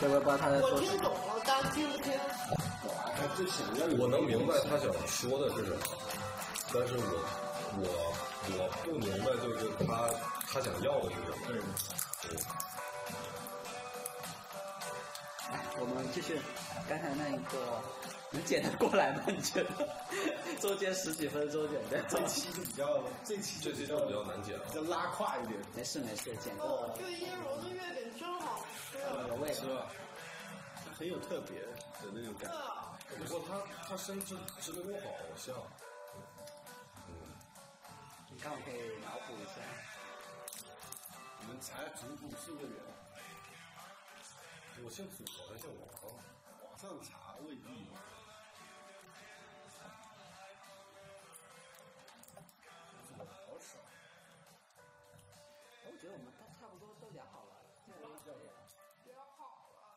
[SPEAKER 1] 下回帮他在
[SPEAKER 4] 我
[SPEAKER 1] 说。
[SPEAKER 4] 听懂了，但听不听？
[SPEAKER 2] 他就想要
[SPEAKER 3] 我能明白他想说的是什么，但是我我我不明白就是他他想要的是什么。
[SPEAKER 1] 我们继续刚才那一个，能剪得过来吗？你觉得？中间十几分钟剪掉。
[SPEAKER 2] 比较这期
[SPEAKER 3] 这期就比较难讲，
[SPEAKER 2] 要拉胯一点。
[SPEAKER 1] 没事没事，剪过
[SPEAKER 4] 哦
[SPEAKER 1] 了，。
[SPEAKER 4] 这烟柔的月饼真好吃。
[SPEAKER 1] 有味。
[SPEAKER 2] 它很有特别的那种感
[SPEAKER 4] 对
[SPEAKER 2] 觉。
[SPEAKER 4] 啊，
[SPEAKER 3] 不过他他身质质地好像，
[SPEAKER 1] 你看我可以脑补一下。
[SPEAKER 2] 我们才足不是个人，
[SPEAKER 3] 我姓祖，我还姓王。
[SPEAKER 2] 往上查未必。
[SPEAKER 1] 我觉得我们差不多都聊好了，现在可以了。
[SPEAKER 4] 聊好了，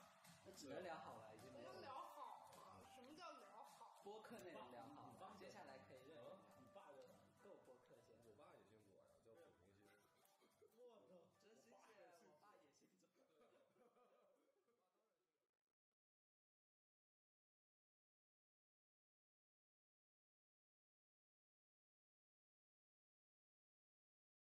[SPEAKER 1] 只能聊好了，已经没有
[SPEAKER 4] 聊好了，什么叫聊好？
[SPEAKER 1] 播客内容聊好了。